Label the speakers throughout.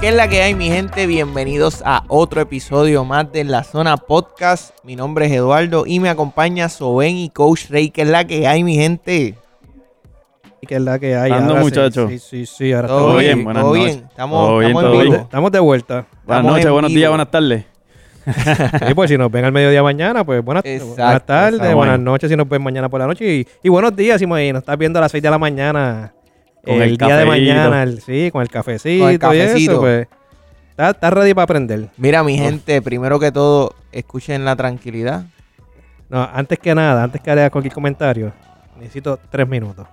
Speaker 1: ¿Qué es la que hay, mi gente? Bienvenidos a otro episodio más de La Zona Podcast. Mi nombre es Eduardo y me acompaña Soben y Coach Rey. ¿Qué es la que hay, mi gente?
Speaker 2: que es la que hay.
Speaker 3: Ando,
Speaker 2: ahora sí,
Speaker 3: muchacho.
Speaker 2: Sí, sí, sí, ahora
Speaker 3: Todo
Speaker 2: estamos-
Speaker 3: bien, buenas
Speaker 1: todo
Speaker 3: noches.
Speaker 1: bien. Estamos,
Speaker 3: Todo bien,
Speaker 1: estamos
Speaker 3: todo
Speaker 1: en
Speaker 3: bien.
Speaker 1: vivo.
Speaker 2: Estamos de vuelta.
Speaker 3: Buenas
Speaker 1: Estamos
Speaker 3: noches,
Speaker 1: en
Speaker 3: buenos
Speaker 1: vivo.
Speaker 3: días, buenas tardes.
Speaker 2: Y pues si nos ven al mediodía mañana, pues buenas,
Speaker 1: Exacto,
Speaker 2: buenas tardes,
Speaker 3: exacto.
Speaker 2: buenas noches si nos ven mañana por la noche. Y, y buenos días si nos nos estás viendo a las 6 de la mañana.
Speaker 3: Con
Speaker 2: el,
Speaker 3: el
Speaker 2: día de
Speaker 3: cafeíto.
Speaker 2: mañana, el- sí, con el cafecito,
Speaker 1: Con el
Speaker 2: y
Speaker 1: cafecito.
Speaker 2: eso, pues. Estás estás ready para aprender.
Speaker 1: Mira, mi gente, primero que todo, escuchen la tranquilidad.
Speaker 2: No, antes que nada, antes que hagas cualquier comentario, necesito tres minutos.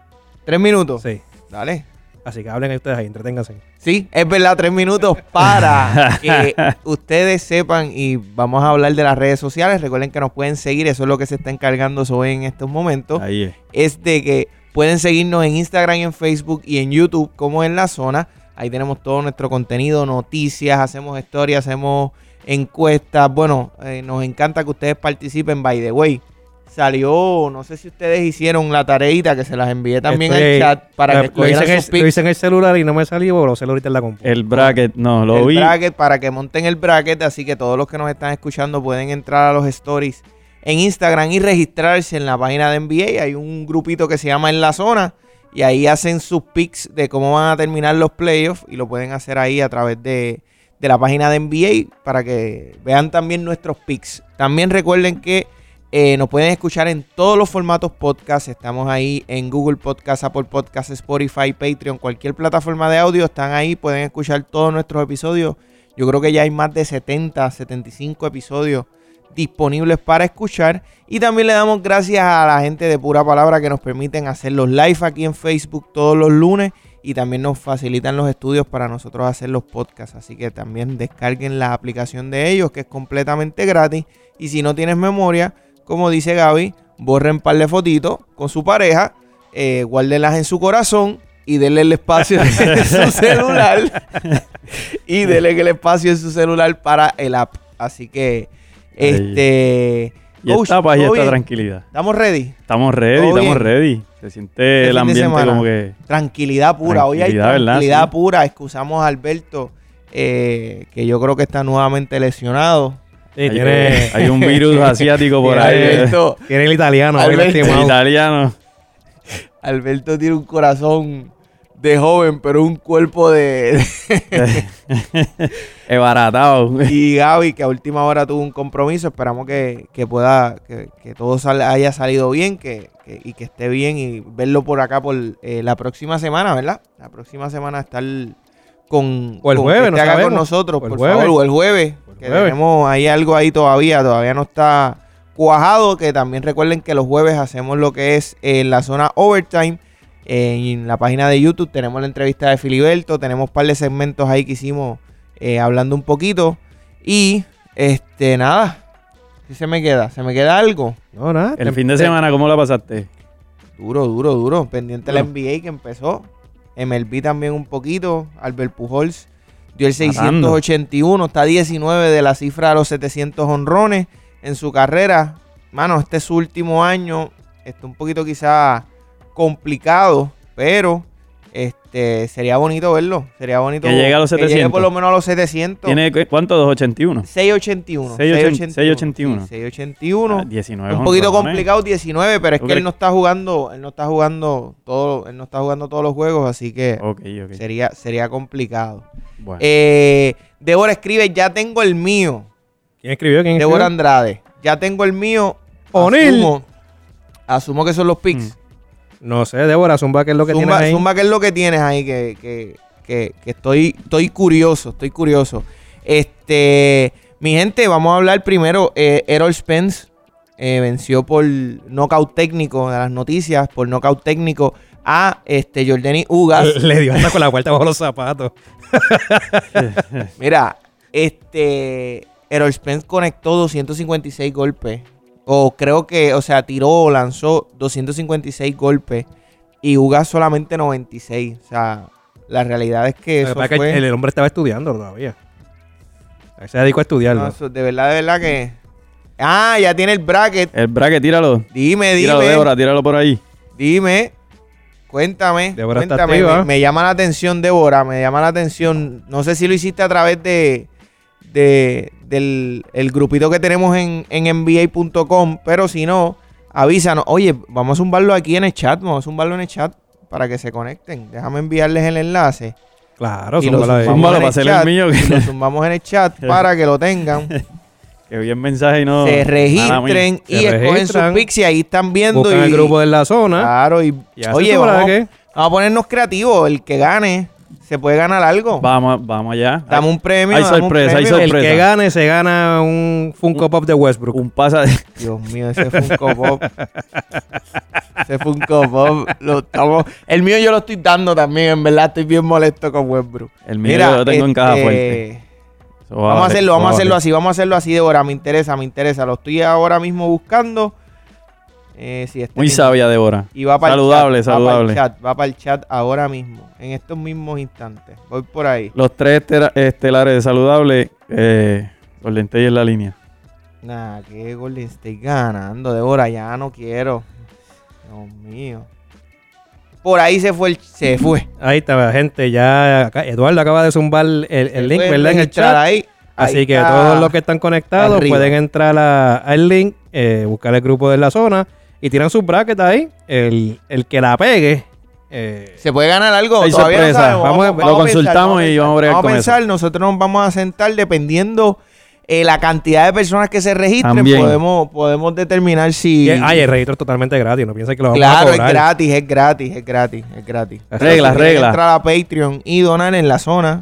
Speaker 1: Tres minutos.
Speaker 2: Sí.
Speaker 1: Dale.
Speaker 2: Así que hablen ahí ustedes ahí, entreténganse.
Speaker 1: Sí, es verdad, tres minutos para que ustedes sepan y vamos a hablar de las redes sociales. Recuerden que nos pueden seguir, eso es lo que se está encargando Zoe en estos momentos.
Speaker 3: Ahí es.
Speaker 1: Es de que pueden seguirnos en Instagram, y en Facebook y en YouTube como en la zona. Ahí tenemos todo nuestro contenido, noticias, hacemos historias, hacemos encuestas. Bueno, eh, nos encanta que ustedes participen, by the way. Salió, no sé si ustedes hicieron la tareita que se las envié también al
Speaker 2: Estoy-
Speaker 1: chat para
Speaker 2: lo-
Speaker 1: que
Speaker 2: lo, hice
Speaker 1: escogieran
Speaker 2: en el,
Speaker 1: sus picks
Speaker 2: lo hice en el celular y no me salió, pero lo sé ahorita en la compu.
Speaker 3: El bracket, no, lo
Speaker 1: el
Speaker 3: vi.
Speaker 1: bracket para que monten el bracket. Así que todos los que nos están escuchando pueden entrar a los stories en Instagram y registrarse en la página de NBA. Hay un grupito que se llama En la Zona y ahí hacen sus picks de cómo van a terminar los playoffs y lo pueden hacer ahí a través de, de la página de NBA para que vean también nuestros picks. También recuerden que eh, nos pueden escuchar en todos los formatos podcast. Estamos ahí en Google Podcast, Apple Podcast, Spotify, Patreon, cualquier plataforma de audio. Están ahí, pueden escuchar todos nuestros episodios. Yo creo que ya hay más de 70, 75 episodios disponibles para escuchar. Y también le damos gracias a la gente de Pura Palabra que nos permiten hacer los live aquí en Facebook todos los lunes y también nos facilitan los estudios para nosotros hacer los podcasts. Así que también descarguen la aplicación de ellos que es completamente gratis. Y si no tienes memoria, como dice Gaby, borren un par de fotitos con su pareja, eh, guárdenlas en su corazón y denle el espacio en su celular. y denle el espacio en su celular para el app. Así que,
Speaker 3: Ahí.
Speaker 1: este...
Speaker 3: Y
Speaker 1: coach,
Speaker 2: pues,
Speaker 3: esta paz y
Speaker 1: ¿todo
Speaker 3: esta
Speaker 1: bien?
Speaker 3: tranquilidad.
Speaker 1: ¿Estamos ready?
Speaker 3: Estamos ready,
Speaker 1: Todo
Speaker 3: estamos
Speaker 1: bien.
Speaker 3: ready. Se siente
Speaker 1: Este fin
Speaker 3: el
Speaker 1: de
Speaker 3: ambiente
Speaker 1: semana.
Speaker 3: como que.
Speaker 1: Tranquilidad pura. Hoy hay
Speaker 3: Tranquilidad, ¿verdad?
Speaker 1: tranquilidad
Speaker 3: Sí.
Speaker 1: pura. Excusamos a Alberto, eh, que yo creo que está nuevamente lesionado.
Speaker 2: Sí,
Speaker 3: Hay,
Speaker 2: tiene,
Speaker 3: hay un virus asiático por
Speaker 1: Mira,
Speaker 3: ahí. eh,
Speaker 1: Alberto,
Speaker 2: tiene el italiano,
Speaker 1: Al
Speaker 2: ahí
Speaker 1: veinte.
Speaker 2: lastimado.
Speaker 3: italiano.
Speaker 1: Alberto tiene un corazón de joven, pero un cuerpo de...
Speaker 3: Ebaratado.
Speaker 1: y Gaby, que a última hora tuvo un compromiso. Esperamos que, que pueda, que, que todo sal- haya salido bien que, que- y que esté bien y verlo por acá por eh, la próxima semana, ¿verdad? La próxima semana estar con...
Speaker 2: O el
Speaker 1: con-
Speaker 2: jueves,
Speaker 1: que
Speaker 2: no
Speaker 1: esté acá con
Speaker 2: sabemos.
Speaker 1: nosotros,
Speaker 2: O el
Speaker 1: por
Speaker 2: jueves.
Speaker 1: favor, o el jueves.
Speaker 2: O Pues, el
Speaker 1: que
Speaker 2: jueves.
Speaker 1: tenemos ahí algo ahí todavía, todavía no está cuajado, que también recuerden que los jueves hacemos lo que es eh, la zona overtime. Eh, en la página de YouTube tenemos la entrevista de Filiberto, tenemos un par de segmentos ahí que hicimos eh, hablando un poquito. Y este nada, ¿qué se me queda? ¿Se me queda algo?
Speaker 2: No, nada.
Speaker 3: El
Speaker 2: tem-
Speaker 3: fin de
Speaker 1: Este-
Speaker 2: te-
Speaker 3: semana, ¿cómo la pasaste?
Speaker 1: Duro, duro, duro. Pendiente la
Speaker 3: Duro.
Speaker 1: NBA que empezó. MLB también un poquito. Albert Pujols dio el
Speaker 3: Matando.
Speaker 1: 681. Está 19 de la cifra de los 700 honrones en su carrera. Mano, este es su último año. Está un poquito quizá complicado, pero este sería bonito verlo. Sería bonito
Speaker 3: Que llegue a los
Speaker 1: Que llegue
Speaker 3: 700.
Speaker 1: por lo menos a los 700.
Speaker 3: ¿Tiene cu- cuánto? 281.
Speaker 1: 681.
Speaker 3: 681.
Speaker 1: 681. Sí,
Speaker 3: 681.
Speaker 1: 681.
Speaker 3: Ah, 19.
Speaker 1: Un poquito
Speaker 3: honrones.
Speaker 1: complicado 19, pero es
Speaker 3: ¿Tú
Speaker 1: que él
Speaker 3: crees?
Speaker 1: no está jugando, él no está jugando todo, él no está jugando todos los juegos, así que
Speaker 3: Ok, ok.
Speaker 1: sería, sería complicado.
Speaker 3: Bueno.
Speaker 1: Eh, Débora escribe, ya tengo el mío.
Speaker 2: ¿Quién escribió? ¿Quién
Speaker 1: Débora
Speaker 2: escribió?
Speaker 1: Andrade, ya tengo el mío.
Speaker 2: O'Neal.
Speaker 1: Asumo, asumo que son los picks.
Speaker 2: No sé, Débora, Zumba, ¿qué es lo que
Speaker 1: Zumba,
Speaker 2: tienes ahí?
Speaker 1: Zumba, ¿qué es lo que tienes ahí? Que, que- que- que estoy, estoy curioso, estoy curioso. Este, mi gente, vamos a hablar primero. eh, Errol Spence eh, venció por knockout técnico de las noticias, por knockout técnico a este Jordani Ugas.
Speaker 2: Le dio hasta con la vuelta bajo los zapatos.
Speaker 1: Mira, este Errol Spence conectó 256 golpes. O creo que, o sea, tiró o lanzó 256 golpes. Y Ugas solamente 96. O sea, la realidad es que
Speaker 2: Lo
Speaker 1: eso
Speaker 2: que pasa es que
Speaker 1: fue...
Speaker 2: el, el hombre estaba estudiando todavía. Él Se dedicó a estudiarlo.
Speaker 1: No, eso- de verdad, de verdad que... Ah, ya tiene el bracket.
Speaker 3: El bracket, tíralo.
Speaker 1: Dime,
Speaker 3: Tíralo,
Speaker 1: dime.
Speaker 3: Débora, tíralo por ahí.
Speaker 1: Dime. Cuéntame,
Speaker 2: Débora está
Speaker 1: cuéntame.
Speaker 2: activa.
Speaker 1: Me, me llama la atención, Débora, me llama la atención. No sé si lo hiciste a través de, de- del el grupito que tenemos en, en NBA.com, pero si no, avísanos. Oye, vamos a zumbarlo aquí en el chat, vamos a zumbarlo en el chat para que se conecten. Déjame enviarles el enlace.
Speaker 2: Claro,
Speaker 1: Y lo
Speaker 2: zúmbala ahí.
Speaker 1: zumbamos
Speaker 3: Zúmbalo
Speaker 1: en
Speaker 3: para
Speaker 1: el
Speaker 3: hacer
Speaker 1: chat.
Speaker 3: el mío.
Speaker 1: Y lo
Speaker 3: Que,
Speaker 1: zumbamos en el chat para que lo tengan,
Speaker 3: que vi el mensaje y no.
Speaker 1: se
Speaker 3: Mala mía.
Speaker 1: registren
Speaker 2: Se
Speaker 1: y escogen sus
Speaker 2: registran.
Speaker 1: pics y ahí están viendo.
Speaker 2: Buscan
Speaker 1: y,
Speaker 2: el grupo de la zona.
Speaker 1: Claro, y,
Speaker 2: y hace
Speaker 1: oye,
Speaker 2: su
Speaker 1: vamos,
Speaker 2: braque.
Speaker 1: Vamos a ponernos creativos. El que gane se puede ganar algo.
Speaker 3: Vamos, vamos allá.
Speaker 1: Dame un premio.
Speaker 3: Hay
Speaker 1: dame un
Speaker 3: sorpresa, hay
Speaker 1: premio.
Speaker 2: El
Speaker 3: sorpresa.
Speaker 2: que gane se gana un Funko Pop de Westbrook.
Speaker 3: Un pasa de.
Speaker 1: Dios mío, ese Funko Pop. ese Funko Pop. lo estamos- El mío yo lo estoy dando también. En verdad estoy bien molesto con Westbrook.
Speaker 3: El mío yo lo tengo en caja
Speaker 1: este,
Speaker 3: fuerte. Eso va
Speaker 1: Vamos a
Speaker 3: valer,
Speaker 1: hacerlo,
Speaker 3: eso
Speaker 1: vamos a
Speaker 3: va
Speaker 1: hacerlo
Speaker 3: valer.
Speaker 1: así. Vamos a hacerlo así de hora. Me interesa, me interesa. Lo estoy ahora mismo buscando. Eh, sí, este
Speaker 3: Muy
Speaker 1: mismo.
Speaker 3: sabia, Débora.
Speaker 1: Y va para
Speaker 3: Saludable,
Speaker 1: el chat, Va para
Speaker 3: saludable.
Speaker 1: el chat, va para el chat ahora mismo. En estos mismos instantes. Voy por ahí.
Speaker 3: Los tres estera- estelares de saludable, eh, los lentillas en la línea.
Speaker 1: Nah, que Golden State ganando, Débora, ya no quiero. Dios mío. Por ahí se fue el, se fue.
Speaker 2: Ahí está, gente. Ya acá- Eduardo acaba de zumbar el, el
Speaker 1: Se
Speaker 2: link,
Speaker 1: fue
Speaker 2: ¿verdad? En el
Speaker 1: registrar
Speaker 2: chat.
Speaker 1: ahí.
Speaker 2: Así
Speaker 1: Ahí
Speaker 2: que
Speaker 1: está.
Speaker 2: todos los que están conectados
Speaker 1: Arriba.
Speaker 2: pueden entrar a- al link, eh, buscar el grupo de la zona y tiran sus brackets ahí. El, el que la pegue. eh,
Speaker 1: se puede ganar algo,
Speaker 3: Hay
Speaker 1: todavía
Speaker 3: sorpresa.
Speaker 1: no sabemos.
Speaker 3: Vamos a- lo
Speaker 1: pensar,
Speaker 3: consultamos y
Speaker 1: pensar.
Speaker 3: vamos a bregar
Speaker 1: Vamos
Speaker 3: con
Speaker 1: a
Speaker 3: eso.
Speaker 1: pensar, nosotros nos vamos a sentar dependiendo eh, la cantidad de personas que se registren,
Speaker 3: También.
Speaker 1: podemos podemos determinar si
Speaker 2: y- ay, el registro es totalmente gratis. No piensen que lo vamos
Speaker 1: Claro,
Speaker 2: a
Speaker 1: es
Speaker 2: cobrar.
Speaker 1: gratis, es gratis, es gratis, es gratis. Pero
Speaker 2: Reglas,
Speaker 1: si quieren
Speaker 3: reglas.
Speaker 1: Entrar a Patreon y donar en la zona.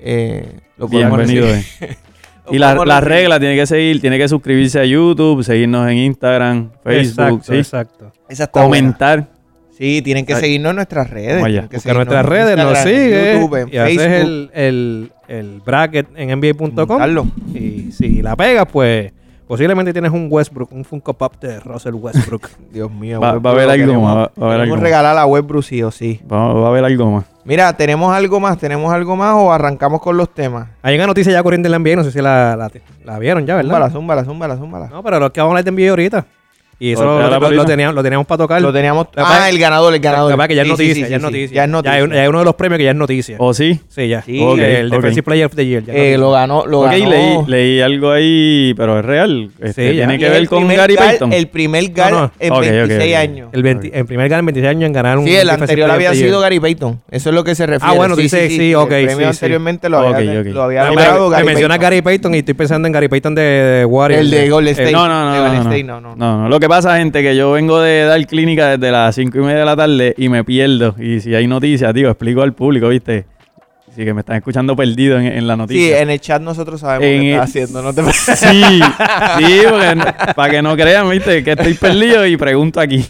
Speaker 1: eh, lo podemos
Speaker 3: Bienvenido.
Speaker 1: recibir.
Speaker 3: eh.
Speaker 1: Lo
Speaker 3: y la,
Speaker 1: podemos
Speaker 3: la
Speaker 1: recibir.
Speaker 3: regla tiene que seguir, tiene que suscribirse a YouTube, seguirnos en Instagram, Facebook,
Speaker 2: Exacto,
Speaker 3: ¿sí?
Speaker 2: exacto.
Speaker 1: Esa está
Speaker 3: comentar.
Speaker 1: buena. Sí, tienen que
Speaker 3: Ay.
Speaker 1: seguirnos en nuestras redes.
Speaker 3: Vamos allá.
Speaker 1: tienen que
Speaker 2: Busca
Speaker 1: seguirnos
Speaker 2: nuestras
Speaker 1: en
Speaker 2: redes, nos
Speaker 1: Instagram, en
Speaker 2: sigue.
Speaker 1: YouTube, en
Speaker 2: y haces
Speaker 1: Facebook.
Speaker 2: el, el, el bracket en NBA.com.
Speaker 1: Carlos,
Speaker 2: Y si la pegas, pues posiblemente tienes un Westbrook, un Funko Pop de Russell Westbrook.
Speaker 1: Dios mío.
Speaker 3: Va-
Speaker 1: Westbrook,
Speaker 3: va a haber
Speaker 1: lo
Speaker 3: algo
Speaker 1: queremos.
Speaker 3: más, va- va a haber
Speaker 1: Queremos
Speaker 3: algo más.
Speaker 1: regalar a Westbrook sí o sí.
Speaker 3: Va, va a haber algo más.
Speaker 1: Mira, ¿tenemos algo más? ¿Tenemos algo más o arrancamos con los temas?
Speaker 2: Hay una noticia ya corriente en la NBA, no sé si la, la- la vieron ya, ¿verdad?
Speaker 1: Zúmbala, zúmbala, zúmbala, zúmbala.
Speaker 2: No, pero los que vamos a hablar de NBA ahorita. Y eso
Speaker 3: Ahorita
Speaker 2: lo,
Speaker 3: la
Speaker 2: lo-
Speaker 3: bolita.
Speaker 2: lo teníamos, lo teníamos para tocar.
Speaker 1: Lo teníamos...
Speaker 2: Lo que
Speaker 1: ah,
Speaker 2: pasa-
Speaker 1: el ganador, el
Speaker 2: Lo
Speaker 1: ganador.
Speaker 2: que pasa es que ya es
Speaker 1: Sí, sí, sí,
Speaker 2: noticia, ya es
Speaker 1: sí, sí.
Speaker 2: noticia.
Speaker 1: Ya es noticia. Oh.
Speaker 2: hay, un- ya hay uno de los premios que ya es noticia.
Speaker 3: ¿O sí?
Speaker 2: Sí, ya.
Speaker 1: Sí.
Speaker 2: Ok, el
Speaker 3: ok.
Speaker 2: Defensive Player of the Year. ya
Speaker 1: Eh,
Speaker 2: está.
Speaker 1: lo ganó, lo
Speaker 3: ok,
Speaker 1: ganó.
Speaker 3: leí, leí algo ahí, pero es real. Este,
Speaker 2: Sí, ya.
Speaker 3: tiene que
Speaker 1: Es
Speaker 3: ver
Speaker 1: el
Speaker 3: con
Speaker 1: primer
Speaker 3: Gary
Speaker 1: gal-
Speaker 3: Payton.
Speaker 1: El primer gal
Speaker 2: No, no.
Speaker 1: en
Speaker 3: Ok, ok,
Speaker 1: 26
Speaker 3: ok.
Speaker 1: años.
Speaker 2: el, 20 en primer lugar en 26 años en ganar un
Speaker 1: Sí, el
Speaker 2: Defensive
Speaker 1: anterior
Speaker 2: Player of
Speaker 1: había
Speaker 2: the
Speaker 1: sido
Speaker 2: Year.
Speaker 1: Gary Payton. Eso es lo que se refiere.
Speaker 2: bueno, dice, sí, ok,
Speaker 1: El premio
Speaker 2: sí,
Speaker 1: anteriormente lo había,
Speaker 3: Ok, ok.
Speaker 1: Lo había
Speaker 2: Ah, me-
Speaker 1: ganado
Speaker 2: me
Speaker 1: Gary
Speaker 2: menciona
Speaker 1: Payton.
Speaker 2: Gary Payton y estoy pensando en Gary Payton de, de Warriors.
Speaker 1: El de Golden State.
Speaker 3: Eh, No, no,
Speaker 1: De
Speaker 3: no,
Speaker 1: Golden
Speaker 3: no, no.
Speaker 1: State, no, no.
Speaker 3: No, no. Lo que pasa, gente, que yo vengo de dar clínica desde las 5 y media de la tarde y me pierdo. Y si hay noticias, digo, explico al público, ¿viste? Así que me están escuchando perdido en, en la
Speaker 1: Sí,
Speaker 3: noticia.
Speaker 1: en el chat nosotros sabemos
Speaker 3: En
Speaker 1: qué está
Speaker 3: el-
Speaker 1: haciendo. No te preocupes.
Speaker 3: Sí, sí, porque no- para que no crean, ¿viste? Que estoy perdido y pregunto aquí.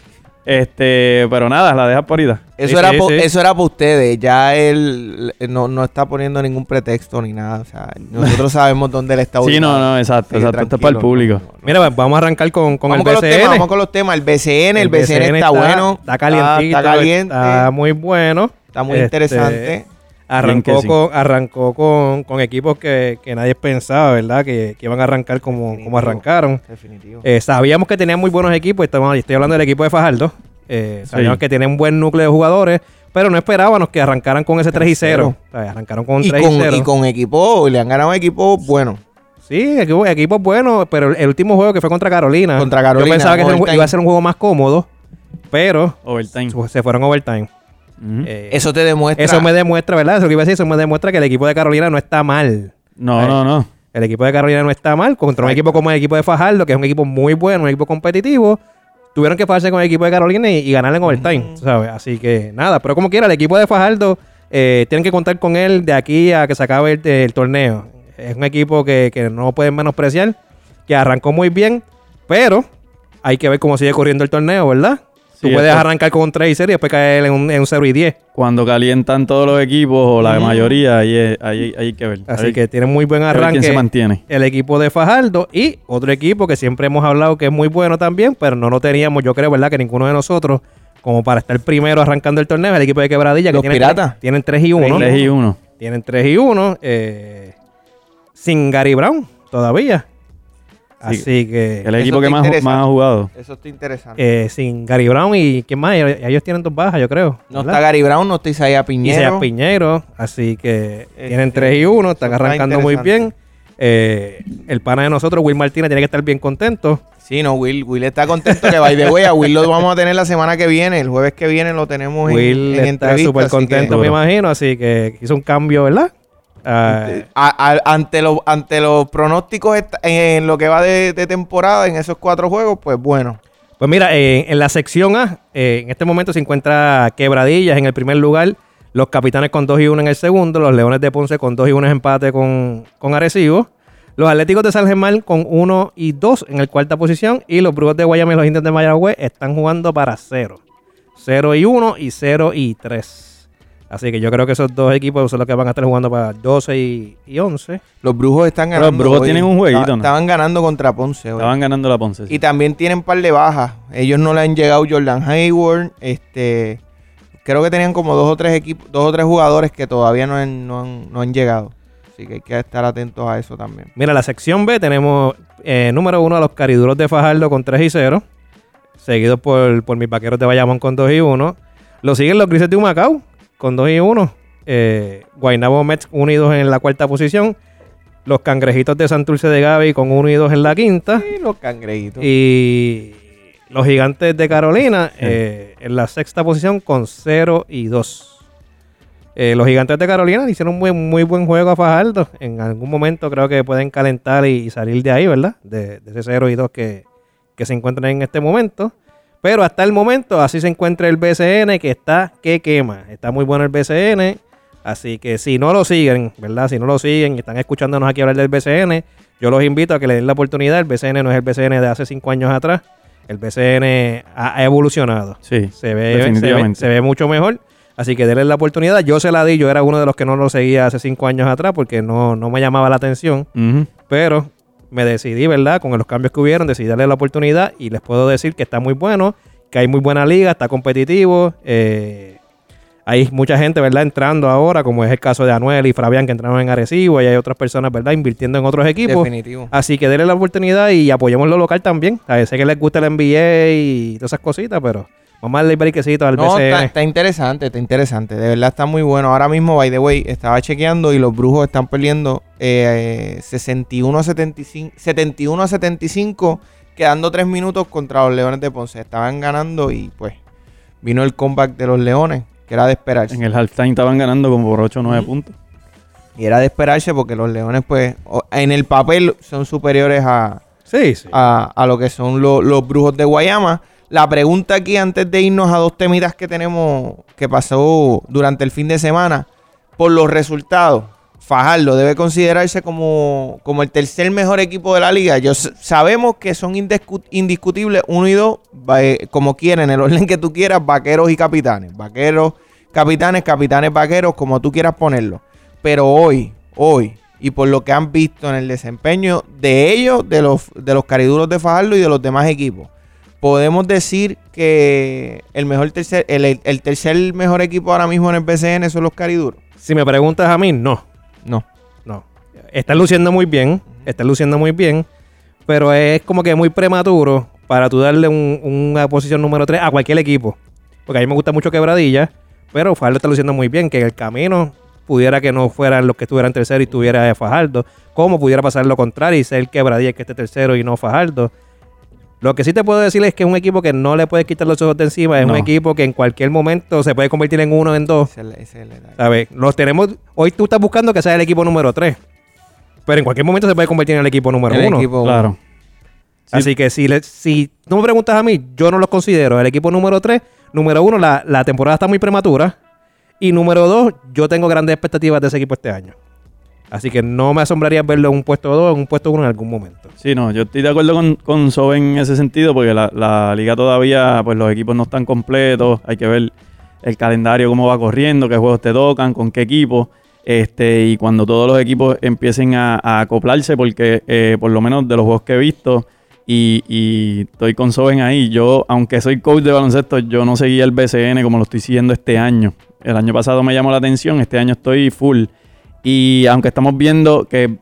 Speaker 3: Este, pero nada, la dejas por ahorita.
Speaker 1: Eso,
Speaker 2: Sí,
Speaker 1: era
Speaker 2: sí,
Speaker 1: po-
Speaker 2: sí.
Speaker 1: eso era para ustedes. Ya él eh, no, no está poniendo ningún pretexto ni nada. O sea, nosotros sabemos dónde él está
Speaker 3: Sí, no, no, exacto,
Speaker 1: Sí,
Speaker 3: exacto. Esto es
Speaker 1: tranquilo,
Speaker 3: para el
Speaker 1: no,
Speaker 3: público.
Speaker 1: no, no.
Speaker 2: Mira, va- vamos a arrancar con, con
Speaker 1: vamos,
Speaker 2: el
Speaker 1: con los temas,
Speaker 2: BCN.
Speaker 1: vamos con los temas. El BCN, el, BCN, está, bueno. Ah,
Speaker 2: Está calientito.
Speaker 1: Está, caliente.
Speaker 2: Está muy bueno.
Speaker 1: Está muy
Speaker 2: Este,
Speaker 1: interesante.
Speaker 2: Arrancó,
Speaker 3: Bien que sí.
Speaker 2: con, arrancó con, con equipos que, que nadie pensaba, ¿verdad? Que, que iban a arrancar como, como
Speaker 1: Definitivo.
Speaker 2: arrancaron.
Speaker 1: Definitivo.
Speaker 2: Eh, sabíamos que tenían muy buenos equipos. Estamos, estoy hablando del equipo de Fajardo. Eh, sabíamos que tienen un buen núcleo de jugadores, pero no esperábamos que arrancaran con ese 3 y 0. ¿sabes? Arrancaron con
Speaker 1: y,
Speaker 2: 3 y 0.
Speaker 1: con, y con equipo, le han ganado equipos buenos.
Speaker 2: Sí, equipo- equipos buenos, pero el, el último juego que fue contra Carolina.
Speaker 1: Contra Carolina,
Speaker 2: Yo pensaba que ese era un ju-
Speaker 1: overtime.
Speaker 2: iba a ser un juego más cómodo, pero
Speaker 3: Overtime.
Speaker 2: su- se fueron overtime.
Speaker 3: Ujú.
Speaker 2: Eh,
Speaker 1: Eso te demuestra.
Speaker 2: eso me demuestra, ¿verdad? Eso que iba a decir, eso me demuestra que el equipo de Carolina no está mal.
Speaker 1: eh.
Speaker 3: no, no, no.
Speaker 2: El equipo de Carolina no está mal. Contra un equipo como el equipo de Fajardo, que es un equipo muy bueno, un equipo competitivo. Tuvieron que pasarse con el equipo de Carolina y, y ganar en overtime, ¿sabes? Así que nada, pero como quiera, el equipo de Fajardo eh, tienen que contar con él de aquí a que se acabe el, el torneo. Es un equipo que, que no pueden menospreciar, que arrancó muy bien, pero hay que ver cómo sigue corriendo el torneo, ¿verdad?
Speaker 3: Sí,
Speaker 2: Tú puedes
Speaker 3: esto-
Speaker 2: arrancar con un 3 y 0 y después caer en un, en un 0 y 10.
Speaker 3: Cuando calientan todos los equipos o
Speaker 1: Mm.
Speaker 3: la mayoría, ahí, es- ahí- ahí hay que ver. A
Speaker 2: Así
Speaker 3: ver-
Speaker 2: que tienen muy buen
Speaker 3: a ver
Speaker 2: arranque.
Speaker 3: ¿Quién se mantiene?
Speaker 2: el equipo de Fajardo y otro equipo que siempre hemos hablado que es muy bueno también, pero no lo teníamos, yo creo, ¿verdad? Que ninguno de nosotros, como para estar primero arrancando el torneo, el equipo de Quebradilla, que
Speaker 1: Los
Speaker 2: tienen,
Speaker 1: Piratas.
Speaker 2: tres- tienen 3 y 1.
Speaker 3: Tres y uno.
Speaker 2: Tienen 3 y 1, eh, sin Gary Brown todavía. Así que
Speaker 3: El equipo
Speaker 1: está
Speaker 3: que más, ju-
Speaker 1: interesante.
Speaker 3: más ha jugado.
Speaker 1: Eso está interesante.
Speaker 2: eh, sin Gary Brown y ¿quién más? Ellos tienen dos bajas, yo creo.
Speaker 1: no
Speaker 2: ¿verdad?
Speaker 1: está Gary Brown, no está Isaiah
Speaker 2: Y
Speaker 1: Piñero.
Speaker 2: sea Piñero, así que
Speaker 1: Este,
Speaker 2: tienen 3 y 1, están
Speaker 1: eso está
Speaker 2: arrancando muy bien.
Speaker 1: interesante.
Speaker 2: Eh, el pana de nosotros, Will Martínez, tiene que estar bien contento.
Speaker 1: Sí, no, Will. Will está contento que by the way, a Will lo vamos a tener la semana que viene. El jueves que viene lo tenemos en-
Speaker 2: Will
Speaker 1: en,
Speaker 2: está
Speaker 1: entrevista,
Speaker 2: súper
Speaker 1: así
Speaker 2: contento,
Speaker 1: que-
Speaker 2: me imagino, así que hizo un cambio, ¿verdad? Ah,
Speaker 1: A- a- ante, los ante los pronósticos est- en lo que va de, de temporada en esos cuatro juegos, pues bueno.
Speaker 2: Pues mira, eh, en la sección A, eh, en este momento se encuentra Quebradillas en el primer lugar, los Capitanes con 2 y 1 en el segundo, los Leones de Ponce con 2 y 1 en empate con, con Arecibo, los Atléticos de San Germán con 1 y 2 en el cuarta posición y los Brujos de Guayama y los Indios de Mayagüez están jugando para 0. 0 y 1 y 0 y 3. Así que yo creo que esos dos equipos son los que van a estar jugando para 12 y, y 11.
Speaker 1: Los brujos están
Speaker 3: Pero
Speaker 1: ganando.
Speaker 3: los Brujos tienen un jueguito,
Speaker 1: Esta-
Speaker 3: ¿no?
Speaker 1: Estaban ganando contra Ponce hoy.
Speaker 3: Estaban ganando la Ponce. sí.
Speaker 1: Y también tienen par de bajas. Ellos no le han llegado Jordan Hayward. Este, creo que tenían como dos o tres equipos, dos o tres jugadores que todavía no han, no han- no han llegado. Así que hay que estar atentos a eso también.
Speaker 2: Mira, la sección B tenemos eh, número uno a los cariduros de Fajardo con 3 y 0. Seguidos por, por mis vaqueros de Bayamón con 2 y 1. Lo siguen los grises de Humacao con 2 y 1. Eh, Guaynabo Mets 1 y 2 en la cuarta posición. Los cangrejitos de Santurce de Gaby con 1 y 2 en la quinta.
Speaker 1: Y los cangrejitos.
Speaker 2: Y los gigantes de Carolina eh, en la sexta posición con 0 y 2. Eh, los gigantes de Carolina le hicieron un buen- muy buen juego a Fajardo. En algún momento creo que pueden calentar y, y salir de ahí, ¿verdad? De, de ese 0 y 2 que, que se encuentran en este momento. Pero hasta el momento así se encuentra el BCN que está que quema. Está muy bueno el BCN. Así que si no lo siguen, ¿verdad? Si no lo siguen y están escuchándonos aquí hablar del BCN, yo los invito a que le den la oportunidad. El BCN no es el BCN de hace cinco años atrás. El BCN ha ha evolucionado.
Speaker 3: Sí.
Speaker 2: Se ve, se ve,
Speaker 3: Definitivamente.
Speaker 2: se ve mucho mejor. Así que denle la oportunidad. Yo se la di, yo era uno de los que no lo seguía hace cinco años atrás porque no, no me llamaba la atención.
Speaker 3: Ujú.
Speaker 2: Pero me decidí, ¿verdad? Con los cambios que hubieron, decidí darle la oportunidad y les puedo decir que está muy bueno, que hay muy buena liga, está competitivo. eh, hay mucha gente, ¿verdad? Entrando ahora, como es el caso de Anuel y Fabián que entraron en Arecibo y hay otras personas, ¿verdad? Invirtiendo en otros
Speaker 1: pues,
Speaker 2: equipos.
Speaker 1: Definitivo.
Speaker 2: Así que denle la oportunidad y apoyemos lo local también. A ver, sé que les gusta el NBA y todas esas cositas, pero vamos a darle brequecito al
Speaker 1: No, está,
Speaker 2: BCN.
Speaker 1: está interesante, está interesante. De verdad está muy bueno. Ahora mismo, by the way, estaba chequeando y los brujos están perdiendo eh, 61 a 75, 71 a 75, quedando 3 minutos contra los Leones de Ponce. Estaban ganando y pues vino el comeback de los Leones, que era de esperarse.
Speaker 3: En el halftime estaban ganando como por 8 o 9 puntos.
Speaker 1: Y era de esperarse porque los Leones, pues, o- en el papel son superiores a,
Speaker 2: Sí, sí.
Speaker 1: a, a lo que son lo- los brujos de Guayama. La pregunta aquí, antes de irnos a dos temitas que tenemos que pasó durante el fin de semana, por los resultados, Fajardo debe considerarse como, como el tercer mejor equipo de la liga. Yo, s- sabemos que son indiscu- indiscutibles uno y dos, va- eh, como quieren, el orden que tú quieras, vaqueros y capitanes. Vaqueros, capitanes, capitanes, vaqueros, como tú quieras ponerlo. Pero hoy, hoy, y por lo que han visto en el desempeño de ellos, de los, de los cariduros de Fajardo y de los demás equipos, podemos decir que el mejor tercer, el, el- el tercer mejor equipo ahora mismo en el BCN son los cariduros.
Speaker 2: Si me preguntas a mí, no.
Speaker 1: No.
Speaker 2: No. Está luciendo muy bien. Está luciendo muy bien. Pero es como que muy prematuro para tú darle un- una posición número 3 a cualquier equipo. Porque a mí me gusta mucho quebradilla. Pero Fajardo está luciendo muy bien. Que en el camino pudiera que no fueran los que estuvieran tercero y tuviera eh, Fajardo. Como pudiera pasar lo contrario y ser quebradilla el que esté tercero y no Fajardo. Lo que sí te puedo decir es que es un equipo que no le puedes quitar los ojos de encima. Es
Speaker 3: No.
Speaker 2: un equipo que en cualquier momento se puede convertir en uno, en dos.
Speaker 1: Ese es el- ese es el detalle.
Speaker 2: ¿Sabes? Los tenemos. Hoy tú estás buscando que sea el equipo número 3. Pero en cualquier momento se puede convertir en el equipo número
Speaker 1: El
Speaker 2: 1.
Speaker 1: equipo uno.
Speaker 3: Claro. Sí.
Speaker 2: Así que si, le- si tú me preguntas a mí, yo no los considero el equipo número 3. Número 1, la, la temporada está muy prematura. Y número 2, yo tengo grandes expectativas de ese equipo este año. Así que no me asombraría verlo en un puesto 2, en un puesto 1 en algún momento.
Speaker 3: Sí, no, yo estoy de acuerdo con, con Sobe en ese sentido, porque la, la liga todavía, pues los equipos no están completos, hay que ver el calendario, cómo va corriendo, qué juegos te tocan, con qué equipo, este, y cuando todos los equipos empiecen a, a acoplarse, porque eh, por lo menos de los juegos que he visto, y, y estoy con Soben ahí, yo, aunque soy coach de baloncesto, yo no seguía el BCN como lo estoy siguiendo este año. El año pasado me llamó la atención, este año estoy full. Y aunque estamos viendo que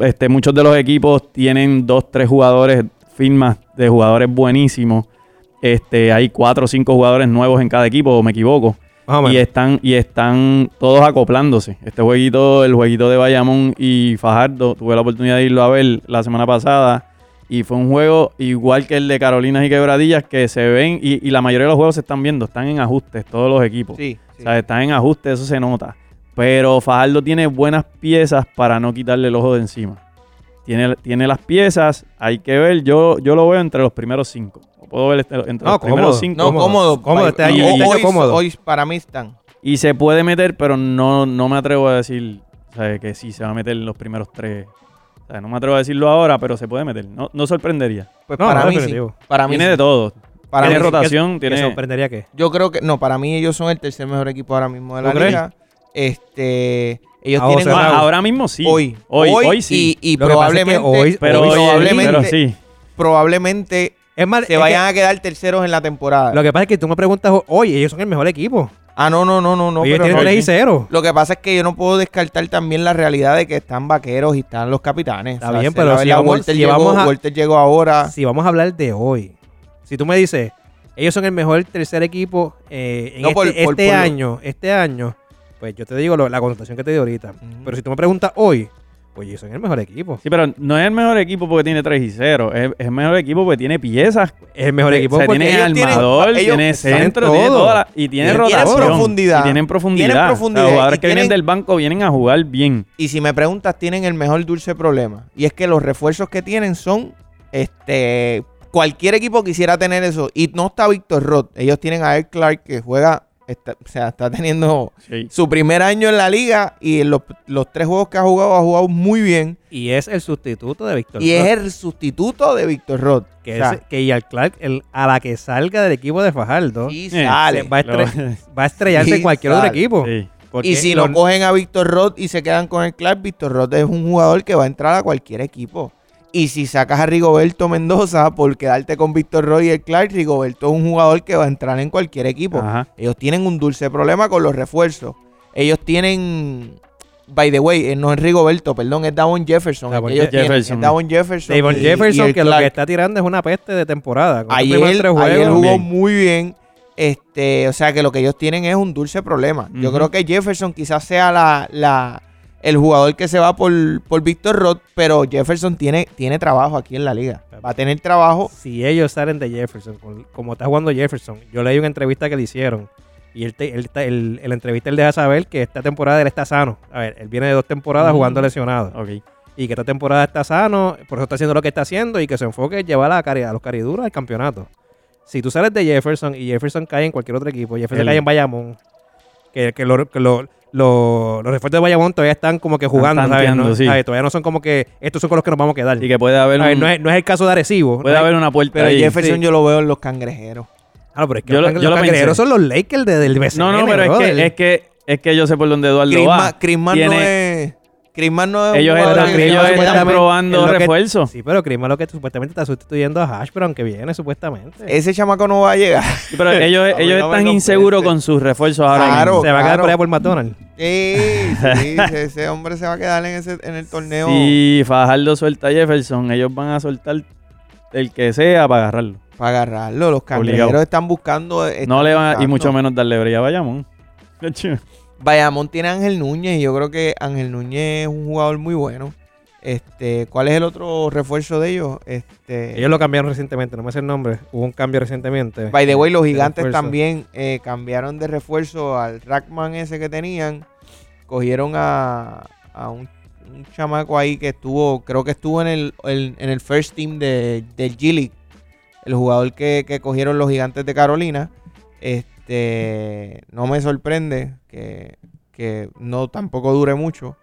Speaker 3: este, muchos de los equipos tienen dos, tres jugadores, firmas de jugadores buenísimos. Este, hay cuatro o cinco jugadores nuevos en cada equipo, o me equivoco.
Speaker 2: Más o
Speaker 3: Y
Speaker 2: menos.
Speaker 3: están, y están todos acoplándose. Este jueguito, el jueguito de Bayamón y Fajardo, tuve la oportunidad de irlo a ver la semana pasada. Y fue un juego igual que el de Carolinas y Quebradillas, que se ven, y, y la mayoría de los juegos se están viendo, están en ajustes, todos los equipos.
Speaker 1: Sí,
Speaker 3: O sea, están en ajuste, eso se nota. Pero Fajardo tiene buenas piezas para no quitarle el ojo de encima. Tiene, tiene las piezas, hay que ver. Yo, yo lo veo entre los primeros cinco. Lo puedo ver este- entre
Speaker 2: No,
Speaker 3: los
Speaker 2: cómodo.
Speaker 3: primeros cinco.
Speaker 1: no, cómodo.
Speaker 2: cómodo, cómodo, este
Speaker 3: año-
Speaker 1: hoy,
Speaker 3: este
Speaker 2: año cómodo.
Speaker 1: hoy para mí están.
Speaker 3: Y se puede meter, pero no, no me atrevo a decir o sea, que sí se va a meter en los primeros tres. O sea, no me atrevo a decirlo ahora, pero se puede meter. No, no sorprendería.
Speaker 1: Pues
Speaker 2: No,
Speaker 1: para
Speaker 2: no,
Speaker 1: mí sí.
Speaker 2: definitivo.
Speaker 1: Para mí
Speaker 3: Tiene
Speaker 1: sí.
Speaker 3: de todo.
Speaker 1: Para
Speaker 3: tiene
Speaker 1: mí sí.
Speaker 3: rotación,
Speaker 2: ¿Qué
Speaker 3: tiene.
Speaker 2: sorprendería que?
Speaker 1: Yo creo que no, para mí ellos son el tercer mejor equipo ahora mismo de la
Speaker 2: ¿Tú crees?
Speaker 1: liga. Este, ellos
Speaker 2: Ah, o
Speaker 1: tienen
Speaker 2: sea,
Speaker 3: Ah,
Speaker 2: Raúl.
Speaker 3: ahora mismo sí.
Speaker 1: hoy,
Speaker 3: Hoy, hoy sí.
Speaker 1: y, y
Speaker 2: Lo que pasa es que
Speaker 1: probablemente
Speaker 2: hoy-
Speaker 3: pero,
Speaker 2: hoy
Speaker 3: hoy,
Speaker 1: probablemente
Speaker 3: pero sí.
Speaker 1: probablemente
Speaker 2: Es más,
Speaker 1: se
Speaker 2: es
Speaker 1: vayan a quedar terceros en la temporada.
Speaker 2: que- lo que pasa es que tú me preguntas, oye, ellos son el mejor equipo.
Speaker 1: ah, no, no, no, no, no,
Speaker 2: ellos
Speaker 1: pero
Speaker 2: tienen
Speaker 1: no.
Speaker 3: no.
Speaker 2: 3 y 0.
Speaker 1: Lo que pasa es que yo no puedo descartar también la realidad de que están vaqueros y están los capitanes.
Speaker 2: Está
Speaker 1: O sea,
Speaker 2: bien,
Speaker 1: se
Speaker 2: pero
Speaker 1: la
Speaker 2: si
Speaker 1: verdad,
Speaker 2: vamos-
Speaker 1: Walter
Speaker 2: si
Speaker 1: llegó,
Speaker 2: vamos a-
Speaker 1: Walter llegó ahora.
Speaker 2: Si vamos a hablar de hoy, si tú me dices, ellos son el mejor tercer equipo eh, en
Speaker 1: No,
Speaker 2: este,
Speaker 1: por- por-
Speaker 2: este
Speaker 1: por lo-
Speaker 2: año, este año, pues yo te digo lo- la connotación que te di ahorita.
Speaker 1: Ujú.
Speaker 2: Pero si tú me preguntas hoy, pues ellos son el mejor equipo.
Speaker 3: Sí, pero no es el mejor equipo porque tiene 3 y 0. Es, es el mejor equipo porque tiene piezas. Eh,
Speaker 2: Es el mejor equipo
Speaker 3: o sea,
Speaker 2: porque
Speaker 3: tiene
Speaker 1: ellos tienen-
Speaker 3: armador,
Speaker 1: ellos
Speaker 3: tiene
Speaker 2: saben
Speaker 3: centro,
Speaker 2: todo.
Speaker 3: tiene toda la- y tiene
Speaker 2: Tienen
Speaker 3: rotación.
Speaker 1: profundidad.
Speaker 3: Y tienen profundidad.
Speaker 1: Tienen
Speaker 3: O sea,
Speaker 1: profundidad
Speaker 3: los jugadores
Speaker 1: y
Speaker 3: que vienen
Speaker 1: tienen-
Speaker 3: del banco vienen a jugar bien.
Speaker 1: Y si me preguntas, tienen el mejor dulce problema. Y es que los refuerzos que tienen son. Este. Cualquier equipo quisiera tener eso. Y no está Víctor Roth. Ellos tienen a Ed Clark que juega. está- o sea, está teniendo
Speaker 3: Sí.
Speaker 1: su primer año en la liga. Y en los, los tres juegos que ha jugado, ha jugado muy bien.
Speaker 2: Y es el sustituto de Víctor.
Speaker 1: Y es
Speaker 2: Roth,
Speaker 1: el sustituto de Víctor Roth.
Speaker 2: que,
Speaker 1: O sea,
Speaker 2: es- que y al Clark, el- a la que salga del equipo de Fajardo,
Speaker 1: y
Speaker 3: Eh,
Speaker 1: sale.
Speaker 2: se va, a estre- va a estrellarse
Speaker 1: Sí,
Speaker 2: en cualquier otro
Speaker 1: sale.
Speaker 2: equipo.
Speaker 3: Sí.
Speaker 2: Porque
Speaker 1: Y si
Speaker 2: los-
Speaker 1: no cogen a Víctor Roth y se quedan con el Clark, Víctor Roth es un jugador que va a entrar a cualquier equipo. Y si sacas a Rigoberto Mendoza por quedarte con Víctor Roth y el Clark, Rigoberto es un jugador que va a entrar en cualquier equipo.
Speaker 2: Ah,
Speaker 3: Ajá.
Speaker 1: Ellos tienen un dulce problema con los refuerzos. Ellos tienen. By the way, eh, no es Rigoberto, perdón, es Davon Jefferson. el
Speaker 2: Davon
Speaker 1: que ellos
Speaker 3: Je-
Speaker 1: tienen,
Speaker 3: Jefferson.
Speaker 1: es Davon Jefferson.
Speaker 2: Davon
Speaker 1: y- y
Speaker 2: Jefferson,
Speaker 1: el
Speaker 2: que lo
Speaker 1: Clark.
Speaker 2: que está tirando es una peste de temporada. Con los
Speaker 1: Ayer,
Speaker 2: primeros tres
Speaker 1: ayer
Speaker 2: juegos,
Speaker 1: jugó
Speaker 3: bien.
Speaker 1: muy bien. Este, o sea que lo que ellos tienen es un dulce problema. Yo
Speaker 3: Ujú.
Speaker 1: creo que Jefferson quizás sea la, la- el jugador que se va por, por Víctor Roth, pero Jefferson tiene, tiene trabajo aquí en la liga. Va a tener
Speaker 3: Oh.
Speaker 1: trabajo.
Speaker 2: si ellos salen de Jefferson, con- como está jugando Jefferson, yo leí una entrevista que le hicieron y él, te- él está- él- el entrevista él deja saber que esta temporada él está sano. A ver, él viene de dos temporadas
Speaker 3: Mm.
Speaker 2: jugando lesionado
Speaker 3: Ok.
Speaker 2: y que esta temporada está sano, por eso está haciendo lo que está haciendo y que su enfoque es llevar a, Cari- a los cariduros al campeonato. Si tú sales de Jefferson y Jefferson cae en cualquier otro equipo, Jefferson
Speaker 3: Él-
Speaker 2: cae en Bayamón, que, que lo- que lo- lo- los refuerzos de Bayamón todavía están como que jugando, ¿sabes?
Speaker 3: tanteando,
Speaker 2: No-
Speaker 3: sí.
Speaker 2: ¿sabes? Todavía no son como que estos son con los que nos vamos a quedar.
Speaker 3: Y que puede haber
Speaker 2: A ver,
Speaker 3: un-
Speaker 2: no, es, no es el caso de Arecibo.
Speaker 3: puede
Speaker 2: no es-
Speaker 3: haber una puerta
Speaker 1: Pero
Speaker 3: ahí.
Speaker 1: Jefferson
Speaker 3: Sí.
Speaker 1: yo lo veo en los cangrejeros.
Speaker 2: Ah, pero es que
Speaker 3: Yo
Speaker 2: los,
Speaker 3: lo-
Speaker 2: can-
Speaker 3: yo
Speaker 2: los
Speaker 3: lo
Speaker 2: cangrejeros
Speaker 3: pensé.
Speaker 2: son los Lakers de- del BCN,
Speaker 3: No, no, pero es
Speaker 2: brother.
Speaker 3: que, es que es que yo sé por dónde Eduardo
Speaker 1: Crisman
Speaker 3: va.
Speaker 1: Crisman no
Speaker 3: Tiene-
Speaker 1: es. Crisman no es un
Speaker 3: ellos
Speaker 1: jugador
Speaker 3: están,
Speaker 1: que-
Speaker 3: ellos
Speaker 1: que-
Speaker 3: están
Speaker 2: supuestamente- es
Speaker 3: probando
Speaker 2: lo que-
Speaker 3: refuerzos.
Speaker 2: Sí, pero Crisma lo que supuestamente está sustituyendo a Hash, pero aunque viene supuestamente.
Speaker 1: Ese chamaco no va a llegar.
Speaker 3: Sí, Pero ellos,
Speaker 1: A mí
Speaker 3: ellos
Speaker 1: no me
Speaker 3: están
Speaker 1: lo
Speaker 3: inseguros
Speaker 1: ofrece.
Speaker 3: con sus refuerzos ahora
Speaker 1: Claro.
Speaker 3: mismo.
Speaker 2: se va a quedar
Speaker 1: claro. Eh.
Speaker 2: por allá por McDonald's.
Speaker 1: Sí, sí, ese- ese hombre se va a quedar en, ese, en el torneo.
Speaker 3: Si Fajardo suelta a Jefferson, ellos van a soltar el que sea para agarrarlo.
Speaker 1: Para agarrarlo, los cangrejeros
Speaker 3: Obligado.
Speaker 1: están buscando. eh, están
Speaker 3: no le van, y
Speaker 1: buscando.
Speaker 3: mucho menos darle brea a Bayamón. Pero
Speaker 1: Bayamón tiene a Ángel Núñez y yo creo que Ángel Núñez es un jugador muy bueno. Este, ¿cuál es el otro refuerzo de ellos? Este,
Speaker 2: Ellos lo cambiaron recientemente, no me sé el nombre. Hubo un cambio recientemente.
Speaker 1: by the way, los
Speaker 2: Este, de
Speaker 1: gigantes
Speaker 2: refuerzo.
Speaker 1: también eh, cambiaron de refuerzo al Rackman ese que tenían. Cogieron a, a un, un chamaco ahí que estuvo, creo que estuvo en el, el- en el first team de, del G-League. El jugador que, que cogieron los gigantes de Carolina. Este, no me sorprende que, que no tampoco dure mucho.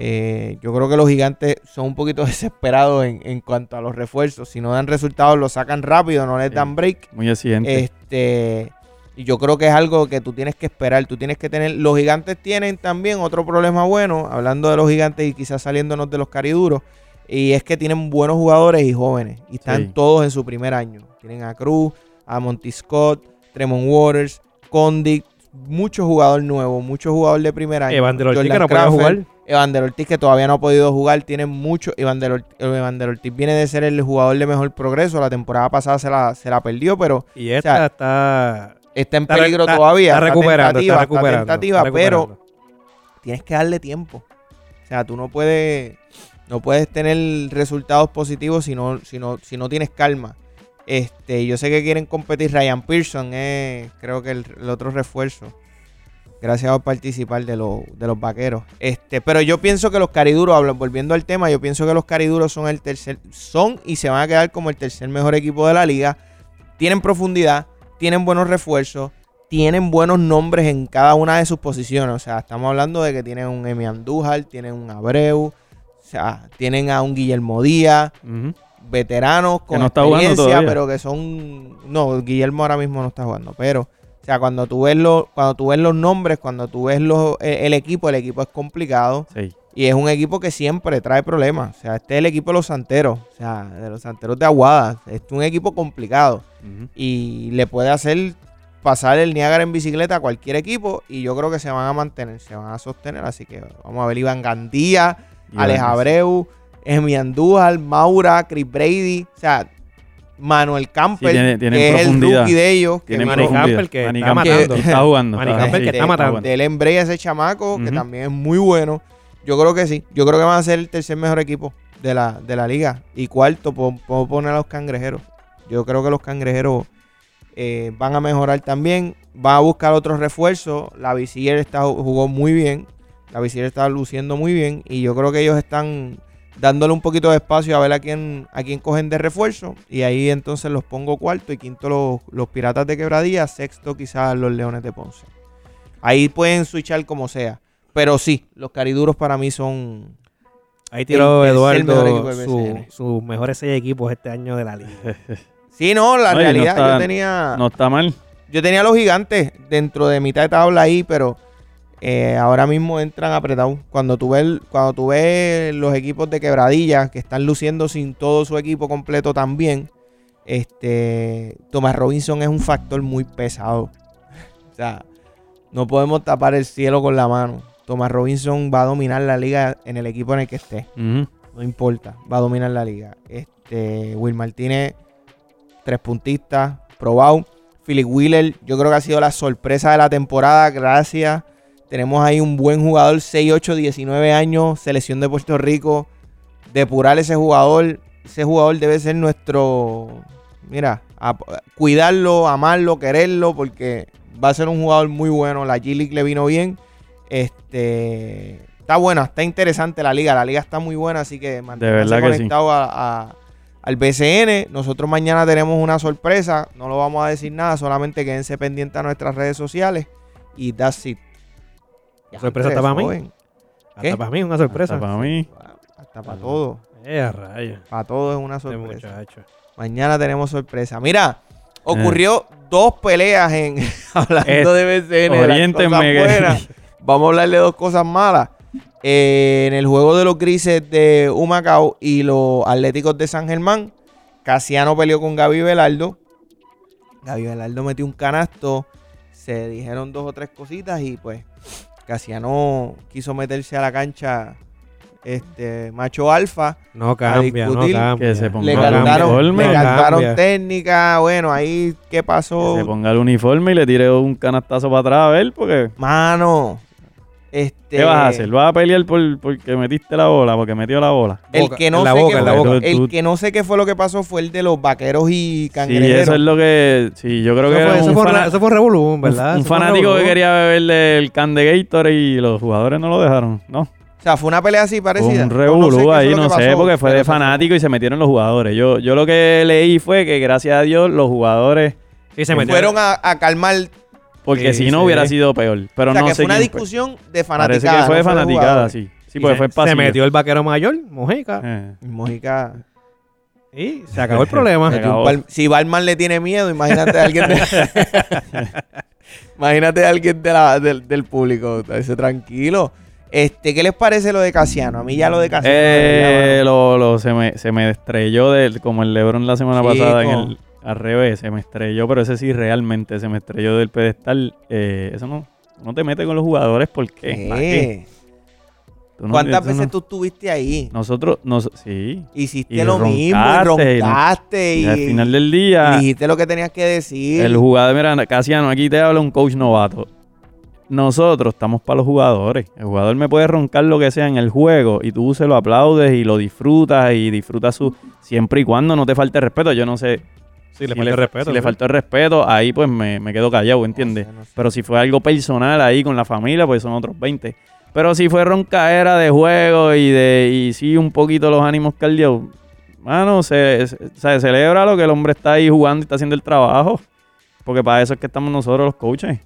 Speaker 1: Eh, yo creo que los gigantes son un poquito desesperados en, en cuanto a los refuerzos. Si no dan resultados, los sacan rápido, no les
Speaker 3: Sí.
Speaker 1: dan break.
Speaker 3: Muy exigente.
Speaker 1: Este, y yo creo que es algo que tú tienes que esperar. Tú tienes que tener. Los gigantes tienen también otro problema bueno, hablando de los gigantes y quizás saliéndonos de los cariduros. Y es que tienen buenos jugadores y jóvenes. Y están
Speaker 3: Sí.
Speaker 1: todos en su primer año. Tienen a Cruz, a Monty Scott, Tremont Waters, Condit, muchos jugadores nuevos, muchos jugadores de primer año.
Speaker 2: Evander Eh, Ortiz,
Speaker 1: Jordan
Speaker 2: que no puede
Speaker 1: Crawford,
Speaker 2: jugar.
Speaker 1: Evander Ortiz, que todavía no ha podido jugar, tiene mucho. Evander, Ort- Evander Ortiz viene de ser el jugador de mejor progreso. La temporada pasada se la, se la perdió, pero
Speaker 2: Y esta
Speaker 1: O sea,
Speaker 2: está,
Speaker 1: está en
Speaker 2: está-
Speaker 1: peligro
Speaker 2: está-
Speaker 1: todavía.
Speaker 2: Está recuperando,
Speaker 1: tentativa,
Speaker 2: está recuperando.
Speaker 1: tentativa,
Speaker 2: está
Speaker 1: pero
Speaker 2: recuperando.
Speaker 1: tienes que darle tiempo. O sea, tú no puedes, no puedes tener resultados positivos si no, si no, si no tienes calma. Este, yo sé que quieren competir. Ryan Pearson es, creo que el, el otro refuerzo. Gracias por participar de, los- de los vaqueros. Este, pero yo pienso que los cariduros, hablo- volviendo al tema, yo pienso que los cariduros son el tercer, son y se van a quedar como el tercer mejor equipo de la liga. Tienen profundidad, tienen buenos refuerzos, tienen buenos nombres en cada una de sus posiciones. O sea, estamos hablando de que tienen un Emi Andújar, tienen un Abreu, o sea, tienen a un Guillermo Díaz,
Speaker 3: Ujú.
Speaker 1: veteranos con
Speaker 3: no está jugando
Speaker 1: experiencia,
Speaker 3: todavía.
Speaker 1: pero que son. No, Guillermo ahora mismo no está jugando, pero. O sea, cuando tú ves, los cuando tú ves los nombres, cuando tú ves los, e, el, el equipo, el equipo es complicado
Speaker 3: Sí.
Speaker 1: y es un equipo que siempre trae problemas. O sea, este es el equipo de los Santeros, o sea, de los Santeros de Aguada. Este es un equipo complicado
Speaker 3: Ujú.
Speaker 1: y le puede hacer pasar el Niágara en bicicleta a cualquier equipo y yo creo que se van a mantener, se van a sostener, así que vamos a ver Iván Gandía,
Speaker 3: Y
Speaker 1: Alex
Speaker 3: bueno,
Speaker 1: Abreu, Emi Andújar, Maura, Chris Brady, o sea, Manuel Campbell,
Speaker 3: Sí, tiene- tienen
Speaker 1: que es el
Speaker 3: profundidad.
Speaker 1: rookie de ellos, que
Speaker 3: Tiene
Speaker 2: Manny
Speaker 1: vino
Speaker 3: profundidad.
Speaker 2: Campbell que
Speaker 3: Manny
Speaker 2: está
Speaker 3: Campbell
Speaker 1: matando.
Speaker 3: Está jugando.
Speaker 2: Manny
Speaker 3: está-
Speaker 2: Campel, que
Speaker 3: sí,
Speaker 2: está matando.
Speaker 3: jugando.
Speaker 1: del Embrace a ese chamaco, que
Speaker 3: Ujú.
Speaker 1: también es muy bueno. Yo creo que sí, yo creo que van a ser el tercer mejor equipo de la, de la liga. Y cuarto, puedo, puedo poner a los cangrejeros. Yo creo que los cangrejeros eh, van a mejorar también. Van a buscar otros refuerzos. La Visier está, jugó muy bien. La Visier está luciendo muy bien. Y yo creo que ellos están dándole un poquito de espacio a ver a quién, a quién cogen de refuerzo. Y ahí entonces los pongo cuarto y quinto los, los Piratas de Quebradilla. Sexto quizás los Leones de Ponce. Ahí pueden switchar como sea. Pero sí, los cariduros para mí son...
Speaker 2: Ahí tiró
Speaker 1: el tercer
Speaker 2: Eduardo
Speaker 1: mejor equipo del
Speaker 2: su-
Speaker 1: BCN.
Speaker 2: sus mejores seis equipos este año de la liga.
Speaker 1: Sí, no, la
Speaker 3: No, y no
Speaker 1: realidad
Speaker 3: está-
Speaker 1: yo tenía...
Speaker 3: No está mal.
Speaker 1: Yo tenía a los gigantes dentro de mitad de tabla ahí, pero eh, ahora mismo entran apretados. Cuando tú ves, el- cuando tú ves los equipos de quebradilla que están luciendo sin todo su equipo completo también, este Thomas Robinson es un factor muy pesado. o sea, no podemos tapar el cielo con la mano. Thomas Robinson va a dominar la liga en el equipo en el que esté.
Speaker 3: Ujú.
Speaker 1: No importa, va a dominar la liga. Este, Will Martínez, tres puntistas, probado. Philip Wheeler, yo creo que ha sido la sorpresa de la temporada, gracias. Tenemos ahí un buen jugador, 6'8, 19 años, selección de Puerto Rico. Depurar ese jugador, ese jugador debe ser nuestro, mira, a- cuidarlo, amarlo, quererlo, porque va a ser un jugador muy bueno. La G-League le vino bien. Este, está buena, está interesante la liga. La liga está muy buena, así que manténganse
Speaker 3: verdad que sí.
Speaker 1: conectados a- a- al BCN. Nosotros mañana tenemos una sorpresa. No lo vamos a decir nada, solamente quédense pendientes a nuestras redes sociales. Y that's it.
Speaker 2: ¿La sorpresa está para mí?
Speaker 1: Joven. ¿Qué?
Speaker 2: Hasta para mí es una sorpresa.
Speaker 3: Hasta para mí.
Speaker 1: Hasta para todo.
Speaker 2: Eh, a rayos.
Speaker 1: Para todo es una
Speaker 2: Este
Speaker 1: sorpresa.
Speaker 2: muchacho.
Speaker 1: Mañana tenemos sorpresa. Mira, ocurrió
Speaker 3: Eh.
Speaker 1: dos peleas en hablando de BCN. de las
Speaker 3: oriéntenme
Speaker 1: cosas
Speaker 3: que-
Speaker 1: buenas. Vamos a hablar de dos cosas malas. Eh, en el juego de los grises de Humacao y los Atléticos de San Germán, Casiano peleó con Gaby Velardo. Gaby Velardo metió un canasto. Se dijeron dos o tres cositas y pues Casiano quiso meterse a la cancha este macho alfa.
Speaker 2: No cambia, no
Speaker 1: discutir
Speaker 2: cambia.
Speaker 3: que se ponga
Speaker 1: le
Speaker 3: No
Speaker 1: cantaron, le
Speaker 3: cambia.
Speaker 2: No
Speaker 1: cantaron
Speaker 2: cambia.
Speaker 1: técnica. Bueno, ahí, ¿qué
Speaker 3: Que se
Speaker 1: pasó?
Speaker 3: ponga el uniforme y le tire un canastazo para atrás a ver, porque.
Speaker 1: Mano, este.
Speaker 3: ¿Qué vas a hacer? ¿Vas a pelear por, porque metiste la bola? Porque metió la bola.
Speaker 1: El
Speaker 2: Boca,
Speaker 1: que, no
Speaker 2: en la
Speaker 1: sé
Speaker 2: boca,
Speaker 1: qué
Speaker 2: en la
Speaker 1: fue-
Speaker 3: boca.
Speaker 1: el
Speaker 3: Tú-
Speaker 1: que no sé qué fue lo que pasó fue el de los vaqueros y
Speaker 3: Sí,
Speaker 1: cangrejeros.
Speaker 3: eso es lo que. Sí, yo creo
Speaker 2: Eso
Speaker 3: que.
Speaker 2: fue,
Speaker 3: era
Speaker 2: eso
Speaker 3: un
Speaker 2: fue un
Speaker 3: fana-
Speaker 2: re- eso fue un revolú, ¿verdad?
Speaker 3: Un,
Speaker 2: Eso fue
Speaker 3: fanático que
Speaker 2: revolú.
Speaker 3: quería beberle el can de Gator y los jugadores no lo dejaron, ¿no?
Speaker 1: O sea, fue una pelea así parecida.
Speaker 3: Un
Speaker 1: No, no sé
Speaker 3: revolú
Speaker 1: qué fue
Speaker 3: ahí,
Speaker 1: lo que
Speaker 3: no sé,
Speaker 1: pasó,
Speaker 3: porque fue
Speaker 1: pero
Speaker 3: de
Speaker 1: eso
Speaker 3: fanático y se metieron los jugadores. Yo, yo lo que leí fue que gracias a Dios los jugadores,
Speaker 2: Sí, se
Speaker 3: pues
Speaker 2: metió.
Speaker 1: Fueron a, a calmar.
Speaker 3: porque
Speaker 2: Sí,
Speaker 3: si no
Speaker 2: sí.
Speaker 3: hubiera sido peor. Pero
Speaker 1: o sea,
Speaker 3: no
Speaker 1: que
Speaker 3: sé
Speaker 1: fue una
Speaker 3: quién
Speaker 1: discusión de
Speaker 3: Parece
Speaker 1: fanaticada.
Speaker 3: que fue de
Speaker 1: no de
Speaker 3: fanaticada,
Speaker 1: jugadores.
Speaker 3: sí. Sí,
Speaker 2: Y
Speaker 3: porque
Speaker 2: se,
Speaker 3: fue
Speaker 2: se
Speaker 3: pasillo.
Speaker 2: metió el vaquero mayor, Mojica,
Speaker 3: Eh.
Speaker 1: Mojica.
Speaker 2: y se acabó el problema.
Speaker 3: Se
Speaker 1: metió un
Speaker 3: acabó.
Speaker 1: pal- Si Balman le tiene miedo, imagínate a alguien de- Imagínate a alguien de la- del, del público. Dice, tranquilo. Este, ¿qué les parece lo de Casiano? A mí ya lo de Casiano.
Speaker 3: Eh, lo, lo- se, me, se me estrelló del- como el Lebron la semana
Speaker 1: Chico.
Speaker 3: pasada en el, al revés, se me estrelló, pero ese sí realmente se me estrelló del pedestal. Eh, eso no, no te mete con los jugadores porque
Speaker 1: ¿Qué?
Speaker 3: Tú no-
Speaker 1: ¿Cuántas
Speaker 3: eso
Speaker 1: veces
Speaker 3: no-
Speaker 1: tú estuviste ahí?
Speaker 3: Nosotros, nos, sí.
Speaker 1: Hiciste
Speaker 3: Y
Speaker 1: lo mismo, y
Speaker 3: roncaste, y no-
Speaker 1: roncaste y,
Speaker 3: Y al final del
Speaker 1: y
Speaker 3: día,
Speaker 1: dijiste lo que tenías que decir.
Speaker 3: el jugador, mira, Casiano, aquí te habla un coach novato. Nosotros estamos para los jugadores. El jugador me puede roncar lo que sea en el juego y tú se lo aplaudes y lo disfrutas y disfrutas su. Siempre y cuando no te falte respeto. Yo no sé.
Speaker 2: Sí, le
Speaker 3: si
Speaker 2: falta
Speaker 3: le,
Speaker 2: respeto.
Speaker 3: si le
Speaker 2: ¿verdad?
Speaker 3: faltó el respeto, ahí pues me, me quedo callado, ¿entiendes?
Speaker 1: No sé, no sé.
Speaker 3: Pero si fue algo personal ahí con la familia, pues son otros 20. Pero si fue roncaera de juego y de y sí un poquito los ánimos caldeados, mano, se, se, se celebra lo que el hombre está ahí jugando y está haciendo el trabajo. Porque para eso es que estamos nosotros los coaches.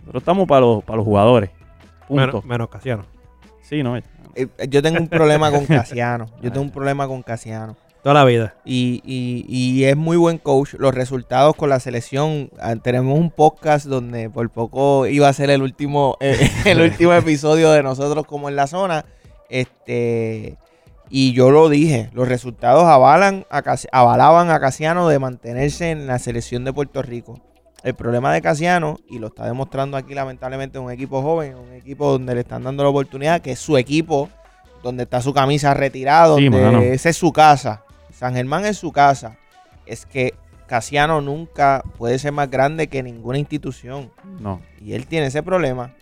Speaker 3: Nosotros estamos para los, para los jugadores. Punto.
Speaker 2: Menos, menos Casiano.
Speaker 3: sí, no.
Speaker 1: Eh, Yo tengo un problema con Casiano. Yo tengo un problema con Casiano.
Speaker 2: Toda la vida.
Speaker 1: Y, y- y es muy buen coach. Los resultados con la selección. ah, Tenemos un podcast donde por poco iba a ser el último, eh, el último episodio de nosotros como en la zona. Este, y yo lo dije. Los resultados avalan a Cas- avalaban a Casiano de mantenerse en la selección de Puerto Rico. El problema de Casiano, y lo está demostrando aquí lamentablemente un equipo joven, un equipo donde le están dando la oportunidad, que es su equipo, donde está su camisa retirada,
Speaker 3: Sí,
Speaker 1: donde
Speaker 3: mano.
Speaker 1: esa es su casa. San Germán es su casa. Es que Casiano nunca puede ser más grande que ninguna institución.
Speaker 3: No.
Speaker 1: Y él tiene ese problema.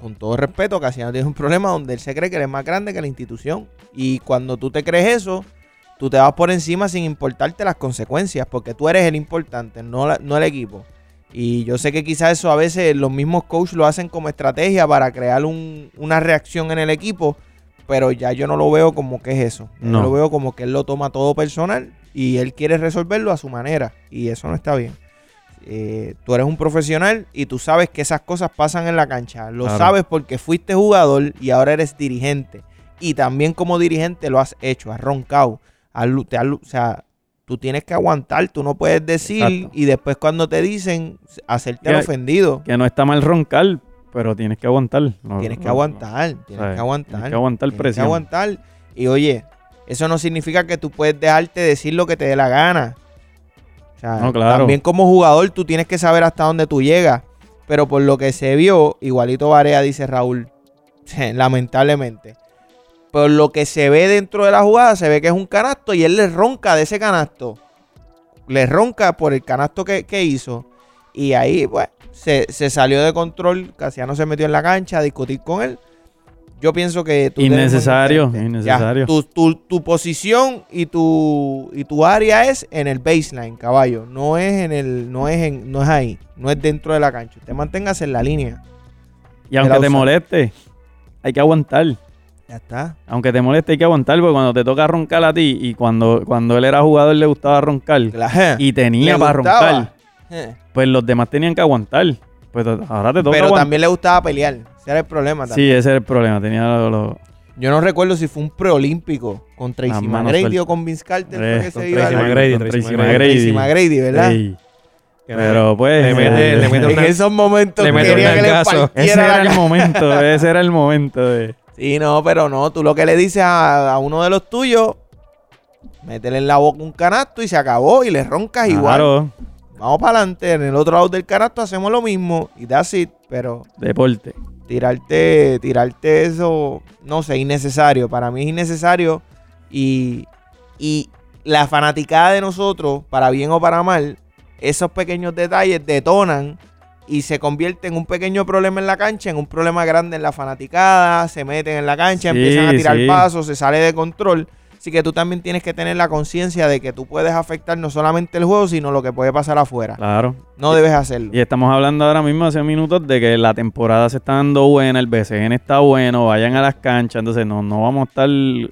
Speaker 1: Con todo respeto, Casiano tiene un problema donde él se cree que eres más grande que la institución. Y cuando tú te crees eso, tú te vas por encima sin importarte las consecuencias, porque tú eres el importante, no, la- no el equipo. Y yo sé que quizás eso a veces los mismos coaches lo hacen como estrategia para crear un- una reacción en el equipo, pero ya yo no lo veo como que es eso. Yo
Speaker 3: No.
Speaker 1: lo veo como que él lo toma todo personal y él quiere resolverlo a su manera. Y eso no está bien. Eh, tú eres un profesional y tú sabes que esas cosas pasan en la cancha. Lo
Speaker 3: Claro.
Speaker 1: sabes porque fuiste jugador y ahora eres dirigente. Y también como dirigente lo has hecho, has roncado. has lu- te has lu- o sea, tú tienes que aguantar, tú no puedes decir
Speaker 3: Exacto.
Speaker 1: y después cuando te dicen hacerte el
Speaker 3: Que-
Speaker 1: ofendido.
Speaker 3: Que no está mal roncar, pero tienes que aguantar. No,
Speaker 1: Tienes que
Speaker 3: no, no.
Speaker 1: aguantar, tienes
Speaker 3: ¿Sabes?
Speaker 1: que aguantar.
Speaker 3: Tienes que aguantar
Speaker 1: Tienes que
Speaker 3: presión.
Speaker 1: aguantar. Y oye, eso no significa que tú puedes dejarte decir lo que te dé la gana. O sea,
Speaker 3: No, claro.
Speaker 1: también como jugador tú tienes que saber hasta dónde tú llegas. Pero por lo que se vio, igualito Varea, dice Raúl, lamentablemente. Por lo que se ve dentro de la jugada, se ve que es un canasto y él le ronca de ese canasto. Le ronca por el canasto que, que hizo. Y ahí, pues, se, se salió de control. Casiano se metió en la cancha a discutir con él. Yo pienso que tú debes
Speaker 3: Innecesario,
Speaker 1: mantenerte.
Speaker 3: innecesario.
Speaker 1: Ya, tu, tu- tu posición y tu, y tu área es en el baseline, caballo. No es en el, no es en, no es ahí, no es dentro de la cancha. Te mantengas en la línea.
Speaker 3: Y aunque
Speaker 1: la
Speaker 3: te
Speaker 1: usa.
Speaker 3: moleste, hay que aguantar.
Speaker 1: Ya está.
Speaker 3: Aunque te moleste, hay que aguantar, porque cuando te toca roncar a ti, y cuando, cuando él era jugador le gustaba roncar,
Speaker 1: Claro.
Speaker 3: y tenía
Speaker 1: Le
Speaker 3: para
Speaker 1: gustaba.
Speaker 3: roncar,
Speaker 1: Eh.
Speaker 3: pues los demás tenían que aguantar. Pues ahora te toca
Speaker 1: Pero
Speaker 3: aguantar.
Speaker 1: también le gustaba pelear. Ese era el problema también.
Speaker 3: Sí, ese era el problema. Tenía lo- lo-
Speaker 1: Yo no recuerdo si fue un preolímpico con Tracy
Speaker 3: Ah, mano,
Speaker 1: McGrady
Speaker 3: suelta.
Speaker 1: o con Vince Carter. Este fue
Speaker 3: Eh,
Speaker 1: que se
Speaker 3: con
Speaker 1: iba
Speaker 2: Tracy
Speaker 1: a-
Speaker 2: McGrady,
Speaker 3: con
Speaker 2: Tracy
Speaker 3: Tracy
Speaker 2: McGrady.
Speaker 1: Tracy McGrady, ¿verdad?
Speaker 3: Ey, Pero pues.
Speaker 2: Le mete- le mete
Speaker 1: en
Speaker 2: una-
Speaker 1: esos momentos
Speaker 2: le mete un
Speaker 1: quería que le
Speaker 2: trancazo.
Speaker 1: partiera
Speaker 3: Ese
Speaker 1: la
Speaker 3: era
Speaker 1: cara.
Speaker 3: el momento, ese era el momento de.
Speaker 1: Sí, no, pero no. Tú lo que le dices a, a uno de los tuyos, métele en la boca un canasto y se acabó y le roncas igual.
Speaker 3: Claro,
Speaker 1: Vamos para adelante. En el otro lado del canasto hacemos lo mismo y that's it. Pero
Speaker 3: deporte.
Speaker 1: tirarte, tirarte eso, no sé, innecesario. Para mí es innecesario. Y, y la fanaticada de nosotros, para bien o para mal, esos pequeños detalles detonan y se convierte en un pequeño problema en la cancha, en un problema grande en la fanaticada, se meten en la cancha,
Speaker 3: Sí,
Speaker 1: empiezan a tirar
Speaker 3: sí.
Speaker 1: pasos, se sale de control. Así que tú también tienes que tener la conciencia de que tú puedes afectar no solamente el juego, sino lo que puede pasar afuera.
Speaker 3: Claro.
Speaker 1: No debes hacerlo.
Speaker 3: Y estamos hablando ahora mismo hace minutos de que la temporada se está dando buena, el BCN está bueno, vayan a las canchas, entonces no, no vamos a estar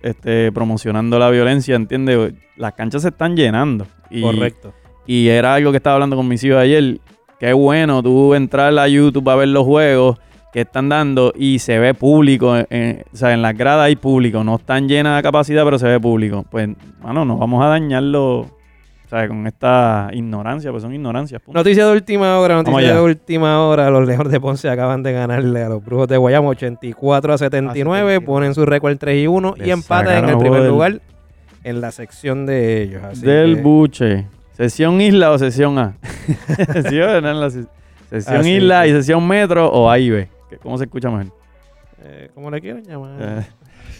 Speaker 3: este, promocionando la violencia, ¿entiendes? Las canchas se están llenando. Y,
Speaker 2: Correcto.
Speaker 3: Y era algo que estaba hablando con mis hijos ayer. Qué bueno tú entrar a YouTube a ver los juegos que están dando y se ve público. eh, eh, o sea, en las gradas hay público. No están llenas de capacidad, pero se ve público. Pues, mano, nos vamos a dañarlo. O sea, con esta ignorancia, pues son ignorancias. punto.
Speaker 2: Noticia de última hora,
Speaker 3: Vamos
Speaker 2: noticia
Speaker 3: allá.
Speaker 2: de última hora. Los Leones de Ponce acaban de ganarle a los Brujos de Guayama 84 a 79.
Speaker 1: 79.
Speaker 2: Ponen su récord 3 y 1
Speaker 3: Le
Speaker 2: y empatan en el
Speaker 3: sacaron
Speaker 2: primer
Speaker 3: gol.
Speaker 2: lugar en la sección de ellos. Así
Speaker 3: Del
Speaker 2: que-
Speaker 3: buche. ¿Sesión isla o sesión A? Sí, ¿verdad? La ses- sesión
Speaker 2: Así
Speaker 3: isla
Speaker 2: que-
Speaker 3: y sesión metro o A y B. ¿Qué- ¿Cómo se escucha mejor?
Speaker 2: Eh, ¿Cómo le quieren llamar?
Speaker 3: Eh,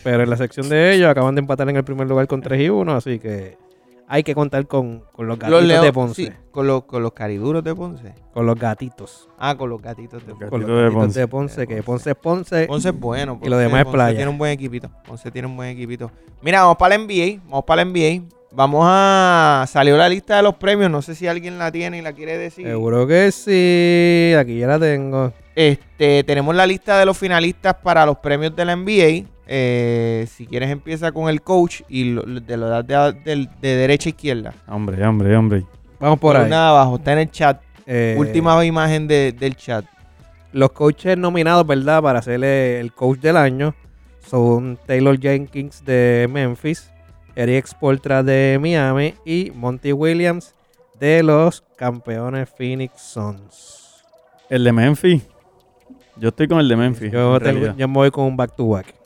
Speaker 2: Pero en la sección de ellos acaban de empatar en el primer lugar con 3 y 1, así que hay que contar con, con los gatitos
Speaker 1: Los León-
Speaker 2: de Ponce.
Speaker 1: sí, con, los, con los cariduros de Ponce.
Speaker 2: Con los gatitos.
Speaker 1: Ah, con los gatitos de Ponce.
Speaker 2: Con los
Speaker 3: Gatitos de
Speaker 2: gatitos
Speaker 3: Ponce.
Speaker 2: de Ponce, que Ponce es Ponce.
Speaker 1: Ponce es bueno.
Speaker 2: Y lo demás es
Speaker 1: Ponce
Speaker 2: playa.
Speaker 1: tiene un buen equipito. Ponce tiene un buen equipito. Mira, vamos para la NBA. Vamos para la NBA. Vamos a... Salió la lista de los premios. No sé si alguien la tiene y la quiere decir.
Speaker 2: Seguro que sí. Aquí ya la tengo.
Speaker 1: Este, tenemos la lista de los finalistas para los premios de la NBA. Eh, si quieres empieza con el coach y lo- de lo das de, de- de derecha a izquierda.
Speaker 3: Hombre, hombre, hombre.
Speaker 2: Vamos por ahí.
Speaker 1: Nada abajo, está en el chat.
Speaker 2: Eh,
Speaker 1: Última imagen de- del chat.
Speaker 2: Los coaches nominados, ¿verdad? Para ser eh, el coach del año son Taylor Jenkins de Memphis, Eric Spoltra de Miami y Monty Williams de los campeones Phoenix Suns.
Speaker 3: El de Memphis. Yo estoy con el de Memphis.
Speaker 2: Yo,
Speaker 3: en
Speaker 2: tengo-
Speaker 3: realidad.
Speaker 2: yo me voy con un back-to-back.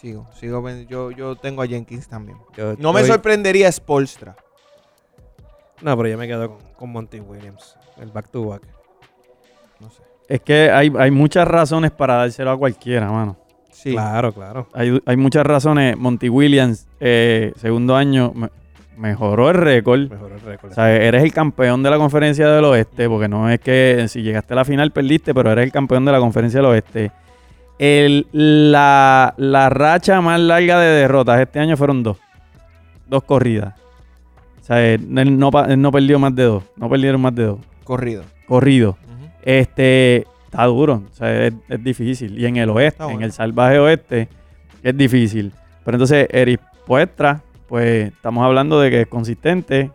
Speaker 1: Sigo, sigo. pen- Yo, yo tengo a Jenkins también.
Speaker 2: Yo
Speaker 1: No me
Speaker 2: estoy-
Speaker 1: sorprendería Spolstra.
Speaker 2: No, pero yo me quedo con, con Monty Williams, el back-to-back.
Speaker 1: No sé.
Speaker 3: Es que hay, hay muchas razones para dárselo a cualquiera, mano.
Speaker 1: Sí.
Speaker 2: Claro, claro.
Speaker 3: Hay, hay muchas razones. Monty Williams, eh, segundo año, me- mejoró el récord.
Speaker 2: Mejoró el récord.
Speaker 3: O sea, eres el campeón de la conferencia del oeste, porque no es que si llegaste a la final perdiste, pero eres el campeón de la conferencia del oeste. El- la, la racha más larga de derrotas este año fueron dos. Dos corridas. O sea, él él no, pa- él no perdió más de dos. No perdieron más de dos.
Speaker 1: Corrido.
Speaker 3: Corrido.
Speaker 1: Ujú.
Speaker 3: Este, está duro, o sea, es, es difícil. Y en el oeste,
Speaker 1: Está bueno.
Speaker 3: en el salvaje oeste, es difícil. Pero entonces, Eric Puestra, pues estamos hablando de que es consistente.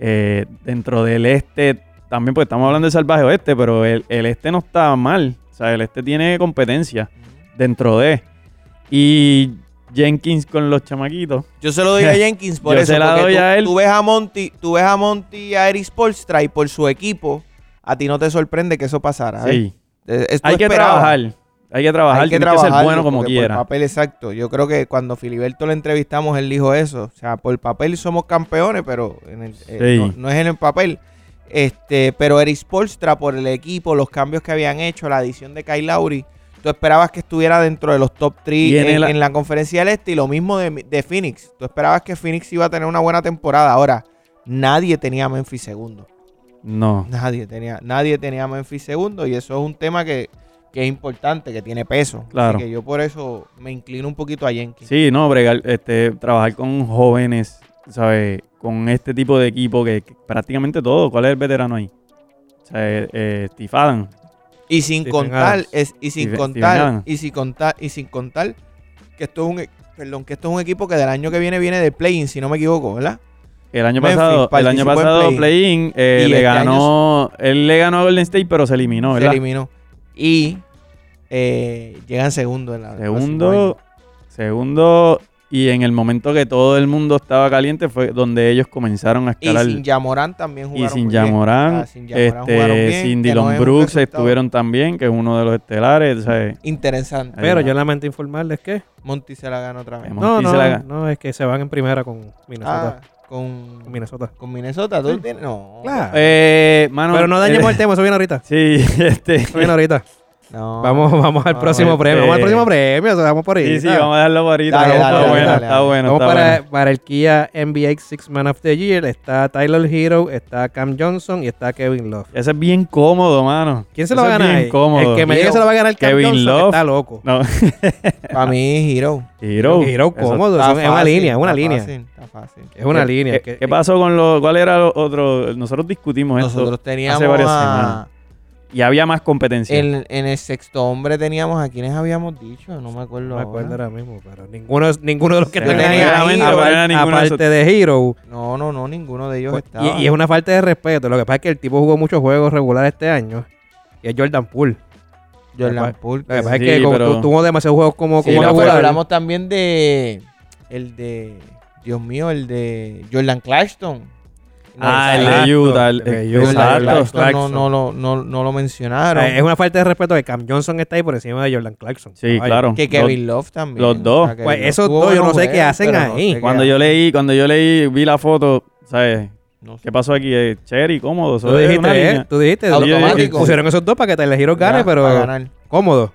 Speaker 3: Eh, dentro del este, también pues estamos hablando del salvaje oeste, pero el, el este no está mal. O sea, el este tiene competencia dentro de. Y Jenkins con los chamaquitos.
Speaker 1: Yo se lo doy a Jenkins por
Speaker 3: Yo
Speaker 1: eso.
Speaker 3: se la
Speaker 1: porque
Speaker 3: doy
Speaker 1: tú,
Speaker 3: a él.
Speaker 1: tú ves a Monty, tú ves a Monty y a Eric Spolstra y por su equipo, a ti no te sorprende que eso pasara. ¿eh?
Speaker 3: Sí.
Speaker 1: Eh, es- tú
Speaker 3: Hay que
Speaker 1: esperabas.
Speaker 3: trabajar. Hay que trabajar.
Speaker 1: Hay que
Speaker 3: tiene
Speaker 1: trabajar. pues,
Speaker 3: que ser bueno como quiera.
Speaker 1: papel, exacto. Yo creo que cuando Filiberto lo entrevistamos, él dijo eso. O sea, por papel somos campeones, pero en el- eh,
Speaker 3: Sí.
Speaker 1: no, no es en el papel. Este, pero Eric Polstra, por el equipo, los cambios que habían hecho, la adición de Kyle Lowry, tú esperabas que estuviera dentro de los top 3
Speaker 3: Y en
Speaker 1: en,
Speaker 3: el-
Speaker 1: en la conferencia del Este y lo mismo de, de Phoenix. Tú esperabas que Phoenix iba a tener una buena temporada. Ahora, nadie tenía a Memphis segundo.
Speaker 3: No.
Speaker 1: Nadie tenía, nadie tenía a Memphis segundo y eso es un tema que, que es importante, que tiene peso.
Speaker 3: Claro.
Speaker 1: Así que yo por eso me inclino un poquito a Jenkins.
Speaker 3: Sí, no, bregar, este, trabajar con jóvenes, ¿sabes? Con este tipo de equipo que, que prácticamente todo. ¿Cuál es el veterano ahí? O sea, eh, eh, Steve Adams.
Speaker 1: Y sin
Speaker 2: Stephen
Speaker 1: contar,
Speaker 2: Adams.
Speaker 1: es, y sin
Speaker 3: Stephen- Stephen
Speaker 1: contar,
Speaker 3: Adams.
Speaker 1: y sin contar, y sin contar que esto es un e- perdón, que esto es un equipo que del año que viene viene de play-in, si no me equivoco, ¿verdad?
Speaker 3: El año
Speaker 1: Memphis
Speaker 3: pasado, el año
Speaker 1: participó en
Speaker 3: pasado
Speaker 1: play-in.
Speaker 3: play-in, eh,
Speaker 1: Y
Speaker 3: le
Speaker 1: este
Speaker 3: ganó, él le ganó a Golden State, pero se eliminó,
Speaker 1: Se
Speaker 3: ¿verdad?
Speaker 1: eliminó. Y eh, llegan segundo en la el próximo
Speaker 3: Segundo,
Speaker 1: año.
Speaker 3: segundo, y en el momento que todo el mundo estaba caliente fue donde ellos comenzaron a
Speaker 1: Y
Speaker 3: escalar.
Speaker 1: sin Yamorán también jugaron
Speaker 3: Y sin
Speaker 1: muy bien. Ah,
Speaker 3: Yamorán,
Speaker 1: sin Yamorán jugaron
Speaker 3: este,
Speaker 1: bien,
Speaker 3: sin
Speaker 1: que no
Speaker 3: Dylan
Speaker 1: hemos
Speaker 3: Brooks
Speaker 1: resultado.
Speaker 3: estuvieron también, que es uno de los estelares, ¿sabes?
Speaker 1: Interesante.
Speaker 2: Pero yo lamento informarles que...
Speaker 1: Monty se la gana otra vez.
Speaker 3: Monty
Speaker 2: No, no,
Speaker 3: se la ga-
Speaker 2: no, es que se van en primera con Minnesota.
Speaker 1: Ah, con,
Speaker 2: Con Minnesota.
Speaker 1: con Minnesota. ¿Tú
Speaker 2: Sí.
Speaker 1: tienes? No.
Speaker 2: Claro.
Speaker 3: Eh, mano,
Speaker 2: Pero no dañemos
Speaker 3: eh,
Speaker 2: el tema, eso viene ahorita.
Speaker 3: Sí, este.
Speaker 2: Eso viene ahorita.
Speaker 1: No.
Speaker 2: Vamos, vamos al
Speaker 1: Ah,
Speaker 2: próximo
Speaker 3: este-
Speaker 2: premio. Vamos al próximo premio. o sea, Vamos por ahí.
Speaker 3: Sí, sí, vamos a dejarlo por ahorita.
Speaker 1: Dale,
Speaker 3: pero
Speaker 1: dale,
Speaker 3: está,
Speaker 1: dale,
Speaker 3: bueno,
Speaker 1: dale,
Speaker 3: está
Speaker 1: dale.
Speaker 3: bueno,
Speaker 2: Vamos
Speaker 3: está
Speaker 2: para,
Speaker 3: bueno.
Speaker 2: para el Kia NBA Six Man of the Year. Está Tyler Hero, está Cam Johnson y está Kevin Love.
Speaker 3: Ese es bien cómodo, mano.
Speaker 2: ¿Quién se lo
Speaker 3: Ese
Speaker 2: va a
Speaker 3: es
Speaker 2: ganar?
Speaker 3: bien
Speaker 2: ahí?
Speaker 3: cómodo.
Speaker 2: El que me diga que se lo va a ganar Cam
Speaker 3: Kevin
Speaker 2: Johnson
Speaker 3: Love.
Speaker 2: está loco.
Speaker 3: No,
Speaker 1: Para mí, Hero.
Speaker 3: Hero.
Speaker 2: Hero
Speaker 3: Eso-
Speaker 2: cómodo.
Speaker 1: Está
Speaker 2: eso es una
Speaker 1: fácil,
Speaker 2: línea, es una
Speaker 1: está
Speaker 2: línea.
Speaker 1: fácil, está fácil.
Speaker 2: Es una
Speaker 3: ¿Qué-
Speaker 2: línea.
Speaker 3: eh, ¿Qué,
Speaker 2: que-
Speaker 3: qué pasó con lo, cuál era lo otro? Nosotros discutimos
Speaker 1: Nosotros teníamos
Speaker 3: varias
Speaker 1: a-
Speaker 3: esto y había más competencia.
Speaker 1: en, en el sexto hombre teníamos a quienes habíamos dicho, no me acuerdo.
Speaker 2: No me acuerdo
Speaker 1: ahora.
Speaker 2: ahora mismo, pero ninguno, ninguno de los que
Speaker 1: Yo
Speaker 2: tenía
Speaker 1: tenía a Hero,
Speaker 3: no era ninguno de
Speaker 2: aparte de Hero.
Speaker 1: No, no, no, ninguno de ellos
Speaker 2: Pues,
Speaker 1: estaba.
Speaker 2: Y, y es una falta de respeto. Lo que pasa es que el tipo jugó muchos juegos regulares este año. Y es Jordan Poole.
Speaker 1: Jordan Poole.
Speaker 2: Lo que
Speaker 1: que-
Speaker 2: pasa
Speaker 3: Sí,
Speaker 2: es que como
Speaker 3: pero-
Speaker 2: tu- tuvo demasiados juegos como,
Speaker 1: Sí,
Speaker 2: Pues, como
Speaker 1: no, pero
Speaker 2: regular.
Speaker 1: hablamos también de. El de. Dios mío, el de Jordan Clashton. No,
Speaker 3: Ah,
Speaker 1: o sea,
Speaker 3: el de
Speaker 2: exacto,
Speaker 3: Utah. el-
Speaker 2: el de
Speaker 3: el-
Speaker 2: Utah,
Speaker 1: Jordan
Speaker 2: el
Speaker 3: Exacto.
Speaker 2: Clarkson.
Speaker 1: Clashton no, no, lo- no, no lo mencionaron.
Speaker 2: Eh, es una falta de respeto de Cam Johnson está ahí por encima de Jordan Clarkson.
Speaker 3: Sí,
Speaker 2: caballo.
Speaker 3: claro.
Speaker 1: Que Kevin Love también.
Speaker 3: los dos.
Speaker 1: Kevin
Speaker 2: Pues
Speaker 1: Love
Speaker 2: esos
Speaker 1: tuvo
Speaker 2: dos yo
Speaker 1: buenos
Speaker 2: no sé qué
Speaker 1: juegos,
Speaker 2: hacen
Speaker 1: pero
Speaker 2: ahí.
Speaker 1: sé
Speaker 3: Cuando
Speaker 1: qué
Speaker 3: yo leí, cuando yo leí, vi la foto, ¿sabes?
Speaker 1: no sé.
Speaker 3: ¿Qué pasó aquí? Eh, Cherry, cómodo. Eso
Speaker 2: Tú
Speaker 3: es
Speaker 2: dijiste,
Speaker 3: una
Speaker 2: eh,
Speaker 3: línea.
Speaker 2: tú dijiste,
Speaker 1: Automático.
Speaker 2: pusieron esos dos para que Tyler Hero gane,
Speaker 1: Ya,
Speaker 2: pero
Speaker 1: para ganar.
Speaker 2: cómodo.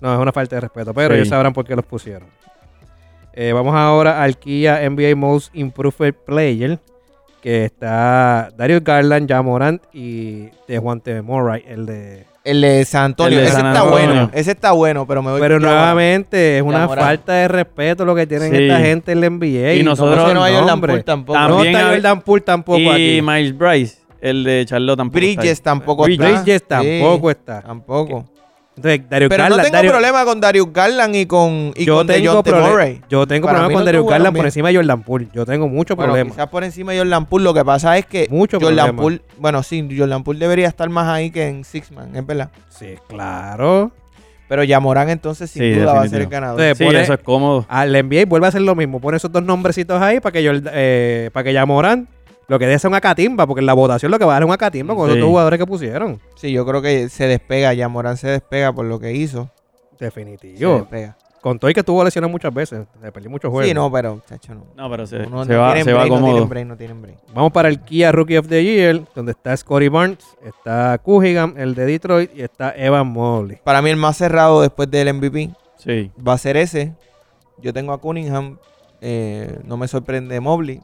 Speaker 2: No, es una falta de respeto, pero
Speaker 3: Sí.
Speaker 2: ellos sabrán por qué los pusieron. Eh, vamos ahora al Kia NBA Most Improved Player, que está Darius Garland, Jamorant y de Juan Murray, el de...
Speaker 1: El de San Antonio.
Speaker 3: El de
Speaker 1: ese
Speaker 3: San
Speaker 1: está
Speaker 3: Antonio.
Speaker 1: bueno. Ese está bueno, pero me voy
Speaker 2: Pero
Speaker 1: con Jamorant.
Speaker 2: nuevamente es una
Speaker 1: Jamorant.
Speaker 2: falta de respeto lo que tienen
Speaker 3: Sí.
Speaker 2: esta gente en la NBA.
Speaker 3: Y nosotros-
Speaker 2: no,
Speaker 1: Ese no
Speaker 2: no,
Speaker 1: hay Jordan
Speaker 2: hombre.
Speaker 1: Poole tampoco.
Speaker 3: Tam-
Speaker 2: No
Speaker 3: También
Speaker 2: está
Speaker 3: hay-
Speaker 2: Jordan Poole tampoco
Speaker 3: Y
Speaker 2: aquí.
Speaker 3: Miles Bryce, el de Charlotte tampoco. está ahí.
Speaker 1: Bridges tampoco
Speaker 3: Bridges
Speaker 1: está.
Speaker 2: Bridges
Speaker 1: Sí,
Speaker 2: tampoco está.
Speaker 1: Tampoco.
Speaker 2: Entonces, Darius
Speaker 1: Pero
Speaker 2: Garland,
Speaker 1: no tengo
Speaker 2: Darius-
Speaker 1: problema con Darius Garland y con, y
Speaker 2: yo,
Speaker 1: con
Speaker 2: tengo
Speaker 1: DeJounte
Speaker 2: prole-
Speaker 1: Murray.
Speaker 2: yo tengo
Speaker 1: Para
Speaker 2: problemas
Speaker 1: mí
Speaker 2: con
Speaker 1: no
Speaker 2: Darius
Speaker 1: jugaron
Speaker 2: Garland por
Speaker 1: bien.
Speaker 2: encima de Jordan Poole. Yo tengo mucho
Speaker 1: Bueno,
Speaker 2: problema.
Speaker 1: quizás por encima de Jordan Poole. Lo que pasa es que
Speaker 2: Mucho
Speaker 1: Jordan
Speaker 2: problema.
Speaker 1: Poole, bueno, sí, Jordan Poole debería estar más ahí que en Sixman, es verdad.
Speaker 2: Sí, claro.
Speaker 1: Pero Yamorán entonces sin
Speaker 3: Sí,
Speaker 1: duda va a ser el
Speaker 3: definitivo.
Speaker 1: ganador.
Speaker 2: Entonces,
Speaker 3: Sí,
Speaker 2: pone-
Speaker 3: eso es cómodo.
Speaker 2: Al NBA vuelve a hacer lo mismo. Pone esos dos nombrecitos ahí para que yo eh, para que ya Morán lo que dé sea una catimba, porque en la votación lo que va a dar es una catimba con
Speaker 3: Sí.
Speaker 2: esos dos jugadores que pusieron.
Speaker 1: sí, yo creo que se despega, Yamorán se despega por lo que hizo. Se
Speaker 2: Definitivo.
Speaker 1: despega.
Speaker 2: Con todo y que estuvo lesionado muchas veces. Le perdí muchos juegos.
Speaker 1: Sí, no, pero, chacho, no.
Speaker 3: No, pero se,
Speaker 1: Uno
Speaker 3: se va,
Speaker 1: tienen
Speaker 3: se va
Speaker 1: break, no
Speaker 3: cómodo.
Speaker 1: tienen break, no tienen break.
Speaker 2: Vamos para el Kia Rookie of the Year, donde está Scotty Barnes, está Cunningham, el de Detroit, y está Evan Mobley.
Speaker 1: Para mí el más cerrado después del MVP
Speaker 3: sí.
Speaker 1: va a ser ese. Yo tengo a Cunningham. eh, no me sorprende Mobley.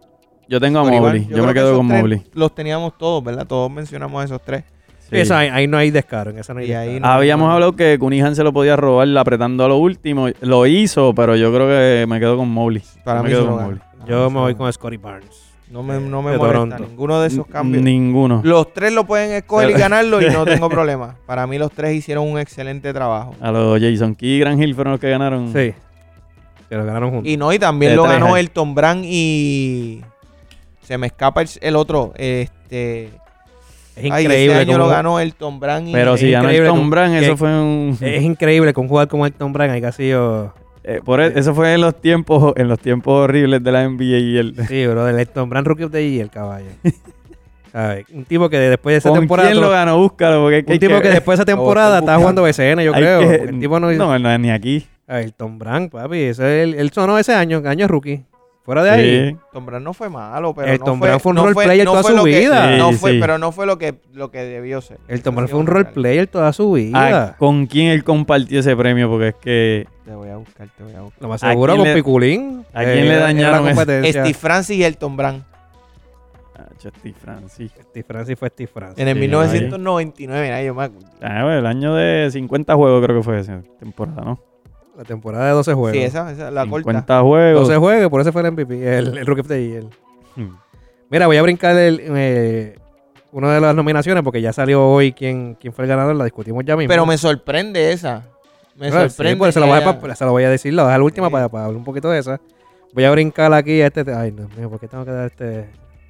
Speaker 3: Yo tengo a
Speaker 1: Por igual,
Speaker 3: Mobley. Yo,
Speaker 1: creo
Speaker 3: me
Speaker 1: que
Speaker 3: quedo
Speaker 1: esos
Speaker 3: con
Speaker 1: tres
Speaker 3: Mobley.
Speaker 1: Los teníamos todos, ¿verdad? Todos mencionamos esos tres.
Speaker 3: Sí.
Speaker 2: Esa, ahí, ahí no hay descaro, en esa no hay
Speaker 1: Y ahí
Speaker 2: descaro.
Speaker 1: no-
Speaker 3: Habíamos hablado que Cunningham se lo podía robar apretando a lo último. Lo hizo, pero yo creo que me quedo con Mobley.
Speaker 1: Para
Speaker 3: Yo me
Speaker 1: mí
Speaker 3: quedo
Speaker 1: se lo
Speaker 3: con
Speaker 1: gana.
Speaker 3: Mobley.
Speaker 1: Ah, se
Speaker 2: Yo me
Speaker 1: lo
Speaker 2: voy
Speaker 1: gana.
Speaker 2: con Scotty Barnes.
Speaker 1: No me, no me
Speaker 2: de
Speaker 1: molesta
Speaker 2: Toronto.
Speaker 1: ninguno de esos cambios.
Speaker 3: Ninguno.
Speaker 1: Los tres lo pueden escoger y
Speaker 3: Pero-
Speaker 1: ganarlo y no tengo problema. Para mí los tres hicieron un excelente trabajo.
Speaker 3: A los Jason Key y Gran Hill fueron los que ganaron.
Speaker 2: Sí. Que lo ganaron juntos.
Speaker 1: Mm. Y no, y también
Speaker 3: De
Speaker 1: lo
Speaker 3: tres
Speaker 1: ganó
Speaker 3: hay.
Speaker 1: Elton Brand y... Se me escapa el, el otro. Este...
Speaker 2: es
Speaker 1: ay,
Speaker 2: increíble.
Speaker 1: ese año
Speaker 2: cómo-
Speaker 1: lo ganó Elton Brand y...
Speaker 3: Pero
Speaker 2: Es
Speaker 3: si ganó
Speaker 2: increíble
Speaker 3: el Tom
Speaker 2: cómo-
Speaker 3: Brand,
Speaker 2: que- eh,
Speaker 3: eso fue un.
Speaker 2: Es increíble que un jugador como Elton Brand haya sido...
Speaker 3: eh, por e- eso fue en los tiempos, en los tiempos horribles de la NBA y el.
Speaker 2: Sí, bro, del Elton Brand Rookie of the Year, caballo. ¿Sabes? Un tipo que después de esa
Speaker 3: ¿Con
Speaker 2: temporada...
Speaker 3: quién lo ganó? Búscalo, porque es que
Speaker 2: un
Speaker 3: hay
Speaker 2: tipo que
Speaker 3: ver.
Speaker 2: después de esa temporada estaba jugando BCN, yo
Speaker 3: Hay
Speaker 2: creo.
Speaker 3: que-
Speaker 2: El tipo no...
Speaker 3: no, no, ni aquí.
Speaker 2: Ah, El Tom Brand, papi. Ese, él, él sonó ese año, año rookie. Fuera de ahí.
Speaker 3: Sí.
Speaker 1: Elton Brand no fue malo, pero
Speaker 2: Elton
Speaker 1: no fue,
Speaker 2: Brand fue un
Speaker 1: no
Speaker 2: role player
Speaker 1: no
Speaker 2: toda
Speaker 1: fue
Speaker 2: su
Speaker 1: lo que-
Speaker 2: vida.
Speaker 1: no
Speaker 3: Sí,
Speaker 1: fue,
Speaker 3: sí.
Speaker 1: pero no fue lo que, lo que debió ser.
Speaker 2: Elton Brand fue un role player toda su
Speaker 3: Ah,
Speaker 2: vida.
Speaker 3: ¿Con quién él compartió ese premio? Porque es que.
Speaker 1: Te voy a buscar, te voy a buscar.
Speaker 2: Lo más
Speaker 3: ¿a
Speaker 2: seguro
Speaker 3: quién
Speaker 2: con
Speaker 3: le-
Speaker 2: Piculín. eh,
Speaker 3: a quién le
Speaker 2: era- era
Speaker 3: dañaron
Speaker 2: la
Speaker 3: eso?
Speaker 2: competencia.
Speaker 1: Steve Francis y Elton Brand.
Speaker 3: Ah, Steve Francis.
Speaker 2: Steve Francis fue Steve Francis.
Speaker 1: En el
Speaker 3: Sí,
Speaker 1: 1999, mira, yo me acuerdo.
Speaker 3: Ah, bueno, el año de 50 juegos creo que fue esa temporada, ¿no?
Speaker 2: La temporada de 12 juegos.
Speaker 1: Sí, esa, esa la corta.
Speaker 3: 50 juegos.
Speaker 2: 12 juegos, por eso fue el MVP, el, el Rookie of the Year.
Speaker 3: Hmm.
Speaker 2: Mira, voy a brincar el, eh, una de las nominaciones porque ya salió hoy quién, quién fue el ganador, la discutimos ya mismo.
Speaker 1: Pero me sorprende esa. Me
Speaker 2: Claro, sí,
Speaker 1: sorprende.
Speaker 2: pues, se, lo
Speaker 1: que
Speaker 2: voy a,
Speaker 1: haya-
Speaker 2: pa- se lo voy a decir, la voy a dejar la última
Speaker 1: Sí.
Speaker 2: para, para hablar un poquito de esa. Voy a brincar aquí a este. te- Ay, no, mío, ¿por qué tengo que dar este.?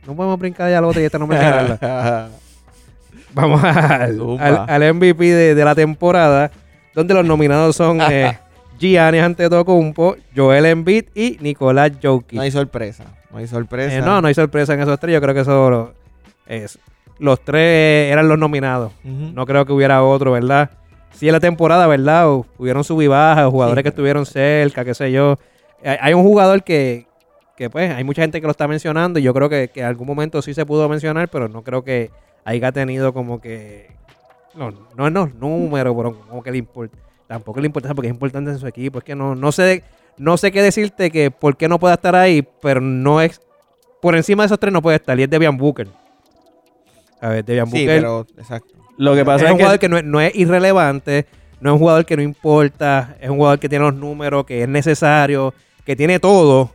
Speaker 2: No podemos brincar ya al otro y esta no me ganarla. Vamos al,
Speaker 1: Zumba.
Speaker 2: al, al MVP de, de la temporada, donde los nominados son eh, Giannis Antetokounmpo, Joel Embiid y Nicolás Jokic.
Speaker 1: no hay sorpresa. No hay sorpresa.
Speaker 2: Eh, no, no hay sorpresa en esos tres. Yo creo que eso lo- es- los tres eran los nominados.
Speaker 1: Ujú.
Speaker 2: No creo que hubiera otro, ¿verdad? Sí, en la temporada, ¿verdad? O- Hubieron sub y baja, o jugadores
Speaker 1: Sí,
Speaker 2: que
Speaker 1: pero-
Speaker 2: estuvieron cerca, qué sé yo. Hay, hay un jugador que, que, pues, hay mucha gente que lo está mencionando y yo creo que, que en algún momento sí se pudo mencionar, pero no creo que haya tenido como que. No, no en los números, pero como que le importa. Tampoco le importa porque es importante en su equipo. Es que no, no sé no sé qué decirte que por qué no pueda estar ahí, pero no es. Por encima de esos tres no puede estar. Y es Debian Booker. A ver, Debian
Speaker 1: Sí,
Speaker 2: Booker
Speaker 1: pero exacto.
Speaker 3: Lo que
Speaker 2: es
Speaker 3: pasa es,
Speaker 2: un
Speaker 3: que.
Speaker 2: jugador que, no, es, no es irrelevante, no es un jugador que no importa, es un jugador que tiene los números, que es necesario, que tiene todo,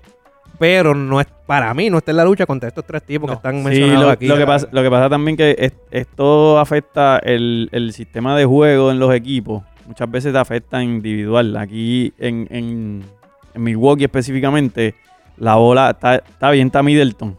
Speaker 2: pero no es para mí no está en la lucha contra estos tres tipos
Speaker 1: No.
Speaker 2: que están
Speaker 3: Sí,
Speaker 2: mencionados
Speaker 3: lo,
Speaker 2: aquí.
Speaker 3: lo que pasa, lo que pasa también que es- esto afecta el, el sistema de juego en los equipos. Muchas veces te afecta individual. Aquí en, en- en Milwaukee específicamente, la bola está, está bien, está Middleton.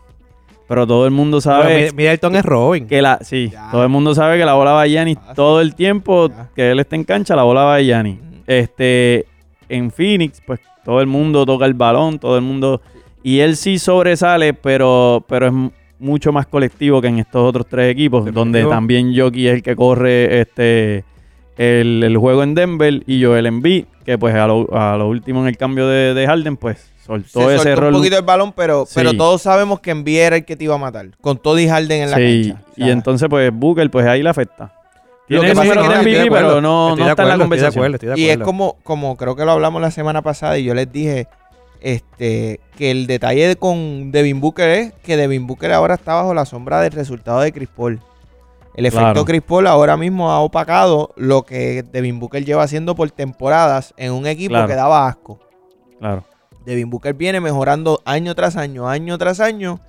Speaker 3: Pero todo el mundo
Speaker 2: Pero
Speaker 3: sabe
Speaker 2: Mid- Middleton es Robin.
Speaker 3: que la. Sí,
Speaker 1: Ya.
Speaker 3: todo el mundo sabe que la bola va a Giannis
Speaker 1: Ah, sí.
Speaker 3: todo el tiempo
Speaker 1: Ya.
Speaker 3: que él está en cancha, la bola va a Giannis.
Speaker 1: Ujú.
Speaker 3: Este, en Phoenix, pues todo el mundo toca el balón, todo el mundo. Y él sí sobresale, pero, pero es mu- mucho más colectivo que en estos otros tres equipos,
Speaker 2: Definitivo.
Speaker 3: donde también Jokic es el que corre este el, el juego en Denver y Joel Embiid, que pues a lo, a lo último en el cambio de, de Harden, pues
Speaker 1: Se
Speaker 3: soltó ese
Speaker 1: soltó
Speaker 3: rol.
Speaker 1: un poquito el balón, pero,
Speaker 3: Sí.
Speaker 1: pero todos sabemos que Envier era el que te iba a matar. Con Toddy Harden en la
Speaker 3: Sí,
Speaker 1: cancha. O
Speaker 3: y
Speaker 1: sea,
Speaker 3: entonces pues Booker, pues ahí le afecta.
Speaker 2: Lo
Speaker 3: Tiene
Speaker 2: que
Speaker 3: el
Speaker 2: pasa es que no,
Speaker 3: número de
Speaker 2: estoy de
Speaker 3: MVP,
Speaker 2: acuerdo,
Speaker 3: pero no,
Speaker 2: estoy
Speaker 3: no
Speaker 2: de
Speaker 3: está en
Speaker 2: acuerdo,
Speaker 3: la
Speaker 2: estoy de
Speaker 3: conversación.
Speaker 2: acuerdo, estoy de
Speaker 1: Y es
Speaker 2: acuerdo.
Speaker 1: como, como creo que lo hablamos la semana pasada y yo les dije, Este, que el detalle de- con Devin Booker es que Devin Booker ahora está bajo la sombra del resultado de Chris Paul. El efecto
Speaker 3: Claro.
Speaker 1: Chris Paul ahora mismo ha opacado lo que Devin Booker lleva haciendo por temporadas en un equipo
Speaker 3: Claro.
Speaker 1: que daba asco.
Speaker 3: Claro.
Speaker 1: Devin Booker viene mejorando año tras año, año tras año.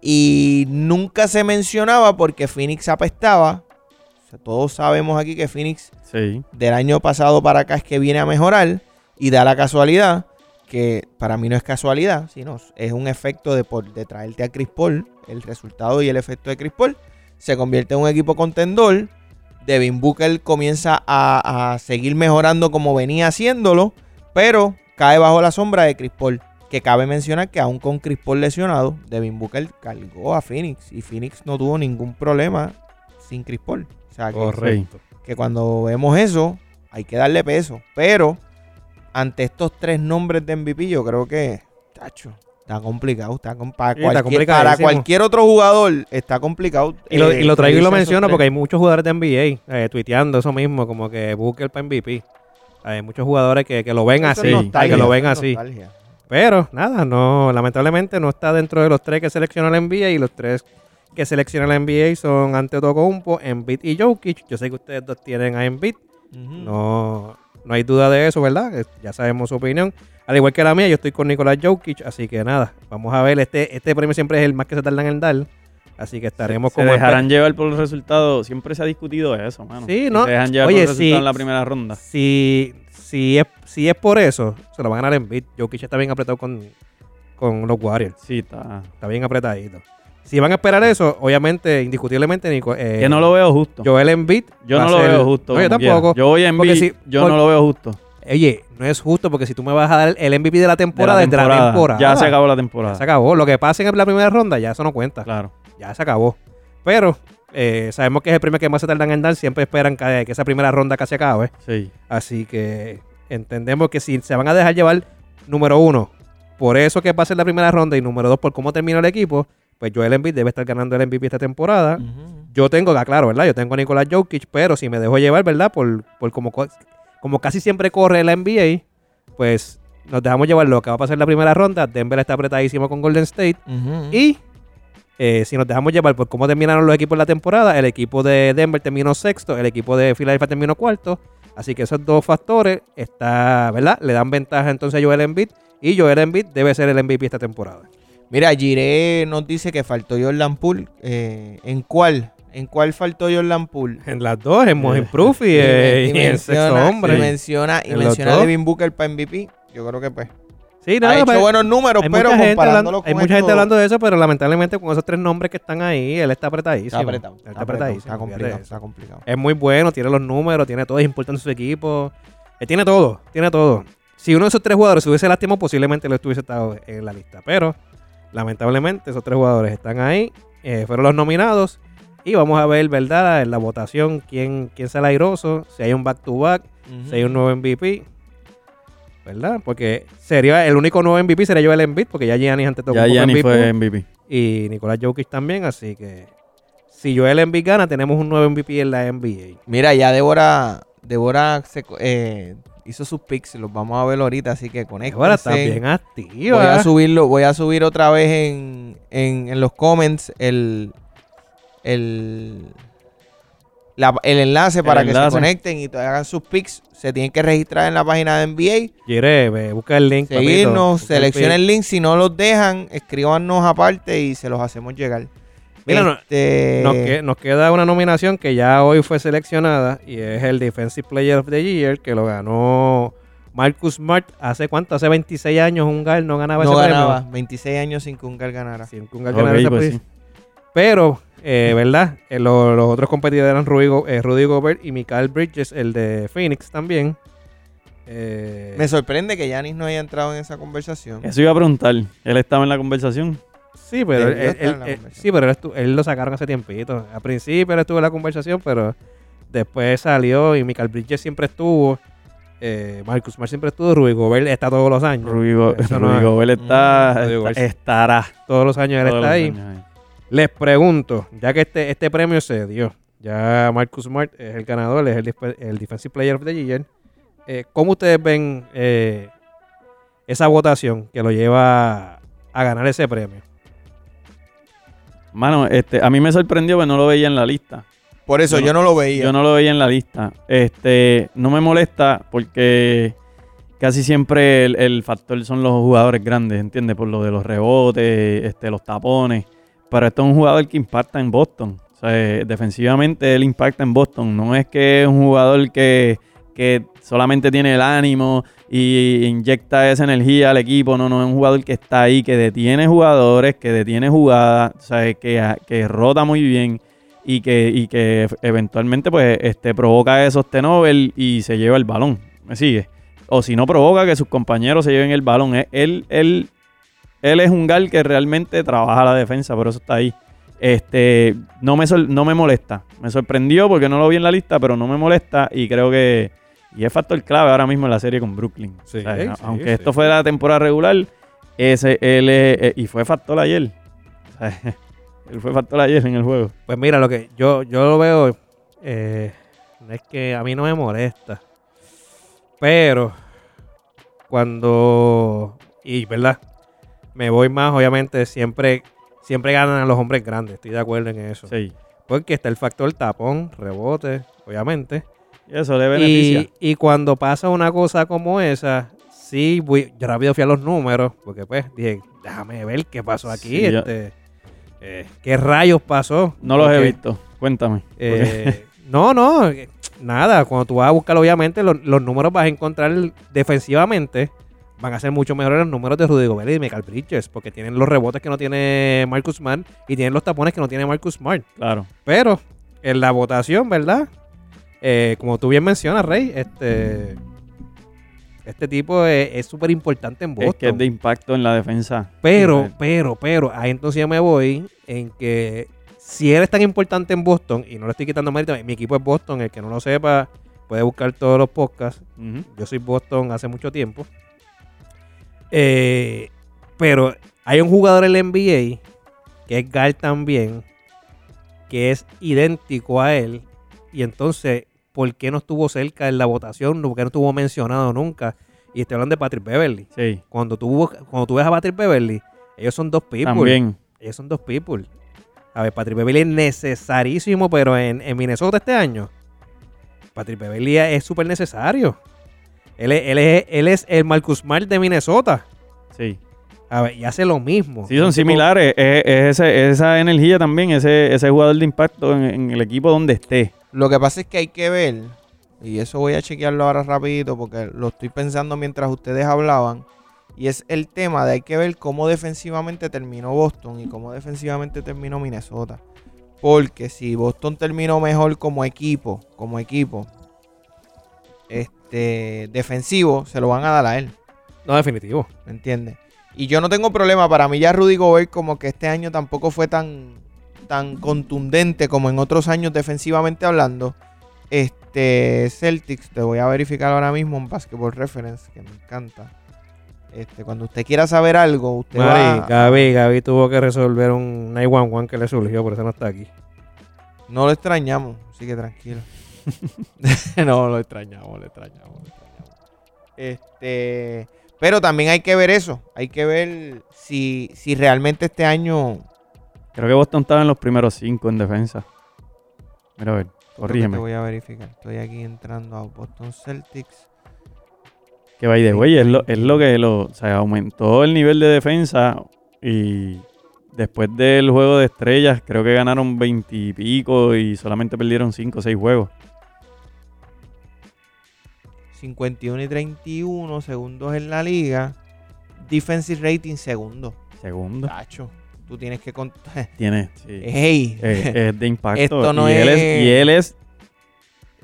Speaker 1: Y nunca se mencionaba porque Phoenix apestaba. O sea, todos sabemos aquí que Phoenix
Speaker 3: Sí.
Speaker 1: del año pasado para acá es que viene a mejorar. Y da la casualidad, que para mí no es casualidad, sino es un efecto de, por, de traerte a Chris Paul. El resultado y el efecto de Chris Paul. Se convierte en un equipo contendor. Devin Booker comienza a, a seguir mejorando como venía haciéndolo, pero cae bajo la sombra de Chris Paul. Que cabe mencionar que aún con Chris Paul lesionado, Devin Booker cargó a Phoenix y Phoenix no tuvo ningún problema sin Chris Paul. O sea, que,
Speaker 2: Correcto.
Speaker 1: que cuando vemos eso, hay que darle peso. Pero ante estos tres nombres de MVP, yo creo que, tacho, está complicado. Está, com- para,
Speaker 2: Sí, está
Speaker 1: cualquier, para
Speaker 2: complicadísimo.
Speaker 1: cualquier otro jugador, está complicado.
Speaker 2: Y lo,
Speaker 1: eh,
Speaker 2: y lo traigo y
Speaker 1: subirse
Speaker 2: lo
Speaker 1: a esos
Speaker 2: menciono
Speaker 1: tres.
Speaker 2: porque hay muchos jugadores de NBA eh, tuiteando eso mismo, como que Booker para MVP. Hay muchos jugadores que, que lo ven
Speaker 1: Eso es
Speaker 2: así,
Speaker 1: nostalgia,
Speaker 2: que lo ven
Speaker 1: eso es
Speaker 2: así.
Speaker 1: nostalgia.
Speaker 2: Pero nada, no, lamentablemente no está dentro de los tres que seleccionó la NBA y los tres que selecciona la NBA son Antetokounmpo, Embiid y Jokic. Yo sé que ustedes dos tienen a Embiid,
Speaker 1: Ujú.
Speaker 3: Mm.
Speaker 2: no, no hay duda de eso, ¿verdad? Eh, Ya sabemos su opinión. Al igual que la mía, yo estoy con Nicolás Jokic, así que nada, vamos a ver, este, este premio siempre es el más que se tardan en dar, así que estaremos
Speaker 3: Se
Speaker 2: como
Speaker 3: dejarán llevar por los resultados. Siempre se ha discutido eso, mano.
Speaker 2: Sí,
Speaker 3: Si
Speaker 2: no.
Speaker 3: Se dejan llevar
Speaker 2: Oye,
Speaker 3: por los resultados
Speaker 2: sí.
Speaker 3: en la primera ronda.
Speaker 2: si, si, es, si es por eso, se lo va a ganar Embiid. Jokic está bien apretado con, con los Warriors.
Speaker 3: Sí, está.
Speaker 2: Está bien apretadito. Si van a esperar eso, obviamente, indiscutiblemente, Nico, eh,
Speaker 3: Que no lo veo justo. Yo,
Speaker 2: Joel Embiid. va
Speaker 3: no
Speaker 2: a
Speaker 3: lo
Speaker 2: ser-
Speaker 3: veo justo.
Speaker 2: No, yo
Speaker 3: como quiera.
Speaker 2: tampoco.
Speaker 3: Yo voy a Embiid,
Speaker 2: Porque si-
Speaker 3: yo
Speaker 2: por-
Speaker 3: no lo veo justo. de
Speaker 2: Oye, no es justo porque si tú me vas a dar el MVP de la temporada, desde la temporada.
Speaker 3: Ya se acabó la
Speaker 2: Ya
Speaker 3: temporada.
Speaker 2: se acabó. Lo que pase en la primera ronda, ya eso no cuenta.
Speaker 3: Claro.
Speaker 2: Ya se acabó. Pero eh, sabemos que es el premio que más se tardan en dar. Siempre esperan que, que esa primera ronda casi acabe.
Speaker 3: Sí.
Speaker 2: Así que entendemos que si se van a dejar llevar, número uno, por eso que pase la primera ronda y número dos, por cómo terminó el equipo, pues Joel Embiid debe estar ganando el MVP esta temporada.
Speaker 1: Ujú.
Speaker 2: Yo tengo, ah, claro, ¿verdad? Yo tengo a Nicolás Jokic, pero si me dejo llevar, ¿verdad? Por, por como, co- como casi siempre corre la NBA, pues nos dejamos llevar lo que va a pasar en la primera ronda. Denver está apretadísimo con Golden State.
Speaker 1: Ujú.
Speaker 2: Y eh, si nos dejamos llevar por cómo terminaron los equipos la temporada, el equipo de Denver terminó sexto, el equipo de Philadelphia terminó cuarto. Así que esos dos factores está, ¿verdad? Le dan ventaja entonces a Joel Embiid y Joel Embiid debe ser el MVP esta temporada.
Speaker 1: Mira, Jiré nos dice que faltó Jordan Poole. Eh, ¿En cuál? ¿En cuál faltó Jordan Poole?
Speaker 2: En las dos, en Mojen Proof Eh, y,
Speaker 1: men-
Speaker 2: en sexto
Speaker 1: Y
Speaker 2: hombre.
Speaker 1: menciona, y
Speaker 2: En los
Speaker 1: menciona a
Speaker 2: dos.
Speaker 1: Devin Booker para MVP. Yo creo que pues.
Speaker 2: Sí,
Speaker 1: ha
Speaker 2: nada,
Speaker 1: hecho
Speaker 2: pues,
Speaker 1: buenos números,
Speaker 2: hay mucha,
Speaker 1: pero
Speaker 2: gente
Speaker 1: comparándolo
Speaker 2: hablando, hay
Speaker 1: con esto,
Speaker 2: mucha gente hablando de eso, pero lamentablemente con esos tres nombres que están ahí, él está apretadísimo.
Speaker 1: Está apretado.
Speaker 2: Él
Speaker 1: Está,
Speaker 2: está
Speaker 1: apretado,
Speaker 2: apretadísimo,
Speaker 1: está
Speaker 2: fíjate
Speaker 1: complicado.
Speaker 2: eso.
Speaker 1: Está complicado.
Speaker 2: Es muy bueno, tiene los números, tiene todo, es importante en su equipo. Él tiene todo, tiene todo. Si uno de esos tres jugadores se hubiese lastimado, posiblemente lo estuviese estado en la lista. Pero, lamentablemente, esos tres jugadores están ahí, eh, fueron los nominados. Y vamos a ver, ¿verdad? En la votación, quién, quién sale airoso, si hay un back-to-back, si hay un nuevo MVP. ¿Verdad? Porque sería el único nuevo MVP sería Joel Embiid, porque ya Giannis antes tocó
Speaker 3: Ya Giannis fue MVP.
Speaker 2: y Nicolás Jokic también, así que si Joel Embiid gana, tenemos un nuevo MVP en la NBA.
Speaker 1: Mira, ya Débora, Débora se co- eh, hizo sus picks, los vamos a ver ahorita, así que conéctense.
Speaker 2: Ahora está bien
Speaker 1: Voy a
Speaker 2: activa. ¿eh?
Speaker 1: subirlo, voy a subir otra vez en, en- en los comments el el, la- el enlace para que
Speaker 3: enlace.
Speaker 1: se conecten y te hagan sus picks. Se tienen que registrar en la página de NBA,
Speaker 2: Jire, ve, busca el link. papito.
Speaker 1: seguirnos,
Speaker 2: Busca
Speaker 1: selecciona
Speaker 2: el
Speaker 1: el link. Si no los dejan, escríbanos aparte y se los hacemos llegar.
Speaker 2: Mira, no-
Speaker 1: Este,
Speaker 2: link. Nos, que- nos queda una nominación que ya hoy fue seleccionada y es el Defensive Player of the Year que lo ganó Marcus Smart hace cuánto, hace 26 años un Gal no ganaba
Speaker 1: no
Speaker 2: ese
Speaker 1: ganaba. 26 años sin que un Gal ganara.
Speaker 2: premio. Sí, un Gal ganaba
Speaker 3: Ok,
Speaker 2: ese
Speaker 3: pues
Speaker 2: premio.
Speaker 3: sí.
Speaker 2: Pero, eh, ¿verdad? Eh, lo- los otros competidores eran Rudy, Go- eh, Rudy Gobert y Michael Bridges, el de Phoenix también. Eh,
Speaker 1: Me sorprende que Yanis no haya entrado en esa conversación.
Speaker 3: Eso iba a preguntar. Él estaba en la conversación.
Speaker 2: sí, pero él,
Speaker 1: Debió estar
Speaker 2: él-
Speaker 1: en la
Speaker 2: él-
Speaker 1: conversación.
Speaker 2: sí, pero él, estu- él lo sacaron hace tiempito. A principio él estuvo en la conversación, pero después salió y Michael Bridges siempre estuvo. Eh, Marcus Smart siempre estuvo. Rudy Gobert está todos los años.
Speaker 3: Rudy Go-
Speaker 2: Mm, Eso no
Speaker 3: Rudy
Speaker 2: es. Mm,
Speaker 3: Gobert está,
Speaker 2: Rudy
Speaker 3: está-
Speaker 2: Gobert.
Speaker 3: estará.
Speaker 2: Todos los años él
Speaker 3: todos
Speaker 2: está
Speaker 3: los
Speaker 2: ahí.
Speaker 3: años ahí.
Speaker 2: Les pregunto, ya que este, este premio se dio, ya Marcus Smart es el ganador, es el, disp- el Defensive Player of the Year, eh, ¿cómo ustedes ven eh, esa votación que lo lleva a ganar ese premio.
Speaker 3: Mano, este, a mí me sorprendió que no lo veía en la lista.
Speaker 1: Por eso
Speaker 3: Yo
Speaker 1: yo,
Speaker 3: no-
Speaker 1: no lo veía.
Speaker 3: Yo no lo veía en la lista. Este, no me molesta porque casi siempre el, el factor son los jugadores grandes, ¿entiendes? Por lo de los rebotes, este, los tapones. Pero esto es un jugador que impacta en Boston. O sea, eh, defensivamente él impacta en Boston. No es que es un jugador que, que solamente tiene el ánimo y inyecta esa energía al equipo. No, no, es un jugador que está ahí, que detiene jugadores, que detiene jugadas, o sea, que, que rota muy bien y que, y que eventualmente pues este, provoca esos tenovel y se lleva el balón. ¿Me sigue? O si no provoca que sus compañeros se lleven el balón. Eh, Él, él, él es un gal que realmente trabaja la defensa, por eso está ahí. Este, no me, sor- no me molesta. Me sorprendió porque no lo vi en la lista, pero no me molesta y creo que... Y es factor clave ahora mismo en la serie con Brooklyn.
Speaker 2: Sí,
Speaker 3: O sea,
Speaker 2: sí,
Speaker 3: a- aunque
Speaker 2: sí.
Speaker 3: esto fue la temporada regular, ese, él es- eh, y fue factor ayer. O sea, él fue factor ayer en el juego.
Speaker 2: Pues mira, lo que yo, yo lo veo eh, es que a mí no me molesta. Pero cuando. Y verdad, me voy más, obviamente, siempre, siempre ganan a los hombres grandes. Estoy de acuerdo en eso.
Speaker 3: Sí.
Speaker 2: Porque está el factor tapón, rebote, obviamente.
Speaker 3: Y eso le beneficia.
Speaker 2: Y, y cuando pasa una cosa como esa, sí, voy, yo rápido fui a los números, porque pues dije, déjame ver qué pasó aquí.
Speaker 3: Sí, yo-
Speaker 2: este, eh, ¿Qué rayos pasó?
Speaker 3: no los he
Speaker 2: Porque,
Speaker 3: visto. Cuéntame.
Speaker 2: eh, no, no, eh, nada. Cuando tú vas a buscar, obviamente, los, los números vas a encontrar defensivamente. Van a ser mucho mejores los números de Rudy Gobert y de Michael Bridges, porque tienen los rebotes que no tiene Marcus Smart y tienen los tapones que no tiene Marcus Smart.
Speaker 3: claro.
Speaker 2: Pero en la votación, ¿verdad? Eh, como tú bien mencionas, Rey, este, este tipo es es súper importante en Boston.
Speaker 3: Es que es de impacto en la defensa.
Speaker 2: Pero,
Speaker 3: Sí,
Speaker 2: pero, pero, ahí entonces yo me voy en que si eres tan importante en Boston, y no le estoy quitando mérito, mi equipo es Boston, el que no lo sepa puede buscar todos los podcasts.
Speaker 3: pues. ujú.
Speaker 2: Yo soy Boston hace mucho tiempo. Eh, pero hay un jugador en la NBA que es Gal también, que es idéntico a él. Y entonces, ¿por qué no estuvo cerca en la votación? ¿Por qué no estuvo mencionado nunca? Y estoy hablando de Patrick Beverly
Speaker 3: Sí,
Speaker 2: cuando tú, bus- cuando tú ves a Patrick Beverly, ellos son dos people.
Speaker 3: también.
Speaker 2: Ellos son dos people. A ver, Patrick Beverly es necesarísimo, pero en, en Minnesota este año, Patrick Beverly es súper necesario. Él es, él, es, él es el Marcus Smart de Minnesota.
Speaker 3: Sí.
Speaker 2: A ver, y hace lo mismo.
Speaker 3: Sí, son similares. Es, es ese- esa energía también, ese, ese jugador de impacto en, en el equipo donde esté.
Speaker 1: Lo que pasa es que hay que ver, y eso voy a chequearlo ahora rapidito porque lo estoy pensando mientras ustedes hablaban, y es el tema de hay que ver cómo defensivamente terminó Boston y cómo defensivamente terminó Minnesota. Porque si Boston terminó mejor como equipo, como equipo, este defensivo, se lo van a dar a él.
Speaker 2: No, definitivo.
Speaker 1: ¿Me entiendes? Y yo no tengo problema. Para mí ya Rudy Gobert como que este año tampoco fue tan, tan contundente como en otros años defensivamente hablando. Este Celtics, te voy a verificar ahora mismo en Basketball Reference, que me encanta. Este, cuando usted quiera saber algo, usted
Speaker 2: Mari,
Speaker 1: va-
Speaker 2: Gaby, Gaby tuvo que resolver un 911 que le surgió, por eso no está aquí.
Speaker 1: No lo extrañamos, así que tranquilo. no, lo extrañamos, lo extrañamos, lo extrañamos. Este, pero también hay que ver eso. Hay que ver si, si realmente este año
Speaker 3: Creo que Boston estaba en los primeros cinco en defensa. Mira, a ver.
Speaker 1: Creo que Te
Speaker 3: Corrígeme.
Speaker 1: voy a verificar. Estoy aquí entrando a Boston Celtics.
Speaker 3: Que by the way, es lo, es lo que lo, o sea, aumentó el nivel de defensa y después del juego de estrellas creo que ganaron 20 y pico y solamente perdieron 5 o 6 juegos.
Speaker 1: 51 y 31 segundos en la liga. Defensive rating segundo.
Speaker 3: Segundo.
Speaker 1: Tacho, tú tienes que contar.
Speaker 3: Ah, Tiene. sí.
Speaker 1: ¡Ey!
Speaker 3: Eh, es de impacto.
Speaker 1: Esto no
Speaker 3: y Él
Speaker 1: es-
Speaker 3: es, y él es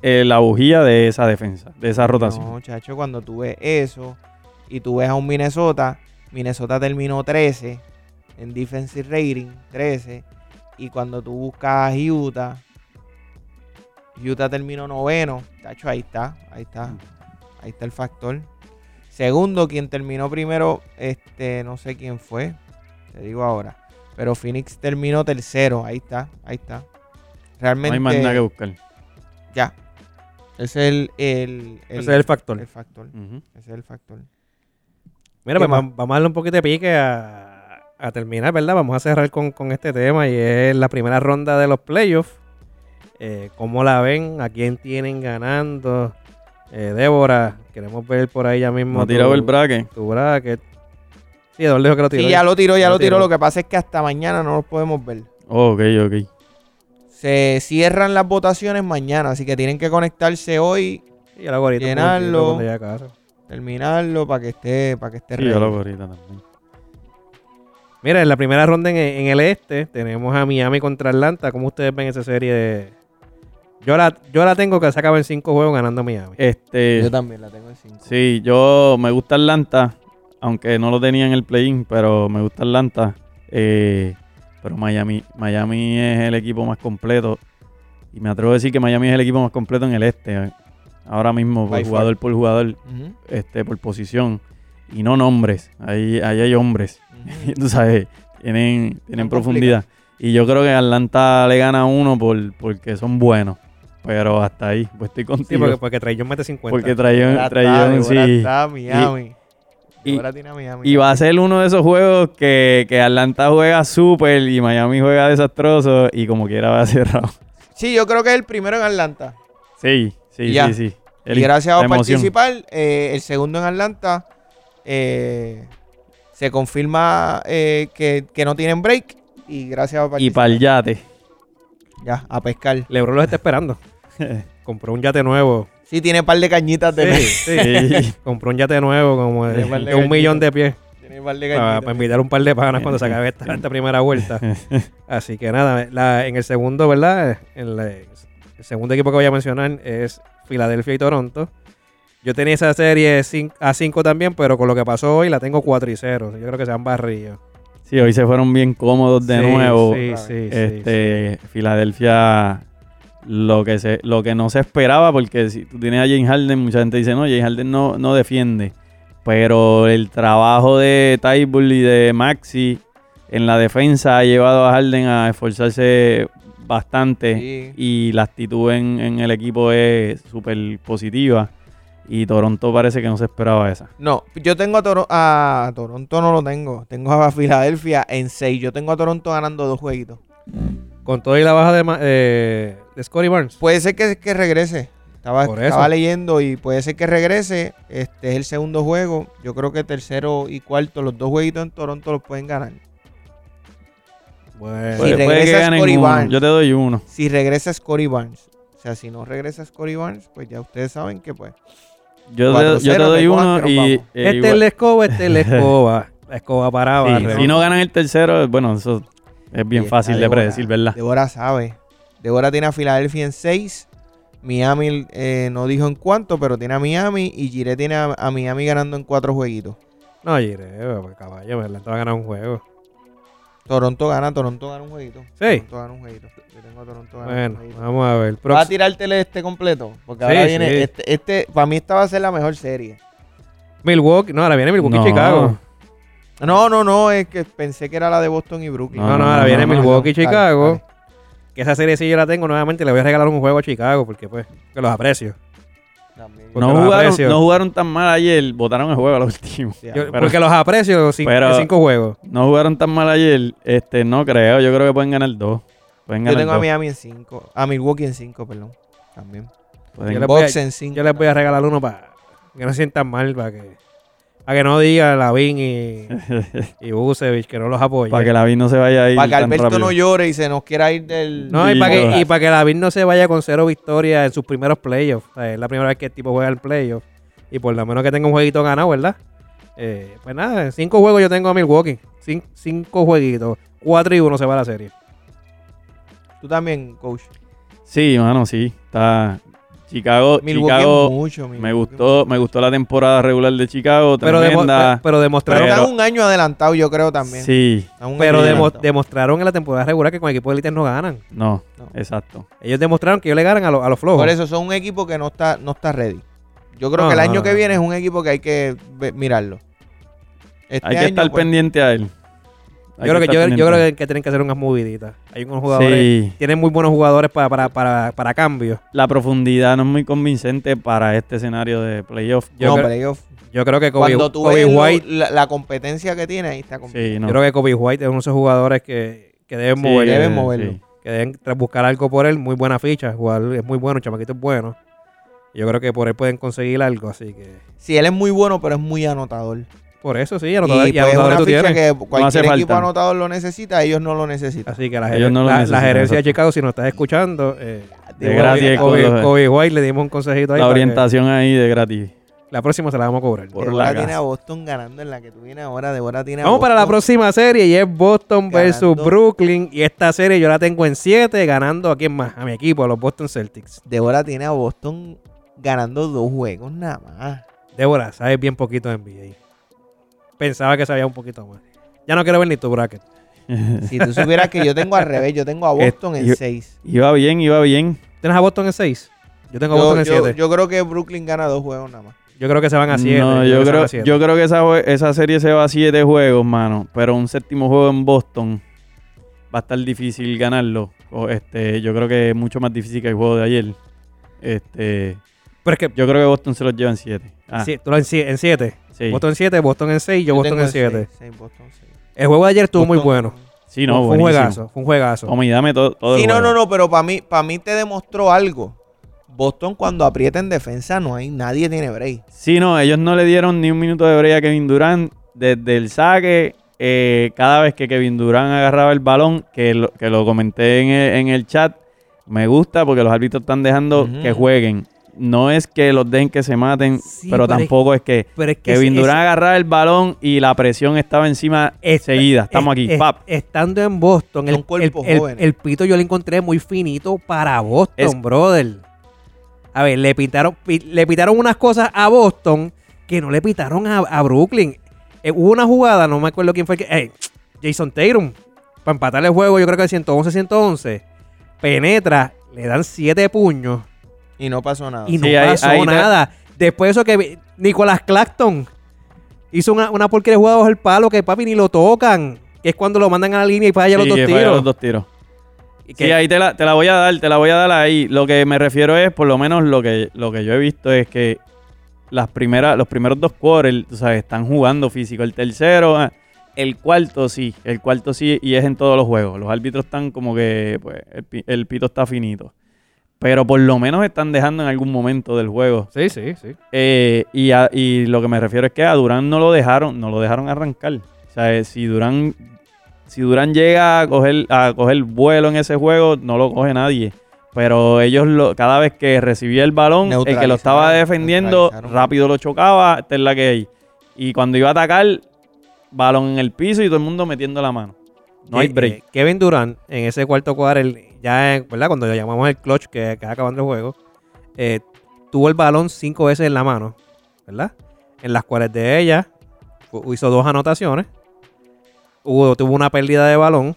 Speaker 3: eh, la bujía de esa defensa, de esa rotación.
Speaker 1: No, chacho, cuando tú ves eso y tú ves a un Minnesota, Minnesota terminó 13 en defensive rating, 13. Y cuando tú buscas a Utah, Utah terminó noveno. Chacho, ahí está, ahí está.
Speaker 3: Mm.
Speaker 1: Ahí está el factor. Segundo, quien terminó primero, este, no sé quién fue, te digo ahora. Pero Phoenix terminó tercero, ahí está, ahí está.
Speaker 3: No
Speaker 1: Realmente,
Speaker 3: hay más nada que buscar.
Speaker 1: ya. Ese es el, el- el-
Speaker 2: Ese es el factor.
Speaker 1: el factor. Mm.
Speaker 3: Ujú.
Speaker 1: Ese es el factor.
Speaker 2: Mira,
Speaker 1: ¿Qué
Speaker 2: pues,
Speaker 1: más?
Speaker 2: vam- vamos a darle un poquito de pique a, a terminar, ¿verdad? Vamos a cerrar con, con este tema y es la primera ronda de los playoffs. Eh, ¿Cómo la ven? ¿A quién tienen ganando? Eh, Débora, queremos ver por ahí ya mismo.
Speaker 3: No tirado
Speaker 2: tu-
Speaker 3: el bracket.
Speaker 2: Tu bracket. Sí, Eduardo dijo que lo tiró.
Speaker 1: Sí, ya lo tiró, ya
Speaker 2: Ya
Speaker 1: lo tiró.
Speaker 2: tiró.
Speaker 1: Lo que pasa es que hasta mañana no los podemos ver.
Speaker 3: Ok, ok.
Speaker 1: Se cierran las votaciones mañana, así que tienen que conectarse hoy,
Speaker 2: Sí, yo lo hago ahorita un
Speaker 1: Llenarlo.
Speaker 2: momentito cuando llegue a casa.
Speaker 1: terminarlo para que esté, para que esté
Speaker 3: Sí,
Speaker 1: ready.
Speaker 3: yo lo hago ahorita también.
Speaker 2: Mira, en la primera ronda en, en el este tenemos a Miami contra Atlanta. ¿Cómo ustedes ven esa serie de.? Yo la, yo la tengo que se acaba en cinco juegos ganando Miami.
Speaker 3: Este,
Speaker 1: Yo también la tengo en 5.
Speaker 3: Sí, yo me gusta Atlanta, aunque no lo tenía en el play-in, pero me gusta Atlanta. Eh, pero Miami, Miami es el equipo más completo. Y me atrevo a decir que Miami es el equipo más completo en el este. eh, Ahora mismo, por
Speaker 1: By far.
Speaker 3: jugador por jugador, este, por posición. Y no nombres. Ahí, ahí hay hombres. Tú sabes, tienen,
Speaker 1: complicados.
Speaker 3: tienen profundidad. Y yo creo que Atlanta le gana a uno por, porque son buenos. Pero hasta ahí, pues estoy contigo.
Speaker 2: Sí, porque, porque Trae Young mete
Speaker 1: pues,
Speaker 2: 50.
Speaker 3: porque Traillón, Traillón, sí.
Speaker 1: está Miami.
Speaker 3: y-
Speaker 1: Ahora tiene a Miami.
Speaker 3: Y va a ser uno de esos juegos que, que Atlanta juega súper y Miami juega desastroso y como quiera va cerrado.
Speaker 1: Sí, yo creo que es el primero en Atlanta.
Speaker 3: Sí, sí,
Speaker 1: Ya.
Speaker 3: sí, sí. El-
Speaker 1: y gracias
Speaker 3: la
Speaker 1: a
Speaker 3: emoción.
Speaker 1: participar, eh, el segundo en Atlanta eh, se confirma eh, que, que no tienen break. Y gracias a
Speaker 3: Y
Speaker 1: participar.
Speaker 3: para el yate.
Speaker 1: Ya, a pescar.
Speaker 2: Lebron los está esperando. Compró un yate nuevo.
Speaker 1: Sí, tiene par de cañitas de
Speaker 2: Sí, sí.
Speaker 3: Sí.
Speaker 2: Compró un yate nuevo como de,
Speaker 1: Un par de
Speaker 2: de un
Speaker 1: gallitos.
Speaker 2: millón de pies.
Speaker 1: Tiene par de
Speaker 2: Para,
Speaker 1: cañitas.
Speaker 2: para invitar un par de panas cuando se acabe esta, esta primera vuelta. Así que nada, la- en el segundo, ¿verdad? En la- el segundo equipo que voy a mencionar es Filadelfia y Toronto. Yo tenía esa serie cin- a 5 también, pero con lo que pasó hoy la tengo 4 y 0. Yo creo que se han barrido.
Speaker 3: Sí, hoy se fueron bien cómodos de
Speaker 2: Sí,
Speaker 3: nuevo.
Speaker 2: Sí, sí, sí, sí.
Speaker 3: este, Filadelfia, lo que, se, lo que no se esperaba, porque si tú tienes a James Harden, mucha gente dice, no, James Harden no, no defiende. Pero el trabajo de Tybull y de Maxi en la defensa ha llevado a Harden a esforzarse bastante
Speaker 1: Sí.
Speaker 3: y la actitud en, en el equipo es súper positiva. Y Toronto parece que no se esperaba esa.
Speaker 1: No, yo tengo a, Toro- a Toronto, no lo tengo. Tengo a Filadelfia en 6. Yo tengo a Toronto ganando dos jueguitos.
Speaker 2: Con todo y la baja de, Ma- eh, de Scottie Barnes.
Speaker 1: Puede ser que, que regrese. Estaba,
Speaker 2: Por
Speaker 1: estaba
Speaker 2: eso.
Speaker 1: leyendo y puede ser que regrese. Este es el segundo juego. Yo creo que tercero y cuarto, los dos jueguitos en Toronto los pueden ganar.
Speaker 2: Bueno,
Speaker 1: Sí,
Speaker 3: Puede- puede
Speaker 1: regresa
Speaker 3: que ganen
Speaker 1: Scottie
Speaker 3: uno.
Speaker 1: Barnes.
Speaker 3: Yo te doy uno.
Speaker 1: Si regresa Scottie Barnes. O sea, si no regresa Scottie Barnes, pues ya ustedes saben que pues.
Speaker 3: Yo, te- yo
Speaker 1: 4-0
Speaker 3: te doy
Speaker 1: de
Speaker 3: uno
Speaker 1: cuatro,
Speaker 3: y...
Speaker 1: vamos.
Speaker 3: eh,
Speaker 2: este
Speaker 3: igual-
Speaker 2: es la escoba, este es la escoba. La escoba paraba.
Speaker 3: Sí,
Speaker 2: re-
Speaker 3: si no ganan el tercero, bueno, eso es bien
Speaker 1: y está
Speaker 3: fácil de
Speaker 1: Débora.
Speaker 3: predecir, ¿verdad?
Speaker 1: Débora sabe. Débora tiene a Filadelfia en 6. Miami eh, no dijo en cuánto, pero tiene a Miami. Y Gire tiene a, a Miami ganando en cuatro jueguitos.
Speaker 2: No, Jireo, porque caballo, ¿verdad? Te va a ganar un juego.
Speaker 1: Toronto gana, Toronto gana un jueguito.
Speaker 2: Sí.
Speaker 1: Toronto gana un jueguito. Yo tengo a Toronto ganando un
Speaker 2: Bueno,
Speaker 1: jueguito.
Speaker 2: vamos a ver.
Speaker 1: Va a
Speaker 2: Prox-
Speaker 1: tirártele este completo. Porque
Speaker 2: Sí,
Speaker 1: ahora viene.
Speaker 2: sí.
Speaker 1: Este, este, para mí, esta va a ser la mejor serie.
Speaker 2: Milwaukee. No, ahora viene Milwaukee y
Speaker 3: No.
Speaker 2: Chicago.
Speaker 1: No, no, no. Es que pensé que era la de Boston y Brooklyn.
Speaker 2: No, no, ahora
Speaker 3: no,
Speaker 2: viene
Speaker 3: no,
Speaker 2: Milwaukee y
Speaker 1: Dale,
Speaker 2: Chicago.
Speaker 1: dale.
Speaker 2: Que esa serie sí yo la tengo nuevamente. Le voy a regalar un juego a Chicago porque, pues, que los aprecio.
Speaker 1: También.
Speaker 2: Porque
Speaker 3: No
Speaker 2: los
Speaker 3: jugaron,
Speaker 2: aprecio.
Speaker 3: no jugaron tan mal ayer, votaron el juego a lo último.
Speaker 1: Sí,
Speaker 2: Yo-
Speaker 3: Pero-
Speaker 2: porque los aprecio cinco,
Speaker 3: pero-
Speaker 2: cinco juegos.
Speaker 3: No jugaron tan mal ayer, este, no creo, yo creo que pueden ganar dos. Pueden
Speaker 1: Yo
Speaker 3: ganar
Speaker 1: tengo a
Speaker 3: dos.
Speaker 1: Miami en 5. A Milwaukee en 5, perdón. También.
Speaker 3: Pueden-
Speaker 2: Yo le- voy a-
Speaker 1: Box en 5.
Speaker 2: Yo les voy a regalar uno para que no se sientan mal, para que, para que no diga Lavín y, y Busevich que no los apoye.
Speaker 3: para que la vi no se vaya a ir
Speaker 1: Para que
Speaker 3: tan
Speaker 1: Alberto
Speaker 3: rápido.
Speaker 1: no llore y se nos quiera ir del.
Speaker 2: no, eh. y
Speaker 3: Sí,
Speaker 2: para
Speaker 3: no.
Speaker 2: que, y para que Lavín no se vaya con cero victorias en sus primeros playoffs. O sea, es la primera vez que el tipo juega el playoff. Y por lo menos que tenga un jueguito ganado, ¿verdad? Eh, pues nada, en cinco juegos yo tengo a Milwaukee. Cin- cinco jueguitos. Cuatro y uno se va a la serie.
Speaker 1: Tú también, coach.
Speaker 3: Sí, mano, sí. Está Chicago,
Speaker 1: Milwaukee
Speaker 3: Chicago
Speaker 1: mucho.
Speaker 3: me gustó, me gustó la temporada regular de Chicago,
Speaker 2: Pero, demo-
Speaker 3: tremenda.
Speaker 2: pe- pero
Speaker 1: Pero,
Speaker 2: demostraron,
Speaker 1: están
Speaker 3: pero-
Speaker 1: un año adelantado, yo creo también.
Speaker 3: sí,
Speaker 1: Están un
Speaker 2: pero
Speaker 1: año
Speaker 2: demo-
Speaker 1: adelantado.
Speaker 2: demostraron en la temporada regular que con equipos élites no ganan.
Speaker 3: no,
Speaker 1: No.
Speaker 3: exacto.
Speaker 2: Ellos demostraron que ellos le ganan a, los- a los flojos.
Speaker 1: Por eso son un equipo que no está, no está ready. Yo creo
Speaker 2: No,
Speaker 1: que el
Speaker 2: no,
Speaker 1: año
Speaker 2: no,
Speaker 1: que
Speaker 2: no.
Speaker 1: viene es un equipo que hay que ve- mirarlo. Este
Speaker 3: Hay que
Speaker 1: año,
Speaker 3: estar
Speaker 1: pues,
Speaker 3: pendiente a él. Hay
Speaker 2: Yo creo, que,
Speaker 3: estar
Speaker 2: yo, yo creo
Speaker 3: pendiente.
Speaker 2: que, que tienen que hacer unas moviditas. Hay unos jugadores.
Speaker 3: Sí.
Speaker 2: Tienen muy buenos jugadores para, para, para, para cambio.
Speaker 3: La profundidad no es muy convincente para este escenario de playoff.
Speaker 2: Yo
Speaker 1: no,
Speaker 2: creo-
Speaker 1: playoff.
Speaker 2: Yo creo que Kobe,
Speaker 1: Cuando tú
Speaker 2: Kobe
Speaker 1: ves lo-
Speaker 2: White.
Speaker 1: La, la competencia que tiene, ahí está complicado.
Speaker 3: Sí, no.
Speaker 2: Yo creo que Kobe White es uno de esos jugadores que, que deben
Speaker 3: Sí,
Speaker 2: mover.
Speaker 1: deben moverlo.
Speaker 3: sí.
Speaker 2: Que deben tra- buscar algo por él. Muy buena ficha. El jugador es muy bueno. El chamaquito es bueno. Yo creo que por él pueden conseguir algo. Así que.
Speaker 1: Sí, él es muy bueno, pero es muy anotador.
Speaker 2: Por eso sí, anotador,
Speaker 1: y
Speaker 2: y,
Speaker 1: pues, es
Speaker 2: anotador
Speaker 1: una
Speaker 2: tú
Speaker 1: ficha
Speaker 2: tienes.
Speaker 1: que
Speaker 3: hace
Speaker 1: cualquier equipo
Speaker 3: falta.
Speaker 1: anotador lo necesita, ellos no lo necesitan.
Speaker 2: Así que la,
Speaker 3: Ellos
Speaker 2: ger-
Speaker 3: no lo
Speaker 2: la- la
Speaker 3: necesitan,
Speaker 2: gerencia de
Speaker 3: exacto.
Speaker 2: Chicago, si nos estás escuchando, eh,
Speaker 3: De gratis,
Speaker 1: eh,
Speaker 2: Kobe,
Speaker 3: Kobe-
Speaker 2: Kobe White le dimos un consejito ahí.
Speaker 3: La
Speaker 2: para que
Speaker 3: orientación ahí de gratis.
Speaker 2: La próxima se la vamos a cobrar.
Speaker 3: Por
Speaker 1: Deborah
Speaker 3: la
Speaker 1: tiene
Speaker 3: casa.
Speaker 1: a Boston ganando en la que tú vienes ahora. Deborah tiene a
Speaker 2: Vamos para la
Speaker 1: Boston.
Speaker 2: próxima serie y es Boston versus
Speaker 1: Ganando.
Speaker 2: Brooklyn. Y esta serie yo la tengo en 7, ganando a quién más, a mi equipo, a los Boston Celtics.
Speaker 1: Deborah tiene a Boston ganando dos juegos nada más.
Speaker 2: Débora, sabes bien poquito de NBA. Pensaba que sabía un poquito más. Ya no quiero ver ni tu bracket.
Speaker 1: Si tú supieras que yo tengo al revés, yo tengo a Boston
Speaker 3: yo-
Speaker 1: en 6.
Speaker 3: Iba bien, iba bien.
Speaker 2: ¿Tienes a Boston en 6? Yo tengo a Boston
Speaker 1: Yo,
Speaker 2: en
Speaker 1: yo-
Speaker 2: 7. Yo,
Speaker 1: yo creo que Brooklyn gana dos juegos nada más.
Speaker 2: creo que se van a 7.
Speaker 3: No, yo, creo, yo creo que esa, jue- esa serie se va a siete juegos, mano. Pero un séptimo juego en Boston va a estar difícil ganarlo. O, este, yo creo que es mucho más difícil que el juego de ayer. Este,
Speaker 2: Pero es que
Speaker 3: yo creo que Boston se los lleva en siete. Ah,
Speaker 2: sí, tú lo en 7.
Speaker 3: sí.
Speaker 2: Boston en 7, Boston en 6, yo, Boston
Speaker 1: tengo
Speaker 2: en
Speaker 1: el
Speaker 2: 7.
Speaker 1: seis, seis, Boston seis.
Speaker 2: El juego de ayer estuvo muy
Speaker 1: Boston-
Speaker 2: bueno.
Speaker 3: Sí, no,
Speaker 2: fue un
Speaker 3: buenísimo.
Speaker 2: juegazo, fue un juegazo.
Speaker 3: Tommy, dame todo, todo el
Speaker 1: Sí, no,
Speaker 3: juego.
Speaker 1: no, no, pero para mí, para mí te demostró algo. Boston cuando aprieta en defensa no hay nadie tiene break.
Speaker 3: Sí, no, ellos no le dieron ni un minuto de break a Kevin Durant desde el saque. eh, cada vez que Kevin Durant agarraba el balón, que lo, que lo comenté en el, en el chat, me gusta porque los árbitros están dejando
Speaker 1: Ujú.
Speaker 3: que jueguen. No es que los den que se maten,
Speaker 2: Sí,
Speaker 3: pero
Speaker 2: pero es-
Speaker 3: tampoco es que
Speaker 2: Pero es que
Speaker 3: Kevin
Speaker 2: ese-
Speaker 3: Durant agarraba el balón y la presión estaba encima
Speaker 2: Esta-
Speaker 3: seguida. Estamos
Speaker 2: es-
Speaker 3: aquí,
Speaker 2: es-
Speaker 3: pap.
Speaker 2: Estando en Boston, el,
Speaker 1: Son cuerpos
Speaker 2: el- el-
Speaker 1: jóvenes.
Speaker 2: el pito yo lo encontré muy finito para Boston,
Speaker 3: Es-
Speaker 2: brother. A ver, le pitaron, pi- le pitaron unas cosas a Boston que no le pitaron a, a Brooklyn. Eh, hubo una jugada, no me acuerdo quién fue el que. eh, Jason Tatum, para empatar el juego, yo creo que 111-111. Penetra, le dan siete puños
Speaker 1: Y no pasó nada.
Speaker 2: y no
Speaker 3: Sí, ahí-
Speaker 2: pasó
Speaker 3: ahí te-
Speaker 2: nada. Después de eso que vi- Nicolás Claxton hizo una, una porquería de jugada bajo el palo que papi ni lo tocan. Que es cuando lo mandan a la línea y falla
Speaker 3: Sí,
Speaker 2: los dos
Speaker 3: que falla
Speaker 2: tiros.
Speaker 3: los dos tiros.
Speaker 2: Y que-
Speaker 3: Sí, ahí te la, te la voy a dar, te la voy a dar ahí. Lo que me refiero es, por lo menos lo que, lo que yo he visto es que las primeras, los primeros dos quarters, tú sabes, están jugando físico. El tercero, ah, el cuarto sí, el cuarto sí, y es en todos los juegos. Los árbitros están como que, pues, el, pi- el pito está finito. Pero por lo menos están dejando en algún momento del juego.
Speaker 2: Sí, sí, sí.
Speaker 3: Eh, y, a- y lo que me refiero es que a Durán no lo dejaron, no lo dejaron arrancar. O sea, eh, si Durán, si Durán llega a coger, a coger vuelo en ese juego, no lo coge nadie. Pero ellos lo- cada vez que recibía el balón, el que lo
Speaker 1: Neutralizaron,
Speaker 3: estaba defendiendo,
Speaker 1: neutralizaron.
Speaker 3: rápido lo chocaba, esta es la que hay. Y cuando iba a atacar, balón en el piso y todo el mundo metiendo la mano. No hay
Speaker 2: Eh,
Speaker 3: break.
Speaker 2: eh, Kevin Durant en ese cuarto cuadro, el- ya, en- ¿verdad? Cuando le llamamos el clutch que está acabando el juego, eh, tuvo el balón cinco veces en la mano, ¿verdad? En las cuales de ellas fu- hizo dos anotaciones, hubo, tuvo una pérdida de balón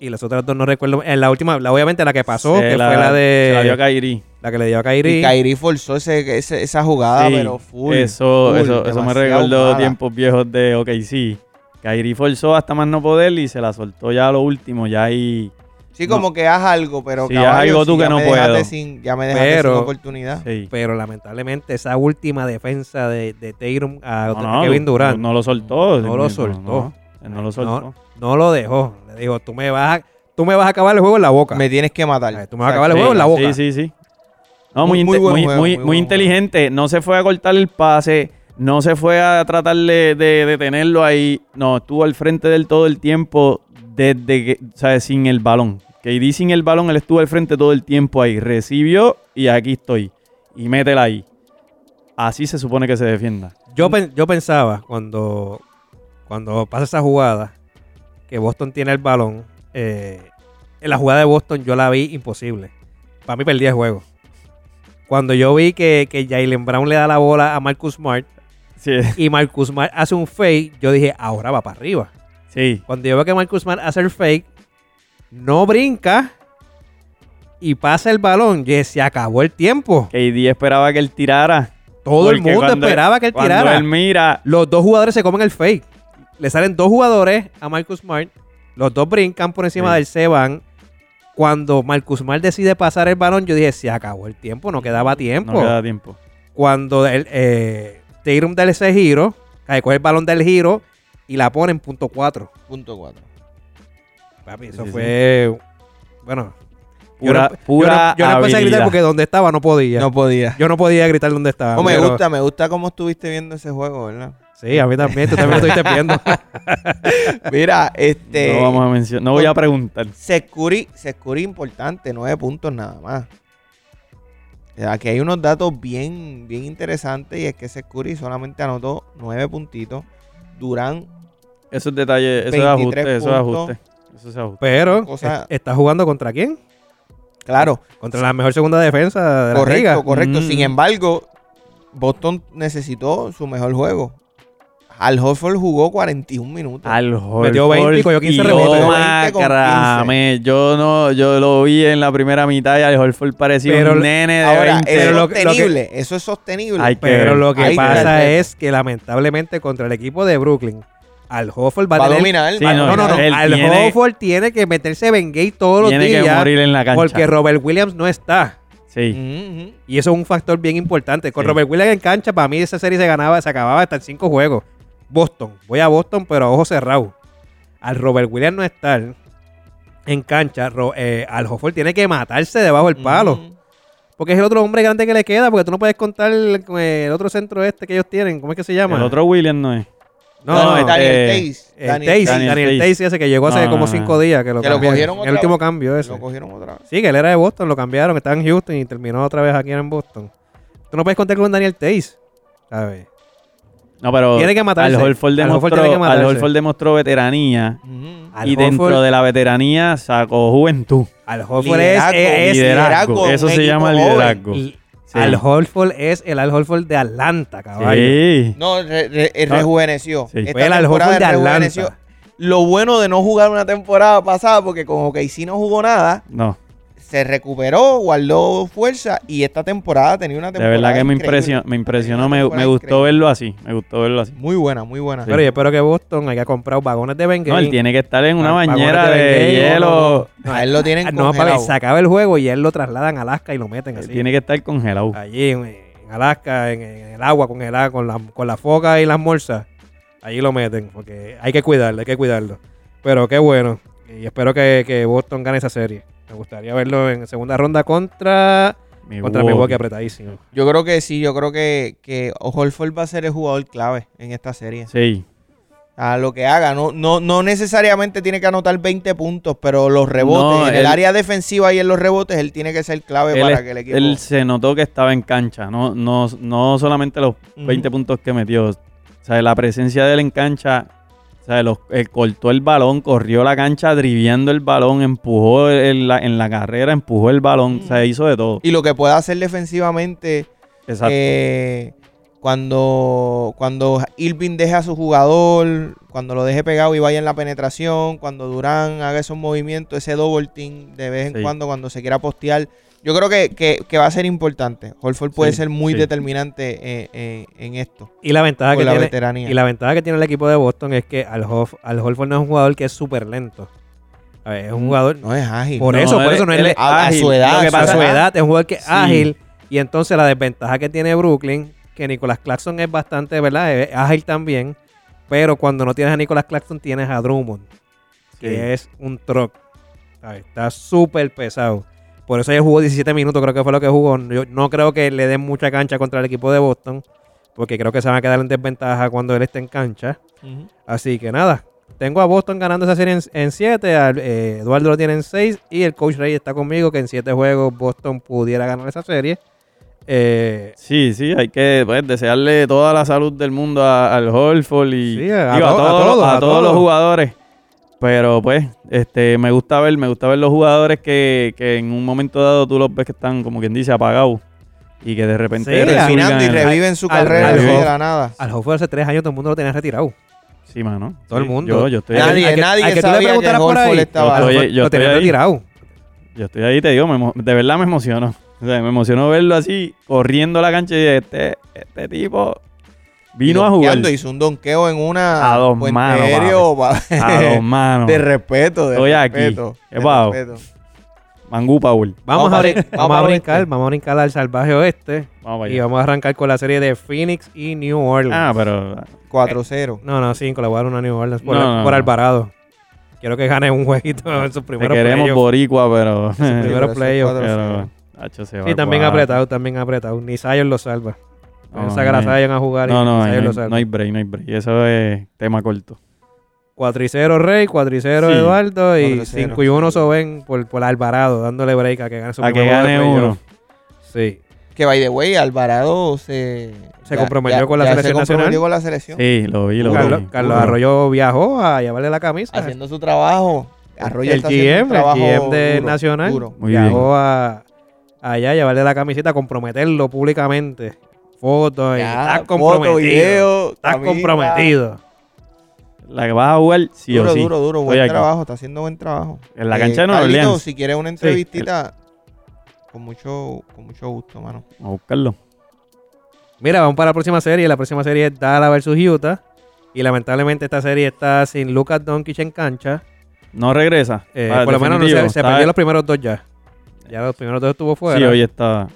Speaker 2: y las otras dos no recuerdo. En la última, la- obviamente la que pasó,
Speaker 3: Se
Speaker 2: que fue la de
Speaker 3: se Eh, la dio a Kyrie.
Speaker 2: la que le dio a
Speaker 1: Y
Speaker 2: Kyrie.
Speaker 1: Kyrie forzó ese- ese- esa jugada,
Speaker 3: Sí,
Speaker 1: Ah, pero full.
Speaker 3: eso,
Speaker 1: full,
Speaker 3: eso, eso me
Speaker 1: demasiado
Speaker 3: recordó
Speaker 1: mala.
Speaker 3: tiempos viejos de OKC. Kairi forzó hasta más no poder y se la soltó ya a lo último, ya ahí.
Speaker 1: Sí, como que haz algo, pero
Speaker 3: Sí, haz algo tú
Speaker 1: ya
Speaker 3: que no
Speaker 1: me dejaste
Speaker 3: puedo.
Speaker 1: sin- ya me dejaste
Speaker 2: Pero-
Speaker 1: sin oportunidad.
Speaker 3: sí.
Speaker 2: Pero lamentablemente esa última defensa de, de Tatum a
Speaker 3: No, no,
Speaker 2: Kevin Durant.
Speaker 3: No, no lo soltó.
Speaker 2: No lo soltó.
Speaker 3: No, no, no lo soltó.
Speaker 2: no lo dejó. Le dijo, tú me vas a, tú me vas a acabar el juego en la boca.
Speaker 1: Me tienes que matar.
Speaker 2: Ay, tú me vas a acabar el juego en la
Speaker 3: sí,
Speaker 2: boca.
Speaker 3: Sí, sí, sí. No, muy,
Speaker 1: Muy- muy
Speaker 3: inte-
Speaker 1: buen
Speaker 3: muy-
Speaker 1: juego,
Speaker 3: muy-
Speaker 1: muy
Speaker 3: muy
Speaker 1: buen
Speaker 3: inteligente. No se fue a cortar el pase. No se fue a tratar de, de detenerlo ahí. No, estuvo al frente del todo el tiempo desde que, ¿sabes? Sin el balón. KD sin el balón, él estuvo al frente todo el tiempo ahí. Recibió y aquí estoy. Y métela ahí. Así se supone que se defienda.
Speaker 2: Yo, pen- yo pensaba cuando, cuando pasa esa jugada que Boston tiene el balón. eh, en la jugada de Boston yo la vi imposible. Para mí perdí el juego. Cuando yo vi que, que Jalen Brown le da la bola a Marcus Smart
Speaker 3: Sí,
Speaker 2: y Marcus Smart hace un fake, yo dije, ahora va para arriba.
Speaker 3: sí.
Speaker 2: Cuando yo veo que Marcus Smart hace el fake, no brinca y pasa el balón, y se acabó el tiempo.
Speaker 3: KD esperaba que él tirara.
Speaker 2: Todo el
Speaker 3: Porque
Speaker 2: mundo
Speaker 3: cuando-
Speaker 2: esperaba que él
Speaker 3: Cuando
Speaker 2: tirara.
Speaker 3: él mira,
Speaker 2: Los dos jugadores se comen el fake. le salen dos jugadores a Marcus Smart, los dos brincan por encima
Speaker 3: Sí.
Speaker 2: del Seban. Cuando Marcus Smart decide pasar el balón, yo dije, se acabó el tiempo, no quedaba tiempo.
Speaker 3: No queda tiempo.
Speaker 2: Cuando el, eh, Tatum da ese giro, eh, coge el balón del giro y la pone en punto 4.
Speaker 1: Punto 4.
Speaker 2: Papi,
Speaker 3: Sí,
Speaker 2: eso
Speaker 3: sí,
Speaker 2: fue... Bueno, yo
Speaker 3: Pura,
Speaker 2: no- yo no,
Speaker 3: pura
Speaker 2: yo no empecé a gritar
Speaker 3: habilidad.
Speaker 2: porque donde estaba no podía.
Speaker 1: No podía.
Speaker 2: Yo no podía gritar donde estaba.
Speaker 1: No, Pues me
Speaker 2: pero-
Speaker 1: gusta, me gusta cómo estuviste viendo ese juego, ¿verdad?
Speaker 2: Sí, a mí también. Tú también lo estuviste viendo.
Speaker 1: Mira, este.
Speaker 3: No vamos a mencionar. No voy a preguntar.
Speaker 1: Securi, Securi importante, nueve puntos nada más. O sea, Aquí hay unos datos bien, bien interesantes y es que Securi solamente anotó nueve puntitos. Durán,
Speaker 3: Eso es detalle, eso es ajuste,
Speaker 1: 23
Speaker 3: eso es ajuste. Eso es ajuste.
Speaker 2: Pero,
Speaker 1: O sea-
Speaker 2: ¿estás jugando contra quién?
Speaker 1: claro,
Speaker 2: Contra la mejor segunda defensa de la
Speaker 1: correcto,
Speaker 2: liga.
Speaker 1: correcto.
Speaker 3: Mm.
Speaker 1: Sin embargo, Boston necesitó su mejor juego. Al Horford jugó 41 minutos.
Speaker 3: Al
Speaker 2: Metió 20 y cogió 15 rebotes.
Speaker 3: Yo,
Speaker 2: Metió
Speaker 1: 20 con
Speaker 3: macrame. yo no, yo lo vi en la primera mitad y al Horford parecía
Speaker 2: Pero-
Speaker 3: un nene de
Speaker 1: Ahora,
Speaker 3: 20.
Speaker 1: es
Speaker 2: pero lo que- lo que-
Speaker 1: sostenible, eso es sostenible.
Speaker 3: Hay que
Speaker 2: Pero
Speaker 3: ver.
Speaker 2: lo que
Speaker 1: Ahí está el
Speaker 2: pasa
Speaker 1: reto.
Speaker 2: es que lamentablemente contra el equipo de Brooklyn, Al Hofford va
Speaker 1: Va
Speaker 2: a
Speaker 1: a
Speaker 2: tener...
Speaker 1: dominar.
Speaker 3: Sí,
Speaker 1: va a
Speaker 3: no,
Speaker 2: No, no, no.
Speaker 1: dominar.
Speaker 2: Al
Speaker 3: Él tiene-
Speaker 2: Hofford tiene que meterse Bengay todos los
Speaker 3: Tiene que
Speaker 2: días
Speaker 3: morir en la cancha.
Speaker 2: porque Mm, Robert Williams no está.
Speaker 3: sí.
Speaker 1: Ujú, ujú.
Speaker 2: Y eso es un factor bien importante. Con
Speaker 3: Sí.
Speaker 2: Robert Williams en cancha, para mí esa serie se ganaba, se acababa hasta en cinco juegos. Boston, voy a Boston, pero a ojo cerrado. Al Robert Williams no estar en cancha, Ro- eh, al Hofford tiene que matarse debajo del palo.
Speaker 1: Ujú.
Speaker 2: Porque es el otro hombre grande que le queda, porque tú no puedes contar el, con el otro centro este que ellos tienen. ¿Cómo es que se llama?
Speaker 3: El otro William no es.
Speaker 2: No,
Speaker 1: No,
Speaker 2: no,
Speaker 3: este-
Speaker 1: Daniel
Speaker 3: eh,
Speaker 1: Tays,
Speaker 2: el
Speaker 1: Daniel
Speaker 2: Tays,
Speaker 1: Tays.
Speaker 2: Daniel,
Speaker 3: Daniel
Speaker 2: Tays ese que llegó hace
Speaker 3: No,
Speaker 2: como
Speaker 3: no, no.
Speaker 2: cinco días. Que lo,
Speaker 1: Que lo
Speaker 2: cambiaron.
Speaker 1: cogieron
Speaker 2: El
Speaker 1: otra
Speaker 2: último
Speaker 1: vez.
Speaker 2: cambio ese.
Speaker 1: Lo cogieron otra vez.
Speaker 2: Sí, que él era de Boston, lo cambiaron, estaba en Houston y terminó otra vez aquí en Boston. Tú no puedes contar con Daniel Tays, ¿sabes?
Speaker 3: No, pero
Speaker 2: Tiene que matarse.
Speaker 3: Al Horford
Speaker 2: Al Horford
Speaker 3: demostró,
Speaker 2: tiene que
Speaker 3: al
Speaker 2: matarse.
Speaker 3: Horford demostró veteranía.
Speaker 1: Ujú.
Speaker 2: Al
Speaker 3: y dentro
Speaker 2: Horford-
Speaker 3: de la veteranía sacó juventud.
Speaker 2: Al Horford es,
Speaker 1: Liderazgo,
Speaker 2: es- es-
Speaker 1: liderazgo,
Speaker 3: liderazgo. Eso
Speaker 1: un
Speaker 3: se
Speaker 1: equipo
Speaker 3: llama
Speaker 1: joven.
Speaker 3: liderazgo.
Speaker 2: y-
Speaker 3: Sí.
Speaker 2: Al Horford es el Al Horford de Atlanta, caballo.
Speaker 3: Sí.
Speaker 1: No, re- re- eh,
Speaker 3: No.
Speaker 1: rejuveneció.
Speaker 3: Sí.
Speaker 1: Esta
Speaker 2: Fue el Al
Speaker 1: temporada
Speaker 2: Horford de
Speaker 1: rejuveneció.
Speaker 2: Atlanta.
Speaker 1: Lo bueno de no jugar una temporada pasada, porque con OKC no jugó nada,
Speaker 3: No,
Speaker 1: se recuperó, guardó fuerza y esta temporada tenía una
Speaker 3: de
Speaker 1: temporada.
Speaker 3: verdad que me
Speaker 1: increíble.
Speaker 3: impresionó, me impresionó, me,
Speaker 1: temporada
Speaker 3: me gustó
Speaker 1: increíble.
Speaker 3: verlo así, me gustó verlo así.
Speaker 1: Muy buena, muy buena.
Speaker 2: Pero yo espero que Boston haya comprado vagones de Bengay.
Speaker 3: No, él tiene que estar en una
Speaker 2: Ah,
Speaker 3: bañera
Speaker 2: vagones
Speaker 3: de,
Speaker 2: de Bengay,
Speaker 3: hielo.
Speaker 2: no,
Speaker 1: A él lo tienen
Speaker 2: Ah, No, para que
Speaker 1: congelado.
Speaker 2: se acabe el juego y él lo trasladan a Alaska y lo meten
Speaker 3: Él
Speaker 2: así. Ah,
Speaker 3: tiene que estar congelado.
Speaker 2: Allí en, en Alaska, en, en el agua congelada, con la, con la foca y las morsas. Allí lo meten, porque hay que cuidarlo, hay que cuidarlo. Pero qué bueno. Y espero que, que Boston gane esa serie. Me gustaría verlo en segunda ronda contra,
Speaker 3: Mi
Speaker 2: contra
Speaker 3: Milwaukee.
Speaker 2: Milwaukee apretadísimo.
Speaker 1: Yo creo que sí, yo creo que, que Horford va a ser el jugador clave en esta serie.
Speaker 3: Sí.
Speaker 1: A lo que haga, no, no, no necesariamente tiene que anotar 20 puntos, pero los rebotes,
Speaker 3: No,
Speaker 1: en el
Speaker 3: él-
Speaker 1: área defensiva y en los rebotes, él tiene que ser clave
Speaker 3: Él,
Speaker 1: para
Speaker 3: es-
Speaker 1: que el equipo.
Speaker 3: él se notó que estaba en cancha, no, no, no solamente los
Speaker 1: Ujú.
Speaker 3: 20 puntos que metió. O sea, la presencia de él en cancha, o sea, los- él cortó el balón, corrió la cancha driviando el balón, empujó el- la- en la carrera, empujó el balón,
Speaker 1: Mm.
Speaker 3: o sea, hizo de todo.
Speaker 1: Y lo que pueda hacer defensivamente
Speaker 3: Exacto.
Speaker 1: eh, cuando, cuando Irving deje a su jugador, cuando lo deje pegado y vaya en la penetración, cuando Durán haga esos movimientos, ese double team de vez en
Speaker 3: Sí.
Speaker 1: cuando, cuando se quiera postear. Yo creo que, que- que va a ser importante. Holford puede
Speaker 3: Sí,
Speaker 1: ser muy
Speaker 3: sí. Ah,
Speaker 1: determinante eh, eh, en esto,
Speaker 2: Y la ventaja
Speaker 1: con
Speaker 2: que
Speaker 1: la
Speaker 2: tiene,
Speaker 1: veteranía.
Speaker 2: Y la ventaja que tiene el equipo de Boston es que Al, Hof, Al Horford no es un jugador que es súper lento. A ver, es un jugador.
Speaker 1: No es ágil.
Speaker 2: por
Speaker 3: No,
Speaker 2: eso, por
Speaker 3: él-
Speaker 2: eso no es
Speaker 3: él
Speaker 2: le-
Speaker 1: a- a su edad,
Speaker 3: Lo que
Speaker 1: a
Speaker 2: a
Speaker 3: pasa-
Speaker 2: su edad, es un jugador que es
Speaker 3: ah, Sí.
Speaker 2: ágil. Y entonces la desventaja que tiene Brooklyn, que Nicolas Claxton es bastante, ¿verdad? Es ágil también. Pero cuando no tienes a Nicolas Claxton, tienes a Drummond, que
Speaker 3: Sí.
Speaker 2: es un truck. ¿sabes? Está súper pesado. Por eso ya jugó 17 minutos, creo que fue lo que jugó. Yo no creo que le den mucha cancha contra el equipo de Boston, porque creo que se van a quedar en desventaja cuando él esté en cancha.
Speaker 1: Ujú.
Speaker 2: Así que nada, tengo a Boston ganando esa serie en- en 7, Eduardo lo tiene en 6 y el coach Rey está conmigo que en 7 juegos Boston pudiera ganar esa serie. Eh,
Speaker 3: Sí, sí, hay que pues, desearle toda la salud del mundo a- al Horford y
Speaker 2: Sí, a
Speaker 3: digo,
Speaker 2: to- a
Speaker 3: todos, los-
Speaker 2: todos,
Speaker 3: a
Speaker 2: a
Speaker 3: todos los
Speaker 2: todos.
Speaker 3: jugadores. Pero pues, este, me gusta ver, me gusta ver los jugadores que, que en un momento dado tú los ves que están, como quien dice, apagados. Y que de repente
Speaker 2: Sí,
Speaker 3: resurgan
Speaker 1: Refinando y
Speaker 3: en-
Speaker 1: reviven su
Speaker 2: al-
Speaker 1: carrera
Speaker 3: al-
Speaker 1: así de la nada.
Speaker 2: al Hofford hace 3 años todo el mundo lo tenía retirado.
Speaker 3: Sí, mano.
Speaker 2: Todo el
Speaker 3: Sí,
Speaker 2: mundo.
Speaker 3: Yo, yo estoy ahí.
Speaker 1: Nadie,
Speaker 2: Al que-
Speaker 1: nadie
Speaker 2: al que tú le
Speaker 1: sabía que
Speaker 2: preguntaras por
Speaker 1: Horford
Speaker 2: ahí.
Speaker 1: estaba.
Speaker 2: Al
Speaker 3: Oye,
Speaker 2: Horford
Speaker 3: yo
Speaker 2: lo tenía
Speaker 3: estoy ahí.
Speaker 2: retirado.
Speaker 3: Yo estoy ahí, te digo, me emo- de verdad me emocionó. O sea, me emocionó verlo así, corriendo la cancha y dije, este, este tipo Vino a jugar
Speaker 1: donkeando, Hizo un donqueo en una.
Speaker 3: A dos
Speaker 1: puente
Speaker 3: manos,
Speaker 1: aéreo,
Speaker 3: a dos manos.
Speaker 1: De respeto, de
Speaker 3: Estoy aquí.
Speaker 1: respeto.
Speaker 3: Qué
Speaker 1: de
Speaker 3: pavo.
Speaker 1: respeto.
Speaker 3: Mangú Paul.
Speaker 2: Vamos,
Speaker 1: Vamos
Speaker 2: a,
Speaker 1: para-
Speaker 2: brin-
Speaker 1: vamos
Speaker 2: vamos a
Speaker 1: para
Speaker 2: brincar,
Speaker 1: oeste.
Speaker 2: vamos a brincar al salvaje oeste
Speaker 3: Vamos para
Speaker 2: y
Speaker 3: allá.
Speaker 2: vamos a arrancar con la serie de Phoenix y New Orleans.
Speaker 3: Ah, pero
Speaker 1: 4-0.
Speaker 3: Eh,
Speaker 2: No, no, cinco, le voy a dar una a New Orleans por,
Speaker 3: No, no,
Speaker 2: por
Speaker 3: no.
Speaker 2: Alvarado. Quiero que gane un jueguito en sus
Speaker 3: te
Speaker 2: primeros
Speaker 3: queremos
Speaker 2: playoffs.
Speaker 3: boricua, pero...
Speaker 2: primero
Speaker 1: Pero eso es
Speaker 2: playoff,
Speaker 1: 4-0.
Speaker 3: pero Hacho, se va
Speaker 2: Sí, también
Speaker 3: guau.
Speaker 2: apretado, también apretado. Ni Zion lo salva.
Speaker 3: No,
Speaker 2: sacar
Speaker 3: no
Speaker 2: a
Speaker 3: hay-
Speaker 2: Zion a jugar
Speaker 3: No,
Speaker 2: y
Speaker 3: no,
Speaker 2: Zion
Speaker 3: hay-
Speaker 2: lo
Speaker 3: no,
Speaker 2: salva.
Speaker 3: hay, break, no hay break. Eso es tema corto.
Speaker 2: 4 y 0 Rey, 4 y 0
Speaker 3: Sí,
Speaker 2: Eduardo y
Speaker 1: 4 y 0.
Speaker 2: 5 y 1 Soben por, por Alvarado, dándole break a que gane su
Speaker 3: A que
Speaker 2: primer juego de
Speaker 3: gane uno.
Speaker 2: playoff. Sí.
Speaker 1: Que by the way, Alvarado se.
Speaker 2: Se comprometió con la
Speaker 1: se
Speaker 2: selección
Speaker 1: comprometió
Speaker 2: nacional.
Speaker 1: con la selección.
Speaker 3: Sí, lo vi, lo
Speaker 2: Carlos,
Speaker 3: vi.
Speaker 2: Carlos
Speaker 3: Duro.
Speaker 2: Arroyo viajó a llevarle la camisa.
Speaker 1: Haciendo su trabajo. Arroyo
Speaker 2: el
Speaker 1: está haciendo un
Speaker 2: GM, el
Speaker 1: trabajo
Speaker 2: GM de
Speaker 1: duro,
Speaker 2: Nacional
Speaker 1: duro.
Speaker 3: Muy bien.
Speaker 2: viajó a allá a llevarle la camiseta, a comprometerlo públicamente. Fotos y
Speaker 1: Ya,
Speaker 2: estás comprometido.
Speaker 1: foto, video,
Speaker 2: estás
Speaker 1: camisa.
Speaker 2: comprometido.
Speaker 3: La que vas a jugar sí
Speaker 1: duro,
Speaker 3: o sí.
Speaker 1: duro, duro. Buen
Speaker 3: Estoy aquí.
Speaker 1: trabajo. Está haciendo buen trabajo. Eh,
Speaker 3: En la cancha de Nueva
Speaker 1: Carlito,
Speaker 3: Orleans.
Speaker 1: Si quieres una entrevistita, con, mucho, con mucho gusto, mano.
Speaker 3: Vamos a buscarlo.
Speaker 2: Mira, vamos para la próxima serie. La próxima serie es Dallas versus Utah. Y lamentablemente esta serie está sin Lucas Doncic en cancha.
Speaker 3: No regresa.
Speaker 2: Eh,
Speaker 3: Ah,
Speaker 2: por lo menos no
Speaker 3: definitivo.
Speaker 2: se, se
Speaker 3: Está-
Speaker 2: perdió los primeros dos ya. Ya los primeros dos estuvo fuera.
Speaker 3: Sí, hoy está...